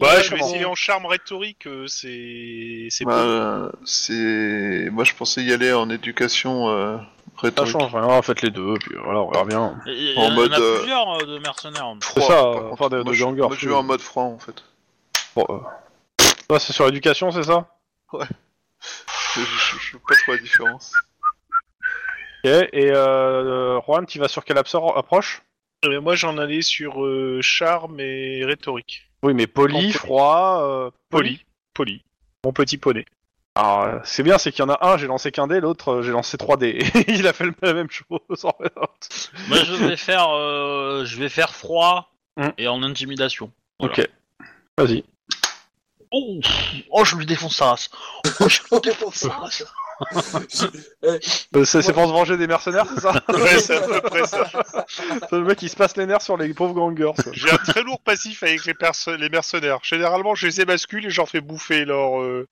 Bah, Ouais, je vais bon. essayer en charme rhétorique. euh, c'est. C'est Bah, poli. euh, c'est. Moi, je pensais y aller en éducation euh, Ça rhétorique. change rien, faites les deux, puis voilà, on verra bien. Il y, En en mode, a euh, plusieurs euh, de mercenaires. Froid, C'est ça, par euh, contre. enfin, de- moi, de je- gangers, moi, je vais oui. en mode froid, en fait. Bon, euh, Toi, c'est sur l'éducation, c'est ça Je, je, je vois pas trop la différence. Ok, et euh, euh, Juan, tu vas sur quelle absor- approche Euh, moi, j'en allais sur euh, charme et rhétorique. Oui, mais poli, Poli. froid, euh, poli. Poli. (laughs) Poli. Mon petit poney. Alors, euh, c'est bien, c'est qu'il y en a un, j'ai lancé qu'un dé, l'autre, euh, j'ai lancé 3 dés. (laughs) Il a fait le- la même chose, en fait. Moi, je vais faire, euh, je vais faire froid Hmm. et en intimidation. Voilà. Ok. Vas-y. Oh, oh, je lui défonce sa race. Oh, je lui défonce sa race. Euh, c'est c'est pour se venger des mercenaires, c'est ça (laughs) Ouais, c'est à peu près ça. C'est Le mec, il se passe les nerfs sur les pauvres gangers. quoi. J'ai un très lourd passif avec les, perso- les mercenaires. Généralement, je les émascule et je leur fais bouffer leur. (laughs) euh,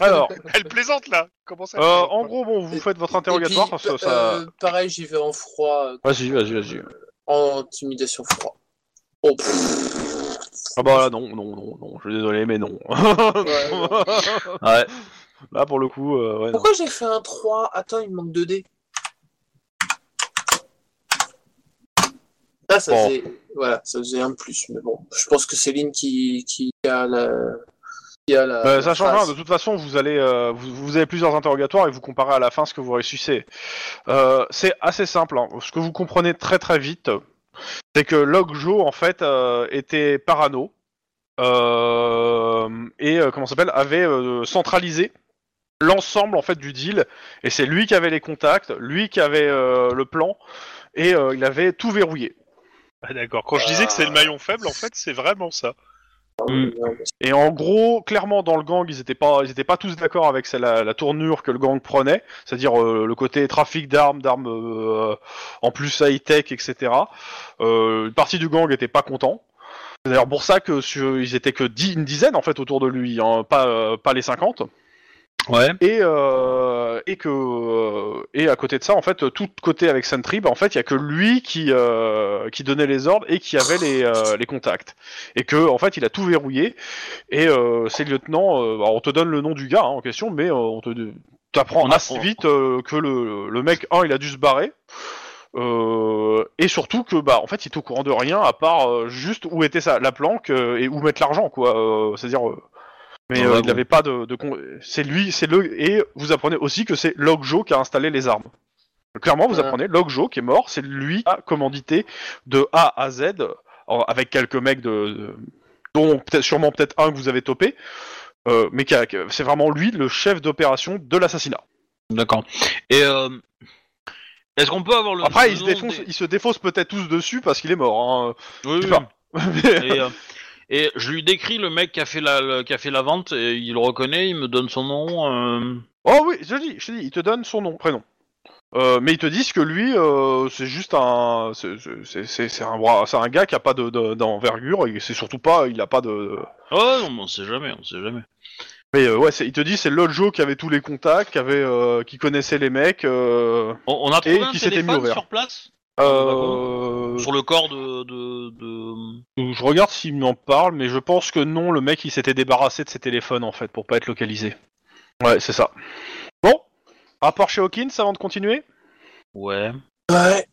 Alors, Elle plaisante là Comment ça euh, en gros, bon, vous faites votre interrogatoire, Et parce puis, que ça... euh, pareil, j'y vais en froid, euh, Vas-y, vas-y, vas-y. en intimidation froid. (laughs) Oh, pff, Ah bah là, non, non, non, non, je suis désolé, mais non. ouais, non. Ouais. (laughs) Là, pour le coup, euh, ouais, non. Pourquoi j'ai fait un 3 Attends, il me manque 2 dés. Là, ça Bon. faisait, voilà, ça faisait un de plus, mais bon, je pense que Céline qui, qui a la, qui a la. Euh, ça change rien, phrase. de toute façon, vous allez, euh, vous, vous avez plusieurs interrogatoires et vous comparez à la fin ce que vous réussissez. Euh, c'est assez simple, hein. ce que vous comprenez très très vite, c'est que Logjo, en fait, euh, était parano, euh, et euh, comment ça s'appelle, avait euh, centralisé l'ensemble, en fait, du deal, et c'est lui qui avait les contacts, lui qui avait euh, le plan, et euh, il avait tout verrouillé. Ah, D'accord, quand je disais que c'est le maillon faible, en fait, c'est vraiment ça. Et en gros, clairement, dans le gang, ils étaient pas, ils étaient pas tous d'accord avec celle- la, la tournure que le gang prenait, c'est-à-dire euh, le côté trafic d'armes, d'armes euh, en plus high-tech, etc. Euh, une partie du gang était pas content. C'est d'ailleurs pour ça que sur- ils étaient que dix, une dizaine en fait autour de lui, hein, pas, euh, pas les 50. Ouais. Et, euh, et que euh, et à côté de ça, en fait, tout côté avec Sentry, bah, en fait, il y a que lui qui euh, qui donnait les ordres et qui avait les, euh, les contacts. Et que en fait, il a tout verrouillé. Et euh, ses lieutenants, euh, alors, on te donne le nom du gars hein, en question, mais euh, on te t'apprends On assez apprend. vite euh, que le, le mec un, il a dû se barrer. Euh, et surtout que bah en fait il est au courant de rien à part euh, juste où était ça la planque euh, et où mettre l'argent quoi. Euh, C'est-à-dire euh, mais Ah, euh, bah il bon. n'avait pas de, de con- c'est lui c'est le et vous apprenez aussi que c'est Logjo qui a installé les armes. Clairement vous Voilà. apprenez Logjo qui est mort c'est lui qui a commandité de A à Z en- avec quelques mecs de, de- dont peut-être sûrement peut-être un que vous avez topé euh, mais qui a- qui a- c'est vraiment lui le chef d'opération de l'assassinat. D'accord. Et euh, est-ce qu'on peut avoir le Après le il se nom défonce des- il se défausse peut-être tous dessus parce qu'il est mort. Hein. (laughs) Oui, Je sais oui. pas. Mais- Et, euh, et je lui décris le mec qui a fait la, le- qui a fait la vente, et il le reconnaît, il me donne son nom. euh, Oh oui, je te dis, je te dis, il te donne son nom, prénom. Euh, mais ils te disent que lui, euh, c'est juste un, c'est- c'est c'est- c'est un, bras- c'est un gars qui a pas de- de- d'envergure et c'est surtout pas, il a pas de. Oh non, mais on sait jamais, on sait jamais. Mais euh, ouais, c'est- il te dit c'est Lodjo qui avait tous les contacts, qui avait, euh, qui connaissait les mecs. Euh, On, on a trouvé Et un qui s'était mis au téléphone vert. sur place, euh, sur le corps de de, de- je regarde s'il m'en parle, mais je pense que non, le mec il s'était débarrassé de ses téléphones en fait pour pas être localisé. Ouais, c'est ça. Bon, rapport chez Hawkins avant de continuer. ouais. Ouais,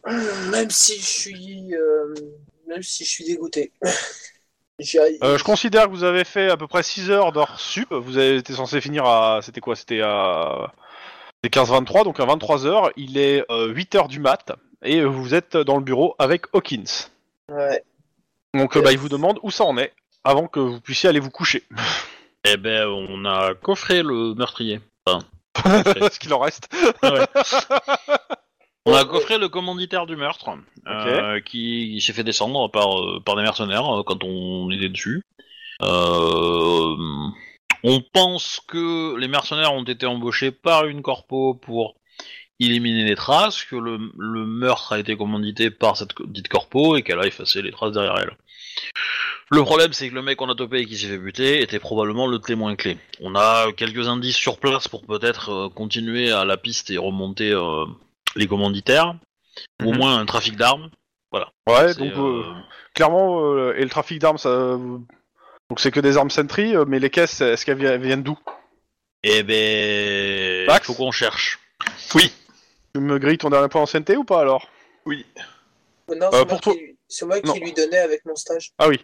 même si je suis, euh, même si je suis dégoûté. (laughs) J'y arrive. Euh, je considère que vous avez fait à peu près 6 heures d'heures sup. Vous avez été censé finir à. C'était quoi C'était à. C'était 15-23, donc à 23h. Il est 8h du mat. Et vous êtes dans le bureau avec Hawkins. Ouais. Donc euh, bah, il vous demande où ça en est avant que vous puissiez aller vous coucher. (laughs) Eh ben, on a coffré le meurtrier. Enfin, ce qu'il en reste. on a coffré le commanditaire du meurtre, euh, qui, qui s'est fait descendre par euh, par des mercenaires euh, quand on était dessus. Euh, on pense que les mercenaires ont été embauchés par une corpo pour éliminer les traces, que le, le meurtre a été commandité par cette co- dite corpo et qu'elle a effacé les traces derrière elle. Le problème, c'est que le mec qu'on a topé et qui s'est fait buter était probablement le témoin clé. On a quelques indices sur place pour peut-être euh, continuer à la piste et remonter euh, les commanditaires, ou au Mhm. moins un trafic d'armes. Ouais, C'est, donc euh, euh, clairement, euh, et le trafic d'armes, ça. vous- Donc c'est que des armes Sentry, euh, mais les caisses, est-ce qu'elles vi- viennent d'où Eh ben, Max faut qu'on cherche. Tu me grilles ton dernier point en CNT ou pas alors Non, c'est Euh, moi, pour toi- qui, c'est moi qui Non. lui donnais avec mon stage. Ah oui.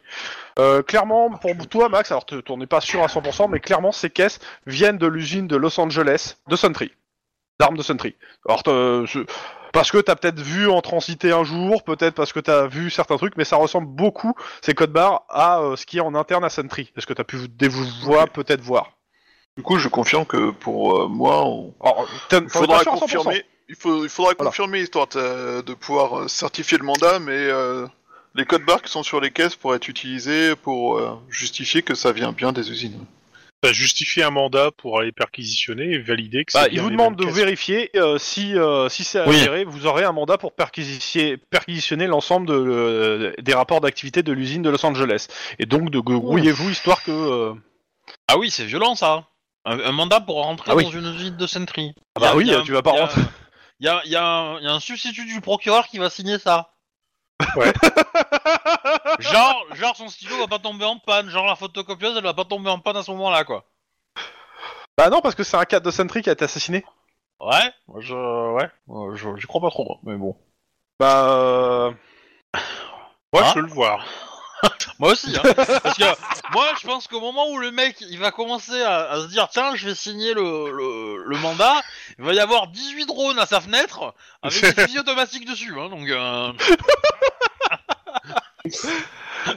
Euh, clairement, pour toi, Max, alors te- t'en es pas sûr à 100%, mais clairement, ces caisses viennent de l'usine de Los Angeles, de Sentry. D'armes de Sentry. Alors, te- ce- parce que t'as peut-être vu en transité un jour, peut-être parce que t'as vu certains trucs, mais ça ressemble beaucoup, ces codes barres, à euh, ce qu'il y a en interne à Sentry. Est-ce que t'as pu vous, des- vous voir, peut-être voir Du coup, je confirme que pour euh, moi, on... Alors, t'en- t'en es il faudra pas sûr à 100%. confirmer. Il, faut, il faudra Voilà. confirmer histoire de, de pouvoir euh, certifier le mandat, mais euh, les codes barres qui sont sur les caisses pourraient être utilisés pour euh, justifier que ça vient bien des usines. T'as justifié un mandat pour aller perquisitionner et valider que c'est Bah, bien il vous les demande mêmes de caisses. vérifier euh, si, euh, si c'est Oui. avéré, vous aurez un mandat pour perquisifier- perquisitionner l'ensemble de, euh, des rapports d'activité de l'usine de Los Angeles. Et donc, de grouillez-vous histoire que. euh, Ah oui, c'est violent ça. Un, un mandat pour rentrer Ah oui. dans une usine de Sentry. Ah bah Y a- oui, y a un- tu vas pas y a- rentrer. Y a, y a un, y a un substitut du procureur qui va signer ça. Ouais. (laughs) genre, genre son stylo va pas tomber en panne, genre la photocopieuse elle va pas tomber en panne à ce moment-là quoi. Bah non, parce que c'est un cadre de Sentry qui a été assassiné. Ouais, moi, je, ouais, moi, je, j'y crois pas trop, mais bon. Bah. euh, Moi, Hein je veux le voir. Moi aussi, hein. (laughs) Parce que moi, je pense qu'au moment où le mec, il va commencer à, à se dire, tiens, je vais signer le, le, le mandat, il va y avoir 18 drones à sa fenêtre, avec (laughs) des fusils automatiques dessus, hein, donc... Euh...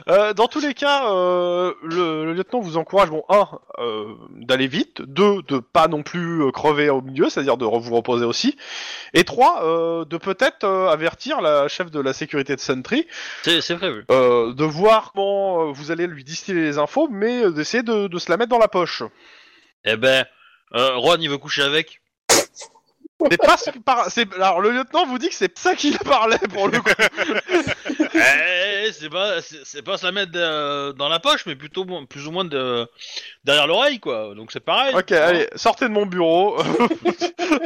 euh, dans tous les cas, euh, le, le lieutenant vous encourage, bon, un, euh, d'aller vite, deux, de pas non plus euh, crever au milieu, c'est-à-dire de re- vous reposer aussi, et trois, euh, de peut-être euh, avertir la chef de la sécurité de Sentry C'est, c'est prévu. euh, de voir comment euh, vous allez lui distiller les infos, mais euh, d'essayer de, de se la mettre dans la poche. Eh ben, euh, Juan, il veut coucher avec. C'est pas ce qui par- c'est- Alors le lieutenant vous dit que c'est ça qu'il parlait pour le coup. eh, c'est pas, c'est, c'est pas se la mettre euh, dans la poche, mais plutôt moins- plus ou moins de, derrière l'oreille, quoi. Donc c'est pareil. ok, allez, sortez de mon bureau.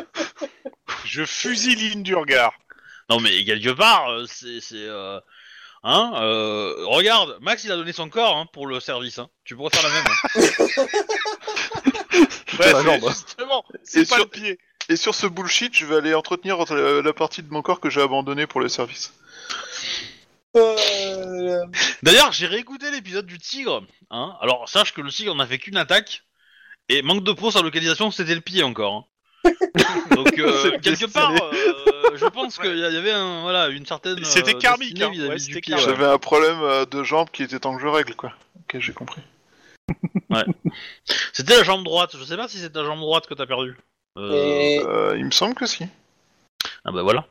(laughs) Je fusille l'île du regard. Non mais quelque part, euh, c'est... c'est euh, Hein euh, Regarde, Max, il a donné son corps hein, pour le service. Hein. Tu pourrais faire la même. hein. Ouais, la mais jambe. justement, (laughs) c'est Et pas sur- le pied. Et sur ce bullshit, je vais aller entretenir la, la partie de mon corps que j'ai abandonnée pour le service. Euh, D'ailleurs, j'ai réécouté l'épisode du tigre. Hein Alors, sache que le tigre n'a fait qu'une attaque. Et manque de peau, sa localisation, c'était le pied encore. hein. Donc, euh, C'est quelque destiné. part, euh, je pense qu'il y a- y avait un, voilà, une certaine. C'était euh, karmique, destinée hein. vis-à-vis Ouais, du c'était Ah pied, karmique. ouais. J'avais un problème euh, de jambe qui était temps que je règle, quoi. Ok, j'ai compris. C'était la jambe droite. Je sais pas si c'est ta jambe droite que t'as perdue. Euh, et- Euh, il me semble que si. Ah bah voilà.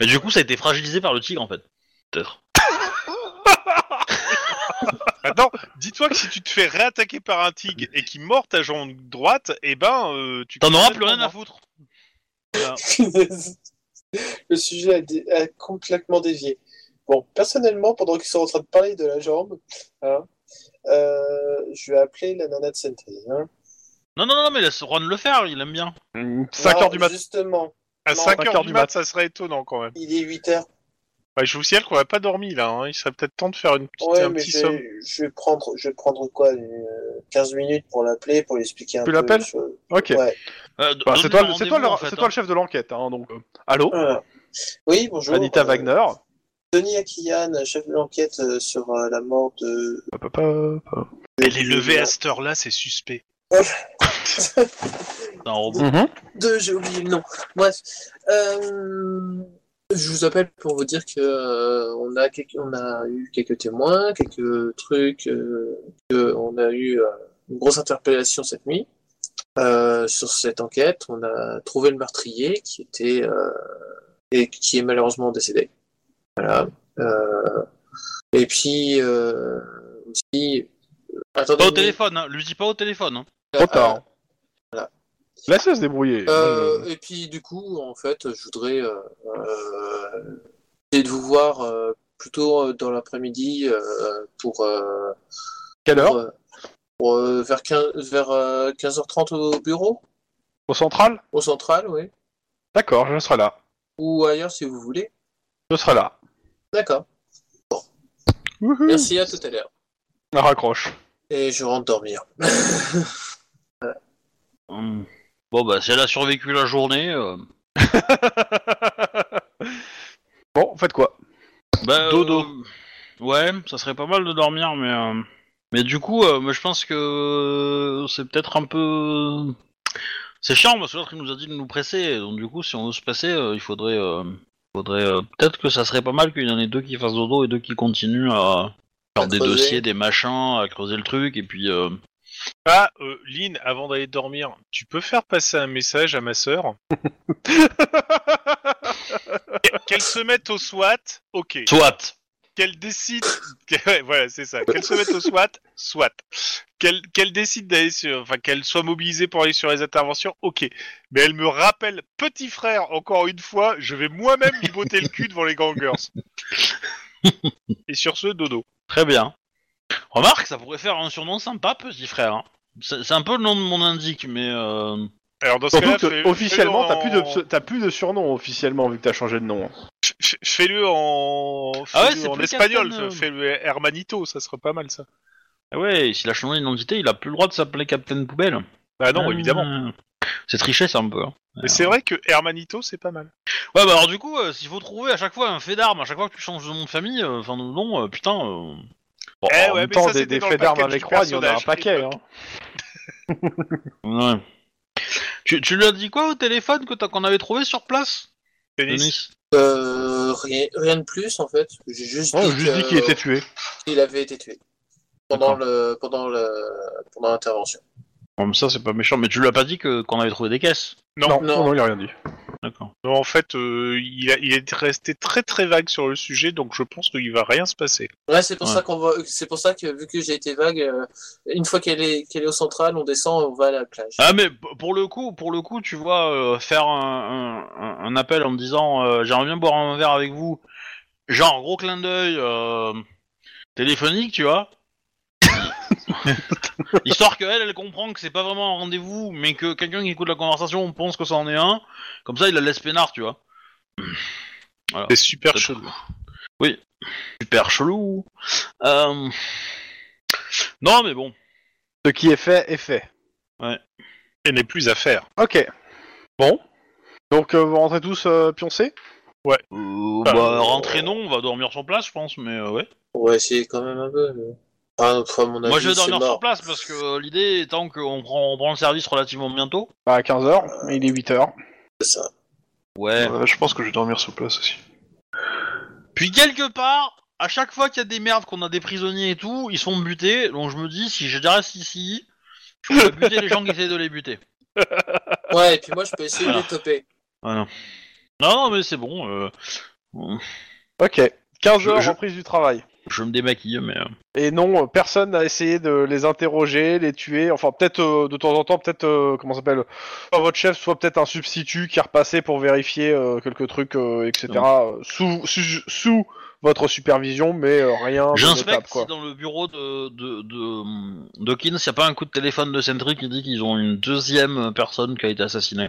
Mais du coup, ça a été fragilisé par le tigre en fait. Peut-être. Attends, dis-toi que si tu te fais réattaquer par un tigre et qu'il mord ta jambe droite, eh ben, euh, tu T'en auras plus rien à foutre. (laughs) Le sujet a, dé- a complètement dévié. Bon, personnellement, pendant qu'ils sont en train de parler de la jambe, hein, euh, je vais appeler la nana de Sentry. Hein. Non, non, non, mais laisse Ron le faire, il aime bien. 5 Non, Mmh, heures du matin. Justement, À 5 Non, cinq heures heures du du mat, mat. ça serait étonnant quand même. il est 8 heures. Bah, je vous signale qu'on a pas dormi là, hein. il serait peut-être temps de faire une petite, Ouais, un mais petit je somme. vais, je vais prendre, je vais prendre quoi euh, 15 minutes pour l'appeler, pour lui expliquer un Tu peu. l'appelles les choses. Ok. Ouais. Euh, d- Bah, c'est toi, donne-lui c'est un toi, le, rendez-vous, en c'est fait, toi le chef de l'enquête, hein, donc. euh, allô Voilà. Oui, bonjour. Anita Euh, Wagner. Denis Akian, chef de l'enquête euh, sur euh, la mort de. Pa, pa, pa, pa. Elle est levée à cette heure-là, c'est suspect. hein. C'est un robot. Deux, j'ai oublié le nom. Bref, euh, je vous appelle pour vous dire que euh, on a quelques- on a eu quelques témoins, quelques trucs, euh, que on a eu euh, une grosse interpellation cette nuit euh, sur cette enquête. On a trouvé le meurtrier qui était euh, et qui est malheureusement décédé. Voilà. Euh, et puis euh, aussi, euh, attendez, euh, Pas au mais- téléphone, hein. lui dis pas au téléphone. hein. Trop tard. voilà. Laissez se débrouiller. Euh, Moi, et puis du coup, en fait, je voudrais euh, euh, essayer de vous voir euh, plutôt euh, dans l'après-midi euh, pour, euh, je- Quelle heure pour, euh, pour, euh, vers 15, vers euh, 15h30 au bureau, Au central au central, oui, D'accord, je serai là. ou ailleurs si vous voulez. Je serai là. D'accord. Wouhou. Merci à tout à l'heure. On raccroche. Et je rentre dormir. Hum. Bon bah si elle a survécu la journée, euh, (laughs) Bon, faites quoi bah, euh, Dodo. ouais, ça serait pas mal de dormir, mais euh, mais du coup, euh, moi, je pense que c'est peut-être un peu euh, c'est chiant parce que l'autre il nous a dit de nous presser, donc du coup si on veut se passer, il faudrait euh, faudrait euh, peut-être que ça serait pas mal qu'il y en ait deux qui fassent dodo et deux qui continuent à faire À des creuser. dossiers, des machins, à creuser le truc et puis euh, Ah, euh, Lynn, avant d'aller dormir, tu peux faire passer un message à ma sœur (laughs) Qu'elle se mette au SWAT, ok. soit. Qu'elle décide... (laughs) que- ouais, voilà, c'est ça. Qu'elle se mette au SWAT, SWAT. Qu'elle qu'elle décide d'aller sur... Enfin, qu'elle soit mobilisée pour aller sur les interventions, ok. Mais elle me rappelle, petit frère, encore une fois, je vais moi-même lui botter le cul devant (laughs) les gangers. Et sur ce, dodo. Très bien. Remarque, ça pourrait faire un surnom sympa, petit frère. hein. C'est c'est un peu le nom de mon indique, mais euh, Alors dans ce Surtout cas-là, que, fais- officiellement, fais-le t'as en- plus, de pse- t'as plus de surnom officiellement vu que t'as changé de nom. hein. F- f- Fais-le en, Ah ouais, fais-le c'est en plus espagnol, Captain, euh. fais-le Hermanito, ça serait pas mal ça. ah ouais, s'il a changé d'identité, il a plus le droit de s'appeler Captain Poubelle. Bah non, évidemment. Euh, C'est triché, ça un peu. hein. Mais c'est vrai que Hermanito, c'est pas mal. Ouais, bah alors du coup, euh, s'il faut trouver à chaque fois un fait d'armes, à chaque fois que tu changes de nom de famille, euh, enfin de nom, euh, putain. euh, bon, Eh en ouais, en même mais temps, ça, des, c'était des dans le faits d'armes package avec du Roi, il y en a un personnage, paquet. époque. hein. ouais. Tu, tu lui as dit quoi au téléphone que t'as- qu'on avait trouvé sur place Denis. Denis Euh, rien, rien de plus en fait. J'ai juste Ouais, dit Oh, juste dit qu'il que- était tué. qu'il avait été tué pendant le pendant le pendant l'intervention. Comme ça, c'est pas méchant, mais tu lui as pas dit que- qu'on avait trouvé des caisses. Non, Non, non. non. non, il a rien dit. D'accord. en fait, euh, il, a- il est resté très très vague sur le sujet, donc je pense qu'il va rien se passer. Ouais, c'est pour Ouais. ça qu'on va, c'est pour ça que vu que j'ai été vague, euh, une fois qu'elle est qu'elle est au central, on descend, on va à la plage. Ah mais p- pour le coup, pour le coup, tu vois, euh, faire un, un- un- un appel en me disant euh, j'aimerais bien boire un verre avec vous, genre gros clin d'œil euh, téléphonique, tu (laughs) vois. Histoire que elle, elle comprend que c'est pas vraiment un rendez-vous, mais que quelqu'un qui écoute la conversation pense que ça en est un. Comme ça, il la laisse peinard, tu vois. C'est super Peut-être. chelou. Oui, super chelou. Euh, Non, mais bon. Ce qui est fait est fait. Il n'est plus à faire. Ok. Bon, Donc euh, vous rentrez tous euh, pioncés Euh, Bah, bah, rentrer non, on va dormir sur place, je pense, mais euh, ouais. On va essayer quand même un peu. mais- Ah, enfin, à mon avis, Moi, je vais c'est dormir sur mort. place parce que euh, l'idée étant qu'on prend, on prend le service relativement bientôt. à 15h, il est 8h. C'est ça. Ouais. Euh, je pense que je vais dormir sur place aussi. Puis quelque part, à chaque fois qu'il y a des merdes, qu'on a des prisonniers et tout, ils sont butés. Donc je me dis, si je reste ici, je (laughs) peux buter les gens qui essaient de les buter. Ouais, et puis moi, je peux essayer de Voilà. les toper. Non, non, mais c'est bon. euh, Ok. 15h, Je- je- reprise du travail. je me démaquille, mais. euh, Et non, euh, personne n'a essayé de les interroger, les tuer. Enfin, peut-être euh, de temps en temps, peut-être, euh, comment ça s'appelle Soit votre chef, soit peut-être un substitut qui est repassé pour vérifier euh, quelques trucs, euh, etc. euh, sous, sous, sous votre supervision, mais euh, rien Oh, de notable, J'inspecte quoi. si dans le bureau de, de, de, de Kins, y a pas un coup de téléphone de Sentry qui dit qu'ils ont une deuxième personne qui a été assassinée.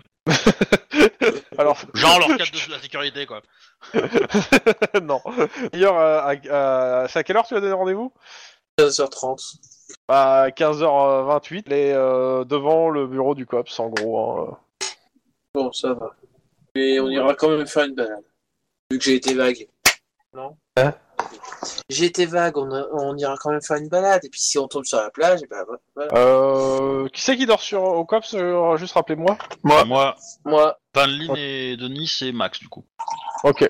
Alors, (laughs) Genre (laughs) leur cadre de la sécurité, quoi. non. D'ailleurs, euh, à- à- c'est à quelle heure tu as donné rendez-vous 15h30. À 15h28, les, euh, devant le bureau du COPS, en gros. hein. Bon, ça va. Mais on ira quand même faire une balade. Vu que j'ai été vague. Non Hein J'ai été vague, on, a- on ira quand même faire une balade. Et puis si on tombe sur la plage, et ben voilà. Euh, qui c'est qui dort sur, au COPS euh, Juste rappelez-moi. Moi, Moi, Moi, Panlin et Denis, c'est Max, du coup. Ok.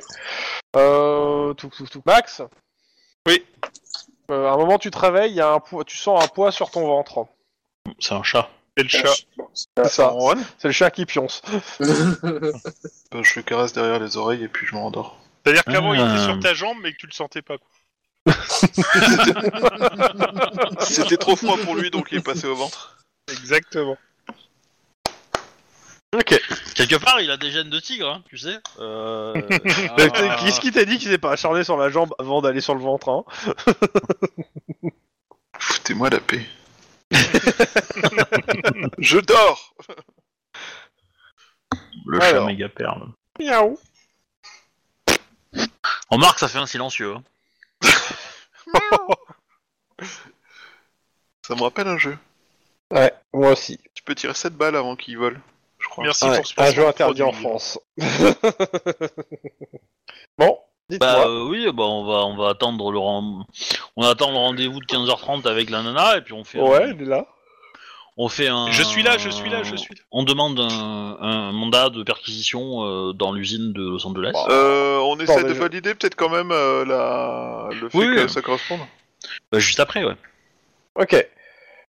Euh, tout, tout, tout. Max Oui. Euh, à un moment, tu te réveilles, il y a un poids, tu sens un poids sur ton ventre. C'est un chat. Et le chat. (laughs) C'est ça. Juan C'est le chat qui pionce. Bah, Je le caresse derrière les oreilles et puis je me rendors. C'est-à-dire qu'avant, il était Ah. sur ta jambe, mais que tu le sentais pas. Quoi. Ah. C'était trop froid pour lui, donc il est passé au ventre. Exactement. Ok. Quelque part, il a des gènes de tigre, hein, tu sais. (laughs) Euh... Qu'est-ce qui- ce qui t'a dit qu'il s'est pas acharné sur la jambe avant d'aller sur le ventre hein Foutez-moi la paix. (laughs) je dors Le Alors. chat méga perle. Miaou. Remarque, ça fait un silencieux. hein. Ça me rappelle un jeu. Ouais, moi aussi. Tu peux tirer 7 balles avant qu'il vole, je crois. Merci Ouais, pour ce un placement jeu de interdit en produit. France. (laughs) bon, Bah dites-moi. euh, oui, bah on va on va attendre le ren- on attend le rendez-vous de 15h30 avec la nana et puis on fait un- ouais, il est là. on fait un Je suis là, je suis là, je suis là. On demande un, un mandat de perquisition euh, dans l'usine de Los Angeles. Bah, Euh, on Bon, essaie bah, de je- valider peut-être quand même euh, la... le fait Oui, que oui. ça corresponde. Bah, juste après, ouais. Ok.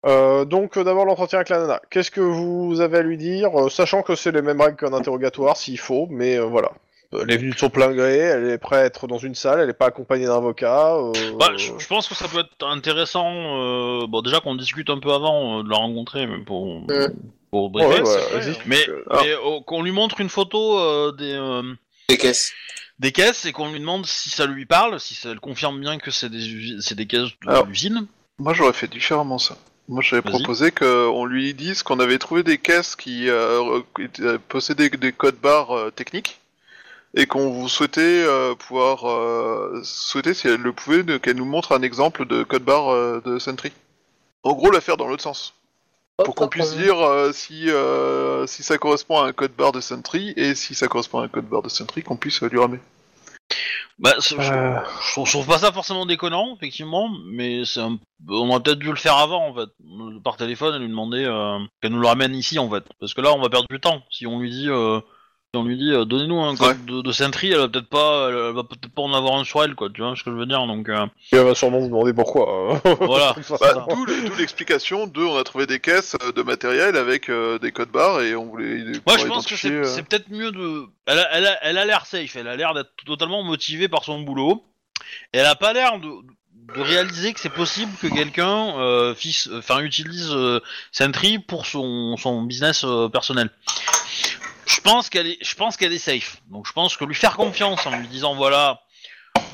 Euh, donc euh, d'abord l'entretien avec la nana. Qu'est-ce que vous avez à lui dire, euh, sachant que c'est les mêmes règles qu'un interrogatoire s'il faut, mais euh, voilà. Euh, Elle est venue de son plein gré, elle est prête à être dans une salle, elle n'est pas accompagnée d'un avocat. euh, Bah, je, je pense que ça peut être intéressant. euh, bon, déjà qu'on discute un peu avant euh, de la rencontrer, mais pour Ouais. pour Euh, ouais, briefer. ouais, c'est vas-y. vrai, hein. Mais, Euh, mais, oh, qu'on lui montre une photo euh, des euh, les caisses. des caisses et qu'on lui demande si ça lui parle, si ça le confirme bien que c'est des usi- c'est des caisses de Alors. l'usine. Moi, j'aurais fait différemment ça. Moi, j'avais Vas-y. proposé qu'on lui dise qu'on avait trouvé des caisses qui euh, euh, possédaient des codes barres euh, techniques et qu'on vous souhaitait euh, pouvoir euh, souhaiter, si elle le pouvait, de- qu'elle nous montre un exemple de code barre euh, de Sentry. En gros, la faire dans l'autre sens. Pour Hop, qu'on hop, puisse hop. dire euh, si, euh, si ça correspond à un code barre de Sentry et si ça correspond à un code barre de Sentry, qu'on puisse euh, lui ramener. Bah, c'est- je, Euh. je trouve- je trouve pas ça forcément déconnant, effectivement, mais c'est un- on aurait peut-être dû le faire avant, en fait, euh, par téléphone, et lui demander euh, qu'elle nous le ramène ici, en fait, parce que là, on va perdre du temps. Si on lui dit, euh, si on lui dit, euh, donnez-nous un code de, de Sentry, elle va peut-être pas, elle, va peut-être pas en avoir un sur elle, quoi. Tu vois ce que je veux dire Donc euh, Et elle va sûrement vous demander pourquoi. euh. (laughs) voilà. Ça, Bah, ça. d'où Hmm. le- d'où l'explication de on a trouvé des caisses euh, de matériel avec euh, des codes barres et on voulait. Moi, pouvoir je pense que identifier, c'est euh, c'est peut-être mieux de. Elle a, elle a- elle a l'air safe, elle a l'air d'être totalement motivée par son boulot. Et elle a pas l'air de, de réaliser que c'est possible que quelqu'un euh, fixe- enfin, utilise euh, Sentry pour son, son business euh, personnel. Je pense qu'elle est, je pense qu'elle est safe. Donc, je pense que lui faire confiance en lui disant voilà,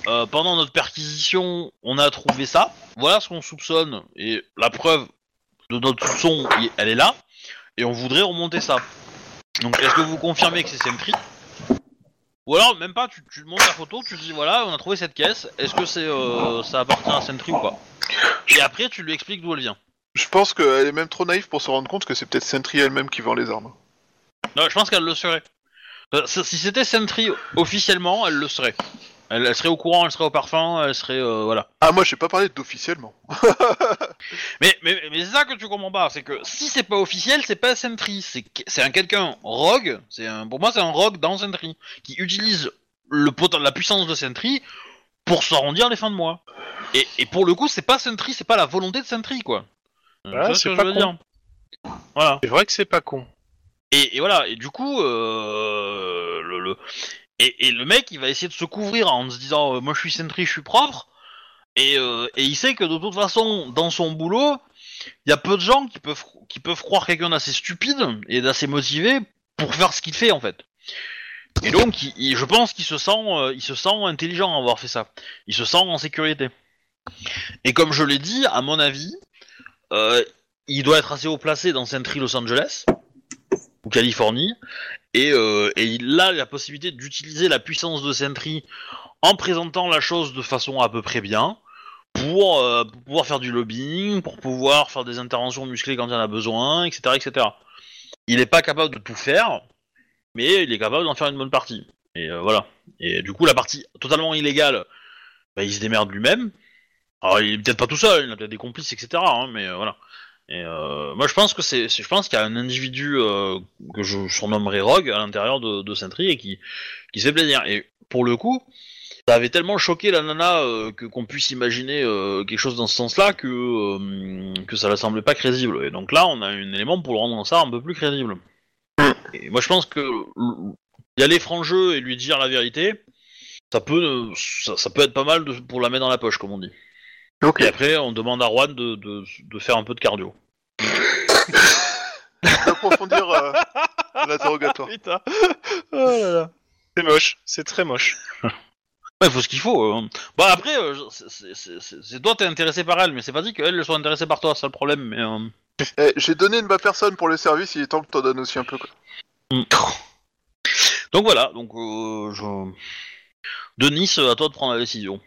euh, pendant notre perquisition, on a trouvé ça. Voilà ce qu'on soupçonne et la preuve de notre soupçon, y- elle est là. Et on voudrait remonter ça. Donc est-ce que vous confirmez que c'est Sentry Ou alors même pas, tu, tu montes la photo, tu dis voilà, on a trouvé cette caisse, est-ce que c'est euh, ça appartient à Sentry ou pas Et après tu lui expliques d'où elle vient. Je pense qu'elle est même trop naïve pour se rendre compte que c'est peut-être Sentry elle-même qui vend les armes. Non, je pense qu'elle le serait. Euh, Si c'était Sentry officiellement, elle le serait. Elle, elle serait au courant, elle serait au parfum, elle serait euh, voilà. Ah, moi, j'ai pas parlé d'officiellement. Mais, mais, mais c'est ça que tu comprends pas, c'est que si c'est pas officiel, c'est pas Sentry, c'est que- c'est un quelqu'un rogue, c'est un, pour moi c'est un rogue dans Sentry, qui utilise le poten- la puissance de Sentry pour s'arrondir les fins de mois. Et, et pour le coup, c'est pas Sentry, c'est pas la volonté de Sentry, quoi. Euh, Ah, tu vois ce c'est que je pas veux con. dire. Voilà. C'est vrai que c'est pas con. Et, et voilà, et du coup, euh, le, le- Et, et le mec, il va essayer de se couvrir en se disant euh, Moi je suis Sentry, je suis propre. Et, euh, et il sait que de toute façon, dans son boulot, il y a peu de gens qui peuvent, qui peuvent croire quelqu'un d'assez stupide et d'assez motivé pour faire ce qu'il fait en fait. Et donc, il- il- je pense qu'il se, sent, euh, il se sent intelligent à avoir fait ça. Il se sent en sécurité. Et comme je l'ai dit, à mon avis, euh, il doit être assez haut placé dans Sentry Los Angeles ou Californie. Et, euh, et il a la possibilité d'utiliser la puissance de Sentry en présentant la chose de façon à peu près bien pour, euh, pour pouvoir faire du lobbying, pour pouvoir faire des interventions musclées quand il y en a besoin, etc. etc. Il n'est pas capable de tout faire, mais il est capable d'en faire une bonne partie. Et euh, voilà. Et du coup, la partie totalement illégale, bah, il se démerde lui-même. Alors, il est peut-être pas tout seul, il a peut-être des complices, etc. hein, mais euh, voilà. Et euh, moi, je pense que c'est, c'est- je pense qu'il y a un individu euh, que je surnommerais Rogue à l'intérieur de, de Sentry et qui, qui se fait plaisir. Et pour le coup, ça avait tellement choqué la nana euh, que qu'on puisse imaginer euh, quelque chose dans ce sens-là que euh, que ça la semblait pas crédible. Et donc là, on a un élément pour rendre ça un peu plus crédible. Et moi, je pense que l- y aller franc jeu et lui dire la vérité, ça peut, euh, ça, ça peut être pas mal de, pour la mettre dans la poche, comme on dit. Ok. Et après, on demande à Juan de, de, de faire un peu de cardio. (laughs) D'approfondir euh, l'interrogatoire. Putain. (laughs) Oh C'est moche, c'est très moche. Ouais, faut ce qu'il faut. euh. Bah après, euh, je- c'est- c'est c'est- c'est- toi t'es intéressé par elle, mais c'est pas dit qu'elle elle soit intéressée par toi, c'est ça le problème. Mais euh, Eh, j'ai donné de ma personne pour le service, il est temps que t'en donnes aussi un peu. Quoi. hmm. donc voilà, donc euh, je... Denis, euh, à toi de prendre la décision.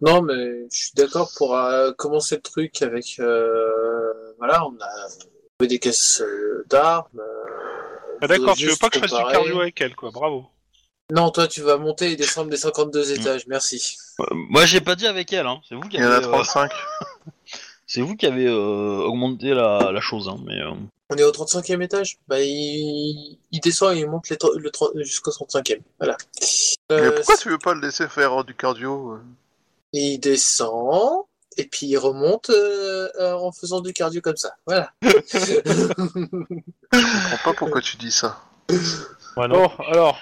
Non, mais je suis d'accord pour euh, commencer le truc avec. euh, voilà, on a trouvé des caisses euh, d'armes. euh, Ah, D'accord, faut tu veux juste pas que je fasse du comparer. cardio avec elle, quoi. Bravo. Non, toi, tu vas monter et descendre des 52 Mm. étages, merci. Euh, moi j'ai pas dit avec elle, hein. c'est vous qui Il y en a avez, euh, 35. c'est vous qui avez euh, augmenté la, la chose, hein, mais euh, On est au 35e étage Bah, il, il descend et il monte les tro- le tro- jusqu'au 35e. Voilà. Mais Euh, pourquoi tu veux pas le laisser faire euh, du cardio euh Il descend et puis il remonte euh, euh, en faisant du cardio comme ça. (laughs) Voilà. Je comprends pas pourquoi tu dis ça. Ouais, non. Bon, alors,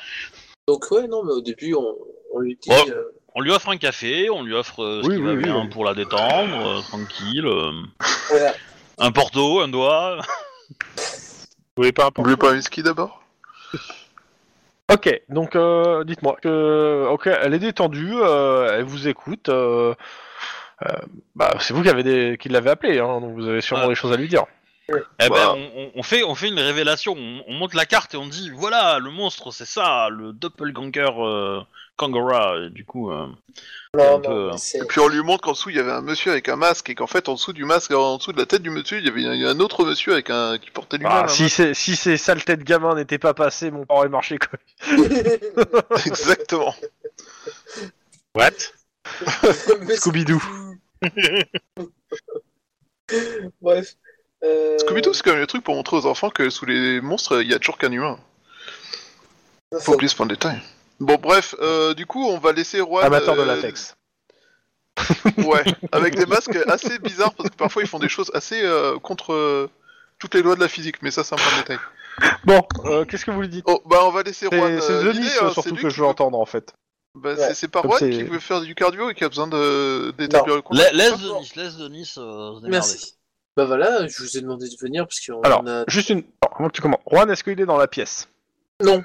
Donc, ouais, non, mais au début, on, on lui dit. Ouais. euh, on lui offre un café, on lui offre euh, ce Oui, qui oui, va oui, bien oui. pour la détendre, euh, tranquille, euh, voilà. un porto, un doigt. Vous voulez pas un Oublie pas un whisky d'abord ok, donc euh, dites-moi, que, ok, elle est détendue, euh, elle vous écoute, euh, euh, bah, c'est vous qui, avez des, qui l'avez appelée, hein, donc vous avez sûrement Ah. des choses à lui dire. Eh ben, Bah. on, on- on fait, on fait une révélation. On, on monte la carte et on dit voilà, le monstre, c'est ça, le doppelganger euh, Kangara. Et du coup, euh, Non, un peu, non, mais hein. c'est- Et puis on lui montre qu'en dessous il y avait un monsieur avec un masque et qu'en fait en dessous du masque, en dessous de la tête du monsieur, il y avait il y a un autre monsieur avec un qui portait lui-même. Ah, un si, ces, si ces saletés de gamins n'étaient pas passés, mon père aurait marché quoi. Bah. masque. (laughs) Exactement. What Mais (laughs) c'est- Scooby-Doo. (laughs) Bref. Euh, Scooby-Doo, c'est quand même le truc pour montrer aux enfants que sous les monstres, il y a toujours qu'un humain. Faut oublier ce point de détail. Bon, bref, euh, du coup, on va laisser Juan. Amateur de euh, latex. (laughs) Ouais, avec des masques assez bizarres parce que parfois ils font des choses assez euh, contre euh, toutes les lois de la physique, mais ça, c'est un point de détail. Bon, euh, qu'est-ce que vous lui dites Oh, bah, on va laisser C'est Juan. c'est euh, Denis l'idée, hein, c'est surtout lui que qui je veux veut- entendre en fait. Bah, Ouais. c'est- C'est pas Comme Juan c'est- qui veut faire du cardio et qui a besoin de- d'établir le contact. la- laisse d'accord. Denis, laisse Denis euh, se démerder. Merci. Bah voilà, je vous ai demandé de venir parce qu'on Alors, a. juste une. Alors, avant que tu commences, Juan, est-ce qu'il est dans la pièce Non.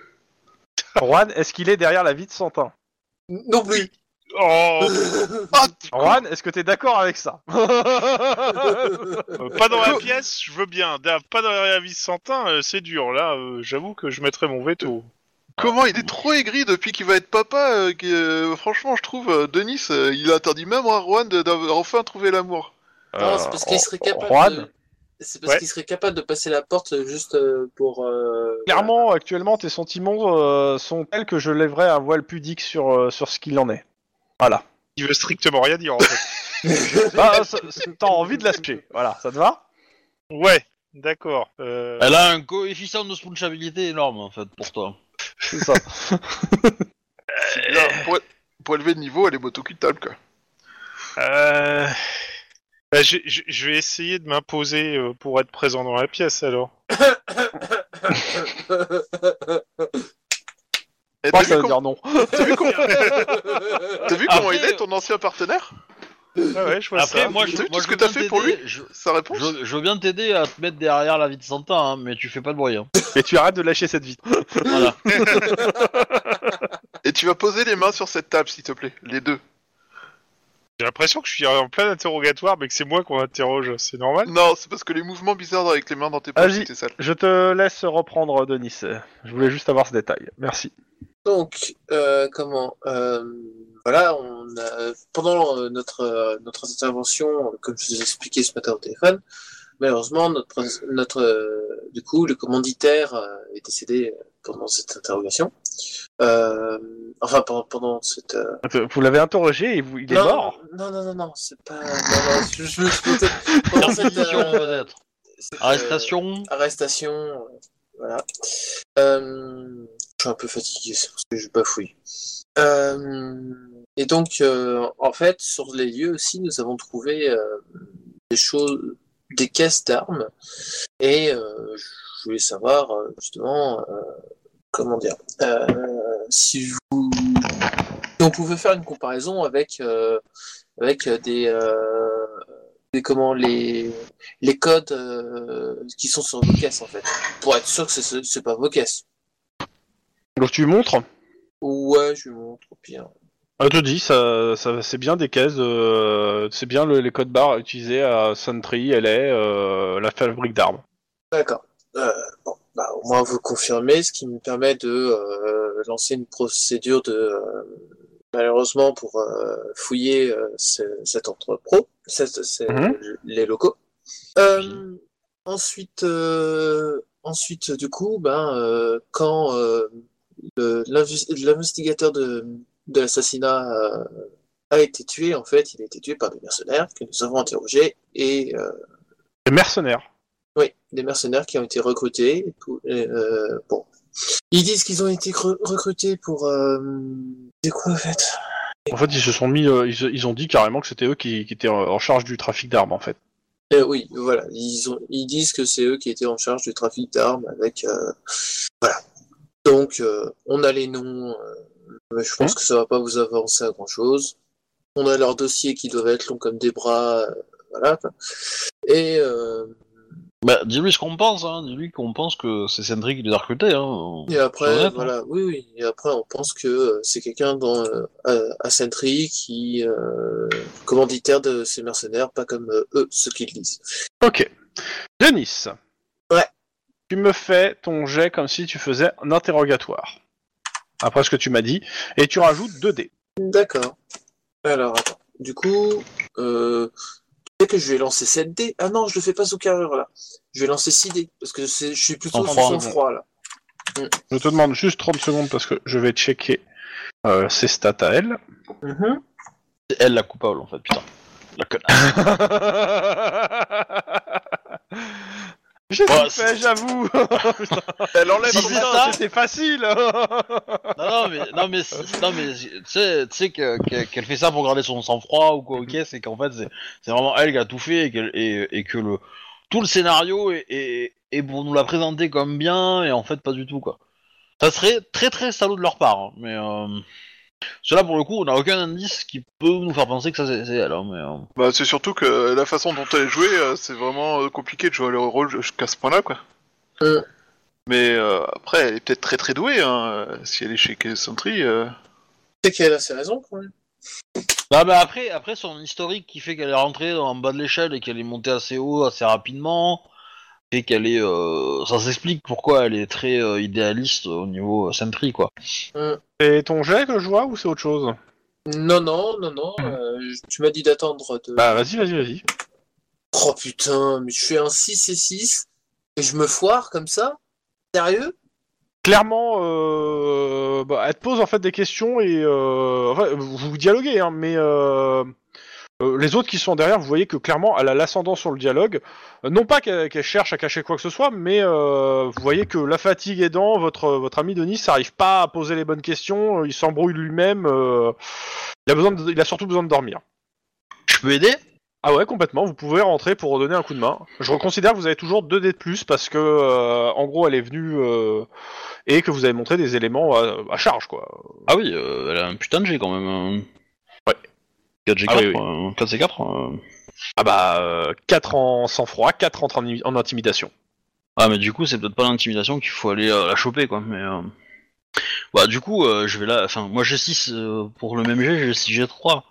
Juan, est-ce qu'il est derrière la vie de Santin Non plus. Euh, Oh Ah, Juan, est-ce que t'es d'accord avec ça (laughs) (laughs) euh, Pas dans la pièce, je veux bien. Da- Pas dans la vie Santin, euh, c'est dur. Là, euh, j'avoue que je mettrais mon veto. Comment il est trop aigri depuis qu'il va être papa. euh, que, euh, franchement, je trouve, euh, Denis, euh, il interdit même à Juan de- d'avoir enfin trouvé l'amour. Non, c'est parce qu'il serait capable. Juan de- C'est parce Ouais. qu'il serait capable de passer la porte juste euh, pour. euh, (laughs) Clairement, actuellement, tes sentiments euh, sont tels que je lèverais un voile pudique sur, euh, sur ce qu'il en (laughs) est. Voilà. Il veut strictement rien dire en fait. Bah, ça- ça- T'as envie de l'aspirer. Voilà, ça te va ouais, d'accord. Euh, Elle a un coefficient de sponchabilité énorme en fait pour toi. C'est ça. C'est bien. Pour, pour élever le niveau, elle est motocuttable, quoi. euh, bah, je, je- je vais essayer de m'imposer euh, pour être présent dans la pièce alors. Eh, Moi, T'as ça vu, veut dire comment- non. t'as vu comment, t'as vu comment Après- il est, ton ancien partenaire Ah ouais, je vois Après, ça. moi, je, T'as vu moi, tout ce je que veux t'as bien fait pour t'aider, je, Sa réponse je- je veux bien t'aider à te mettre derrière la vie de Santa, hein, mais tu fais pas de bruit. hein. Et tu arrêtes de lâcher cette vie. Voilà. Et tu vas poser les mains sur cette table, s'il te plaît. Les deux. J'ai l'impression que je suis en plein interrogatoire, mais que c'est moi qu'on interroge. C'est normal. Non, c'est parce que les mouvements bizarres avec les mains dans tes poches, Vas-y. c'était sale. Je te laisse reprendre, Denis. Je voulais juste avoir ce détail. Merci. Donc, euh, comment euh, Voilà, on a, pendant euh, notre, euh, notre intervention, euh, comme je vous ai expliqué ce matin au téléphone, malheureusement, notre, pres- notre, euh, du coup, le commanditaire euh, est décédé pendant cette interrogation. Euh, enfin, pendant, pendant cette. euh, Attends, Vous l'avez interrogé et vous- il est non, mort. Non, non, non, non, c'est pas. Non, non, je, je, je- peut-être- pendant cette, Perquisition, euh, peut-être. cette, euh, Arrestation. arrestation, euh, voilà. Euh, je suis un peu fatigué, c'est parce que je bafouille. Euh, et donc, euh, en fait, sur les lieux aussi, nous avons trouvé euh, des choses, des caisses d'armes. Et euh, je voulais savoir, euh, justement, euh, comment dire, euh, si vous... si on pouvait faire une comparaison avec, euh, avec euh, des... euh, des comment les les codes euh, qui sont sur vos caisses en fait pour être sûr que c'est c'est pas vos caisses Donc tu lui montres. ouais je lui montre au pire Ah, te dis, ça, ça, c'est bien des caisses, euh, c'est bien le- les codes barres utilisés à Sentry, LA, euh, la fabrique d'armes. d'accord euh, bon bah au moins vous confirmez ce qui me permet de euh, lancer une procédure de euh, malheureusement pour euh, fouiller euh, ce- cet entrepôt cette- c'est- Mhm. les locaux Euh, ensuite euh, ensuite du coup ben euh, quand euh, le- l'investi- l'investigateur de, de l'assassinat euh, a été tué, en fait, il a été tué par des mercenaires que nous avons interrogés et euh, Les mercenaires. oui, des mercenaires qui ont été recrutés. pour- euh, bon, ils disent qu'ils ont été cre- recrutés pour euh, c'est quoi en fait En fait, ils se sont mis, euh, ils, se- ils ont dit carrément que c'était eux qui, qui étaient en en charge du trafic d'armes, en fait. Euh, Oui, voilà, ils ont, ils disent que c'est eux qui étaient en charge du trafic d'armes avec euh, voilà. Donc, euh, on a les noms, euh, mais je pense que ça va pas vous avancer à grand chose. On a leurs dossiers qui doivent être longs comme des bras, euh, voilà. quoi. Et euh, Bah, dis-lui ce qu'on pense. Hein. Dis-lui qu'on pense que c'est Sentry qui les a recrutés. Hein. Et après, C'est honnête, hein. voilà, oui, oui. Et après, on pense que euh, c'est quelqu'un dans euh, à- à Sentry qui euh, commanditaire de ces mercenaires, pas comme euh, eux, ceux qui le disent. Ok. Denis. Ouais. Tu me fais ton jet comme si tu faisais un interrogatoire. Après ce que tu m'as dit. Et tu rajoutes 2 dés. D'accord. Alors, attends. Du coup, euh, peut-être que je vais lancer 7 dés. Ah non, je le fais pas sous carrure là. Je vais lancer 6 dés parce que c'est, je suis plutôt Sang-froid, sous froid là. Je te demande juste 30 secondes parce que je vais checker euh, ses stats à (laughs) elle. C'est elle la coupable en fait, putain. La connasse. Je Bah, l'ai fait, c'est- j'avoue. (laughs) Elle enlève Si son c'est main. ça, C'était facile. (laughs) non, non, mais, non, mais, c'est- non, mais tu sais, tu sais que- que- qu'elle fait ça pour garder son sang-froid ou quoi, ok, c'est qu'en fait, c'est- c'est vraiment elle qui a tout fait et, qu'elle- et, et que le, tout le scénario est, est- est pour nous la présenter comme bien et en fait, pas du tout, quoi. Ça serait très très salaud de leur part, hein, mais euh, cela pour le coup, on n'a aucun indice qui peut nous faire penser que ça c'est c'est elle, hein, mais. euh, Bah, c'est surtout que la façon dont elle est jouée, euh, c'est vraiment euh, compliqué de jouer le rôle jusqu'à ce point-là, quoi. Euh. Mais euh, après, elle est peut-être très très douée, hein, euh, si elle est chez Sentry. euh. C'est qu'elle a ses raisons quand même. Non, mais Bah, après, après son historique qui fait qu'elle est rentrée en bas de l'échelle et qu'elle est montée assez haut assez rapidement, et qu'elle est. euh, ça s'explique pourquoi elle est très euh, idéaliste au niveau euh, Sentry, quoi. C'est ton jet que je vois ou c'est autre chose Non, non, non, non. euh, je- tu m'as dit d'attendre de. Bah vas-y, vas-y, vas-y. Oh putain, mais je fais un 6 et 6 et je me foire comme ça Sérieux Clairement, euh, bah, elle te pose en fait des questions et euh, enfin, vous vous dialoguez, hein, mais euh, euh, les autres qui sont derrière, vous voyez que clairement elle a l'ascendant sur le dialogue. Euh, Non pas qu'elle qu'elle cherche à cacher quoi que ce soit, mais euh, vous voyez que la fatigue aidant, votre, votre ami Denis n'arrive pas à poser les bonnes questions, euh, il s'embrouille lui-même, euh, il, a besoin de- il a surtout besoin de dormir. Je peux aider Ah ouais, complètement. Vous pouvez rentrer pour donner un coup de main. Je reconsidère que vous avez toujours deux dés de plus parce que, euh, en gros, elle est venue euh, et que vous avez montré des éléments à, à charge, quoi. Ah oui, euh, elle a un putain de G quand même. hein. Ouais. 4G4, Ah oui, oui. euh, 4C4. euh. Ah bah, 4 en sang-froid, 4 en, trani- en intimidation. Ah, mais du coup, c'est peut-être pas l'intimidation qu'il faut aller euh, la choper, quoi. Mais. euh, Bah, du coup, euh, je vais là. Enfin, moi j'ai 6 pour le même G, j'ai 6 G3.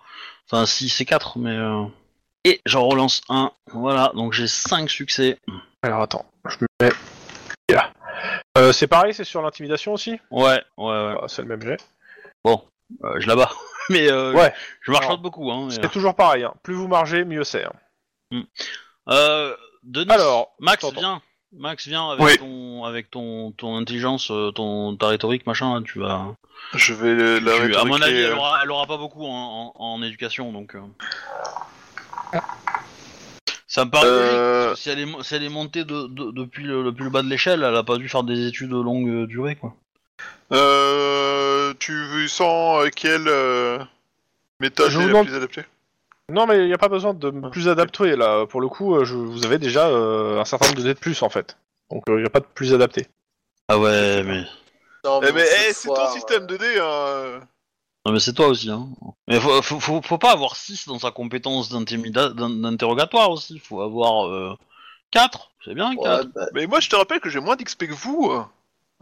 Enfin, 6 et 4, mais. euh, Et j'en relance un. Voilà, donc j'ai 5 succès. Alors attends, je me mets. Là. Euh, c'est pareil, c'est sur l'intimidation aussi Ouais, ouais, ouais. Bah, C'est le même jet. Euh, je la bats. (laughs) mais euh, Ouais. je marche Alors, beaucoup, hein. mais, C'est toujours pareil, hein. plus vous margez, mieux c'est. hein. Euh, Denis, Alors, Max, t'entends. viens. Max, viens avec, Oui. ton, avec ton, ton intelligence, euh, ton, ta rhétorique, machin, tu vas... Je vais le- la tu- à mon rétorquer, avis, elle euh, aura, elle aura pas beaucoup en, en- en éducation, donc... euh. Ça me paraît logique, euh, parce que si elle est, mo- si elle est montée de- de- depuis, le, depuis le bas de l'échelle, elle a pas dû faire des études de longue durée, quoi. euh, tu sens euh, quelle euh, méthode Je est vous la demande- plus adaptée Non, mais il n'y a pas besoin de me plus adapter là. Pour le coup, euh, je, vous avez déjà euh, un certain nombre de dés de plus en fait. Donc il n'y a pas de plus adapté. Ah ouais, mais... Oh, Non, Eh, mais on se eh, c'est ton foire, euh. système de dés. Hein. Non mais c'est toi aussi, hein. Mais faut, faut, faut, faut pas avoir 6 dans sa compétence d'intimida- d'in- d'interrogatoire aussi, faut avoir 4, c'est bien 4. euh, ouais, bah, Mais moi, je te rappelle que j'ai moins d'XP que vous. hein.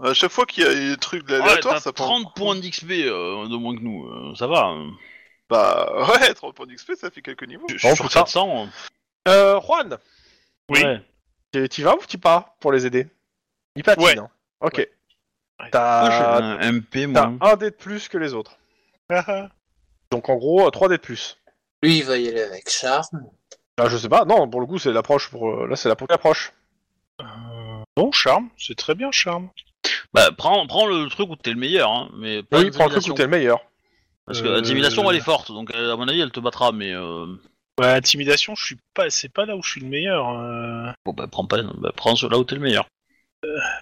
À chaque fois qu'il y a des trucs de Ouais, l'aléatoire, t'as ça prend. 30 points d'XP euh, de moins que nous, euh, ça va. euh. Bah (laughs) ouais, 30 points d'XP, ça fait quelques niveaux. Je je suis Oh, sur putain. 400. euh. Euh, Juan, Oui. Ouais. t'y t'y vas ou t'y pas pour les aider Il patine. Ouais. hein. Ok. Moi, je suis T'as un MP, t'as moi. un dé de plus que les autres. Ah, Donc en gros, euh, trois dés de plus. lui, il va y aller avec charme. Ah, je sais pas. Non, pour le coup, c'est l'approche pour euh, là, c'est la pour l'approche. Bon, charme, c'est très bien, charme. Bah, prends, prends le truc où t'es le meilleur, hein, mais pas Oui, prends le truc où intimidation. t'es le meilleur. Parce que Euh, l'intimidation, elle est forte, donc euh, à mon avis, elle te battra, mais... Euh... Ouais, intimidation, je suis pas, c'est pas là où je suis le meilleur. euh, Bon, bah, prends, pas... bah, prends là où t'es le meilleur.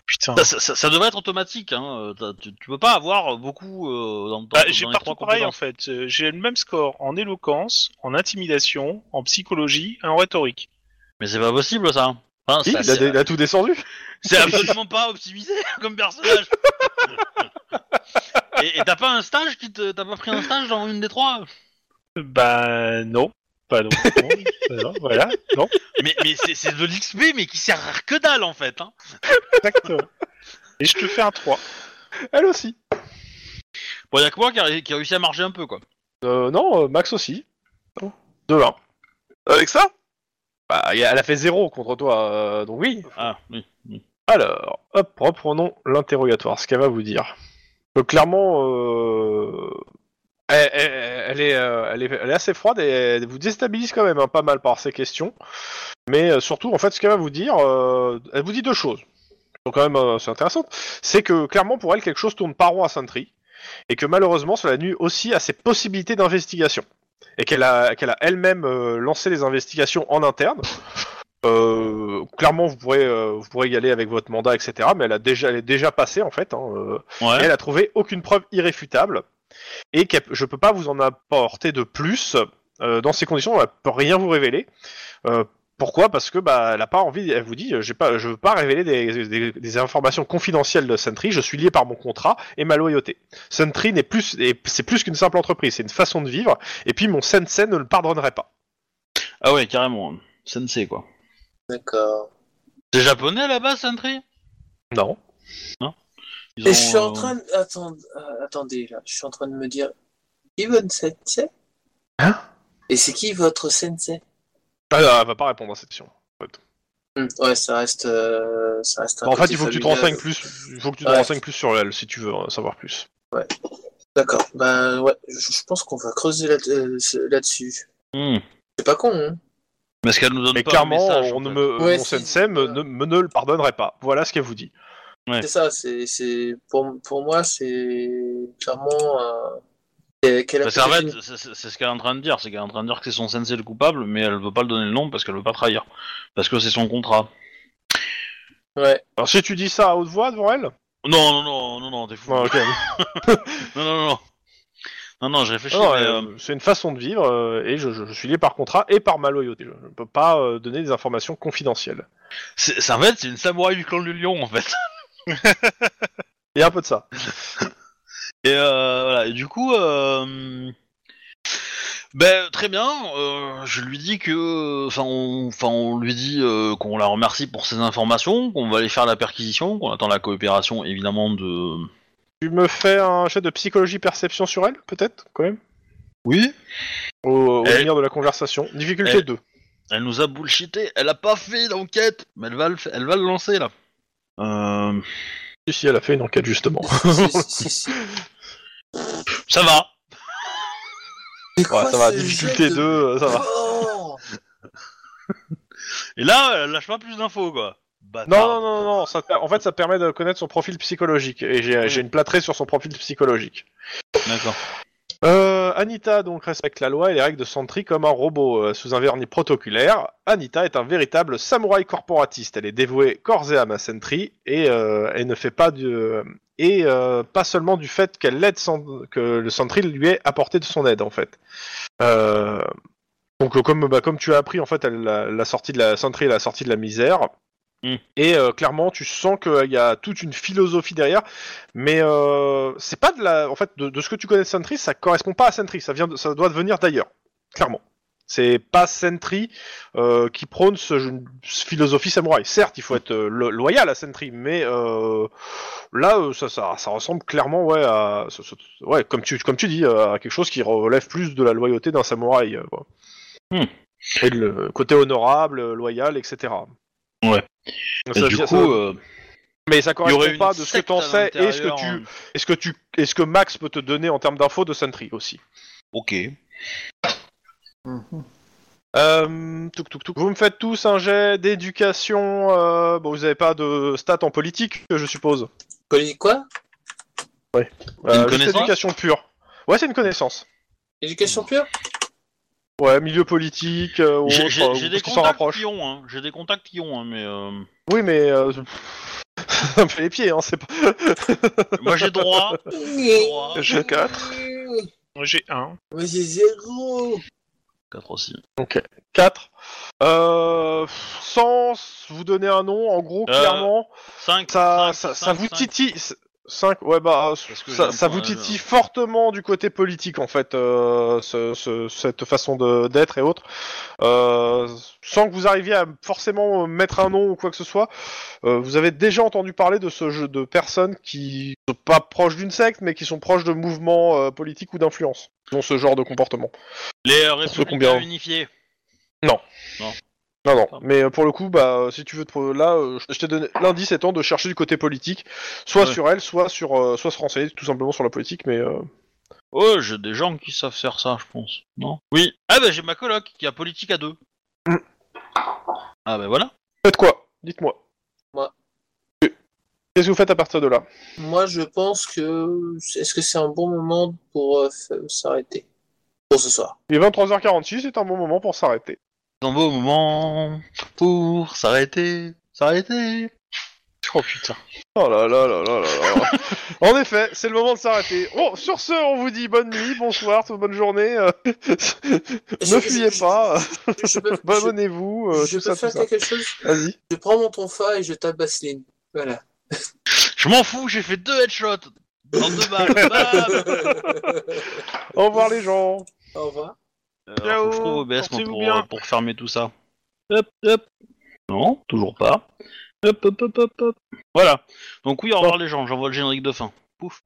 Putain. Ça, Ah. ça- ça- ça devrait être automatique, hein. euh, t'as- Tu, tu peux pas avoir beaucoup euh, dans, dans, Bah, dans j'ai les partout trois pareil en hein. compétences. fait. Euh, J'ai le même score en éloquence, en intimidation, en psychologie et en rhétorique. Mais c'est pas possible, ça. Enfin, Il ça- a, c'est- dé- il a tout descendu. C'est absolument pas optimisé (laughs) comme personnage. et et t'as pas un stage qui te, t'as pas pris un stage dans une des trois. Euh, Bah non, pas (laughs) non. non, euh, non, voilà, non. Mais, mais c'est, c'est de l'XP mais qui sert à que dalle en fait. hein. Exactement. Et je te fais un 3. (laughs) Elle aussi. Bon y a que moi qui a, qui a réussi à marcher un peu quoi. Euh, non, euh, Max aussi. De 1. Avec ça Oh. Bah, y a- elle a fait 0 contre toi, euh, donc oui. Ah oui. oui. Alors, hop, reprenons l'interrogatoire, ce qu'elle va vous dire. Euh, clairement, euh, elle, elle- elle est, euh, elle, est, elle est assez froide et elle vous déstabilise quand même hein, pas mal par ses questions. Mais euh, surtout, en fait, ce qu'elle va vous dire, euh, elle vous dit deux choses. Donc quand même, euh, c'est intéressant. C'est que clairement, pour elle, quelque chose tourne pas rond à Sentry. Et que malheureusement, cela nuit aussi à ses possibilités d'investigation. Et qu'elle a, qu'elle a elle-même euh, lancé les investigations en interne. Euh, clairement, vous pourrez, euh, vous pourrez y aller avec votre mandat, etc. Mais elle, a déjà, elle est déjà passée, en fait. hein, euh, et Ouais. elle a trouvé aucune preuve irréfutable. Et qu'elle- je peux pas vous en apporter de plus. Euh, dans ces conditions, elle peut rien vous révéler. Euh, pourquoi Parce que bah, elle a pas envie. Elle vous dit, euh, j'ai pas, je veux pas révéler des, des- des informations confidentielles de Sentry. Je suis lié par mon contrat et ma loyauté. Sentry n'est plus, et c'est plus qu'une simple entreprise. C'est une façon de vivre. Et puis mon sensei ne le pardonnerait pas. Ah ouais carrément. Sensei quoi. D'accord. C'est japonais là-bas Sentry Non. Ils Et ont, je suis en euh, train de. Attends, euh, attendez, là. Je suis en train de me dire. Qui votre sensei Hein Et c'est qui votre sensei Ah, Elle, elle va pas répondre à cette question. Hmm, Ouais, ça reste. euh, ça reste un Bah, en fait, côté il faut que tu te familial. renseignes plus. Il faut que tu te Ouais. renseignes plus sur elle si tu veux en savoir plus. D'accord. Bah, Ben ouais, je, je pense qu'on va creuser là- euh, ce- là-dessus. hmm. c'est pas con, hein Mais ce qu'elle nous donne Mais pas clairement, le message. on en ne fait. me, Ouais, mon si, sensei me, euh, ne, me ne le pardonnerait pas. Voilà ce qu'elle vous dit. Ouais. C'est ça, c'est, c'est, pour, pour moi, c'est clairement. euh, qu'elle- qu'elle a Parce qu'en peut-être fait, une- c'est- c'est c'est ce qu'elle est en train de dire, c'est qu'elle est en train de dire que c'est son sensei le coupable, mais elle veut pas le donner le nom parce qu'elle veut pas trahir. Parce que c'est son contrat. Ouais. Alors si tu dis ça à haute voix devant elle, Non, non, non, non, non, t'es fou. Ouais, ok. Non, non, non, non. Non, non, (laughs) je réfléchis, Non, mais... euh, euh, c'est une façon de vivre euh, et je, je- je suis lié par contrat et par ma loyauté. Je ne peux pas euh, donner des informations confidentielles. c'est- c'est- en fait, c'est une samouraï du clan du lion, en fait. Il y a un peu de ça. Et euh, voilà, et du coup, euh, ben, très bien, euh, je lui dis que, enfin, on, enfin, on lui dit euh, qu'on la remercie pour ses informations, qu'on va aller faire la perquisition, qu'on attend la coopération évidemment de. Tu me fais un jet de psychologie perception sur elle, peut-être, quand même Oui. Au, au Elle- venir de la conversation. Difficulté Elle- 2. Elle nous a bullshité, elle a pas fait l'enquête, mais elle va le, fa- elle va le lancer là. Euh, Si, si, elle a fait une enquête, justement. si, si, si. ça va. C'est Oh (laughs) quoi Ouais, ça va, ce difficulté 2, jeu de euh, ça va. porc Et là, elle lâche pas plus d'infos quoi. Bâtard. Non, non, non, non, ça, en fait, ça permet de connaître son profil psychologique. Et j'ai j'ai une plâtrée sur son profil psychologique. D'accord. Euh, Anita donc respecte la loi et les règles de Sentry comme un robot euh, sous un vernis protocolaire. Anita est un véritable samouraï corporatiste. Elle est dévouée corps et âme à Sentry et euh, elle ne fait pas du et euh, pas seulement du fait qu'elle l'aide sans- que le Sentry lui ait apporté de son aide en fait. Euh, donc euh, comme bah, comme tu as appris en fait elle la, la sortie de la Sentry elle a sortie de la misère. Mm. Et euh, clairement, tu sens qu'il y a toute une philosophie derrière mais euh, c'est pas de la. En fait, de, de ce que tu connais de Sentry, ça correspond pas à Sentry. Ça vient, de- ça doit venir d'ailleurs, clairement. C'est pas Sentry euh, qui prône ce, une philosophie samouraï. Certes, il faut être euh, lo- loyal à Sentry, mais euh, là, euh, ça, ça, ça ressemble clairement, ouais, à, ça- ça- ouais, comme tu, comme tu dis, euh, à quelque chose qui relève plus de la loyauté d'un samouraï. euh, quoi. Hmm. Et le côté honorable, euh, loyal, etc. Ouais. Ça Et du vient- ça- coup, euh, mais ça il y correspond aurait une pas de ce que secte t'en à sais et ce que l'intérieur, tu hein. est-ce que tu, est-ce que Max peut te donner en termes d'infos de Sentry aussi Ok. euh, touk, touk, touk. Vous me faites tous un jet d'éducation. euh, bon, vous n'avez pas de stats en politique, je suppose. Poli- Quoi Euh, Une juste connaissance éducation pure. Ouais, c'est une connaissance. Éducation pure Ouais, milieu politique euh, ou autre, J'ai- euh, J'ai ou j'ai ce des qui s'en contacts rapproche. qui ont, hein. J'ai des contacts qui ont, hein, mais. euh, Oui, mais euh, (laughs) ça me fait les pieds, hein. C'est pas... Moi j'ai droit. droit. J'ai quatre. Moi j'ai un. Mais c'est zéro 4 aussi. 4. Euh, sans vous donner un nom, en gros, Euh, clairement, 5, ça, ça, ça vous titille. 5, ouais, bah, Parce que j'ai un ça, ça point, euh, vous là, titille fortement du côté politique, en fait, euh, ce- ce- cette façon de- d'être et autres. Euh, sans que vous arriviez à forcément mettre un nom ou quoi que ce soit, euh, vous avez déjà entendu parler de ce jeu de personnes qui sont pas proches d'une secte, mais qui sont proches de mouvements euh, politiques ou d'influence, qui ont ce genre de comportement. Les euh, ceux combien républicains unifiés. Non, non, mais euh, pour le coup, bah, euh, si tu veux te pro- là, euh, je je t'ai donné l'indice étant de chercher du côté politique, soit Ouais. sur elle, soit sur, euh, soit se renseigner tout simplement sur la politique, mais euh, Oh, j'ai des gens qui savent faire ça, je pense. Non Oui. Ah bah j'ai ma coloc qui a politique à deux. Mm. Ah bah voilà. faites quoi Dites-moi. Moi. Qu'est-ce que vous faites à partir de là Moi, je pense que. Est-ce que c'est un bon moment pour euh, f- s'arrêter Pour ce soir. Il est 23h46, c'est un bon moment pour s'arrêter. C'est un beau moment pour s'arrêter. S'arrêter. Oh putain. Oh là là là là là là. en effet, c'est le moment de s'arrêter. Bon, sur ce, on vous dit bonne nuit, bonsoir, toute bonne journée. euh, (laughs) ne Je- fuyez je- pas, je- (laughs) je peux, je- abonnez-vous, euh, tout je peux ça, tout faire ça. quelque chose Vas-y. Je prends mon tonfa et je tape Baseline. Voilà. (laughs) Je m'en fous, j'ai fait deux headshots. Dans deux (laughs) balles. Bam Au revoir les gens. Au revoir. Alors, faut que je trouve OBS moi, portez-vous pour, bien. euh, pour fermer tout ça. Hop, hop. Non, toujours pas. Hop, hop, hop, hop, hop. Voilà. Donc oui, au revoir les gens, j'envoie le générique de fin. Pouf.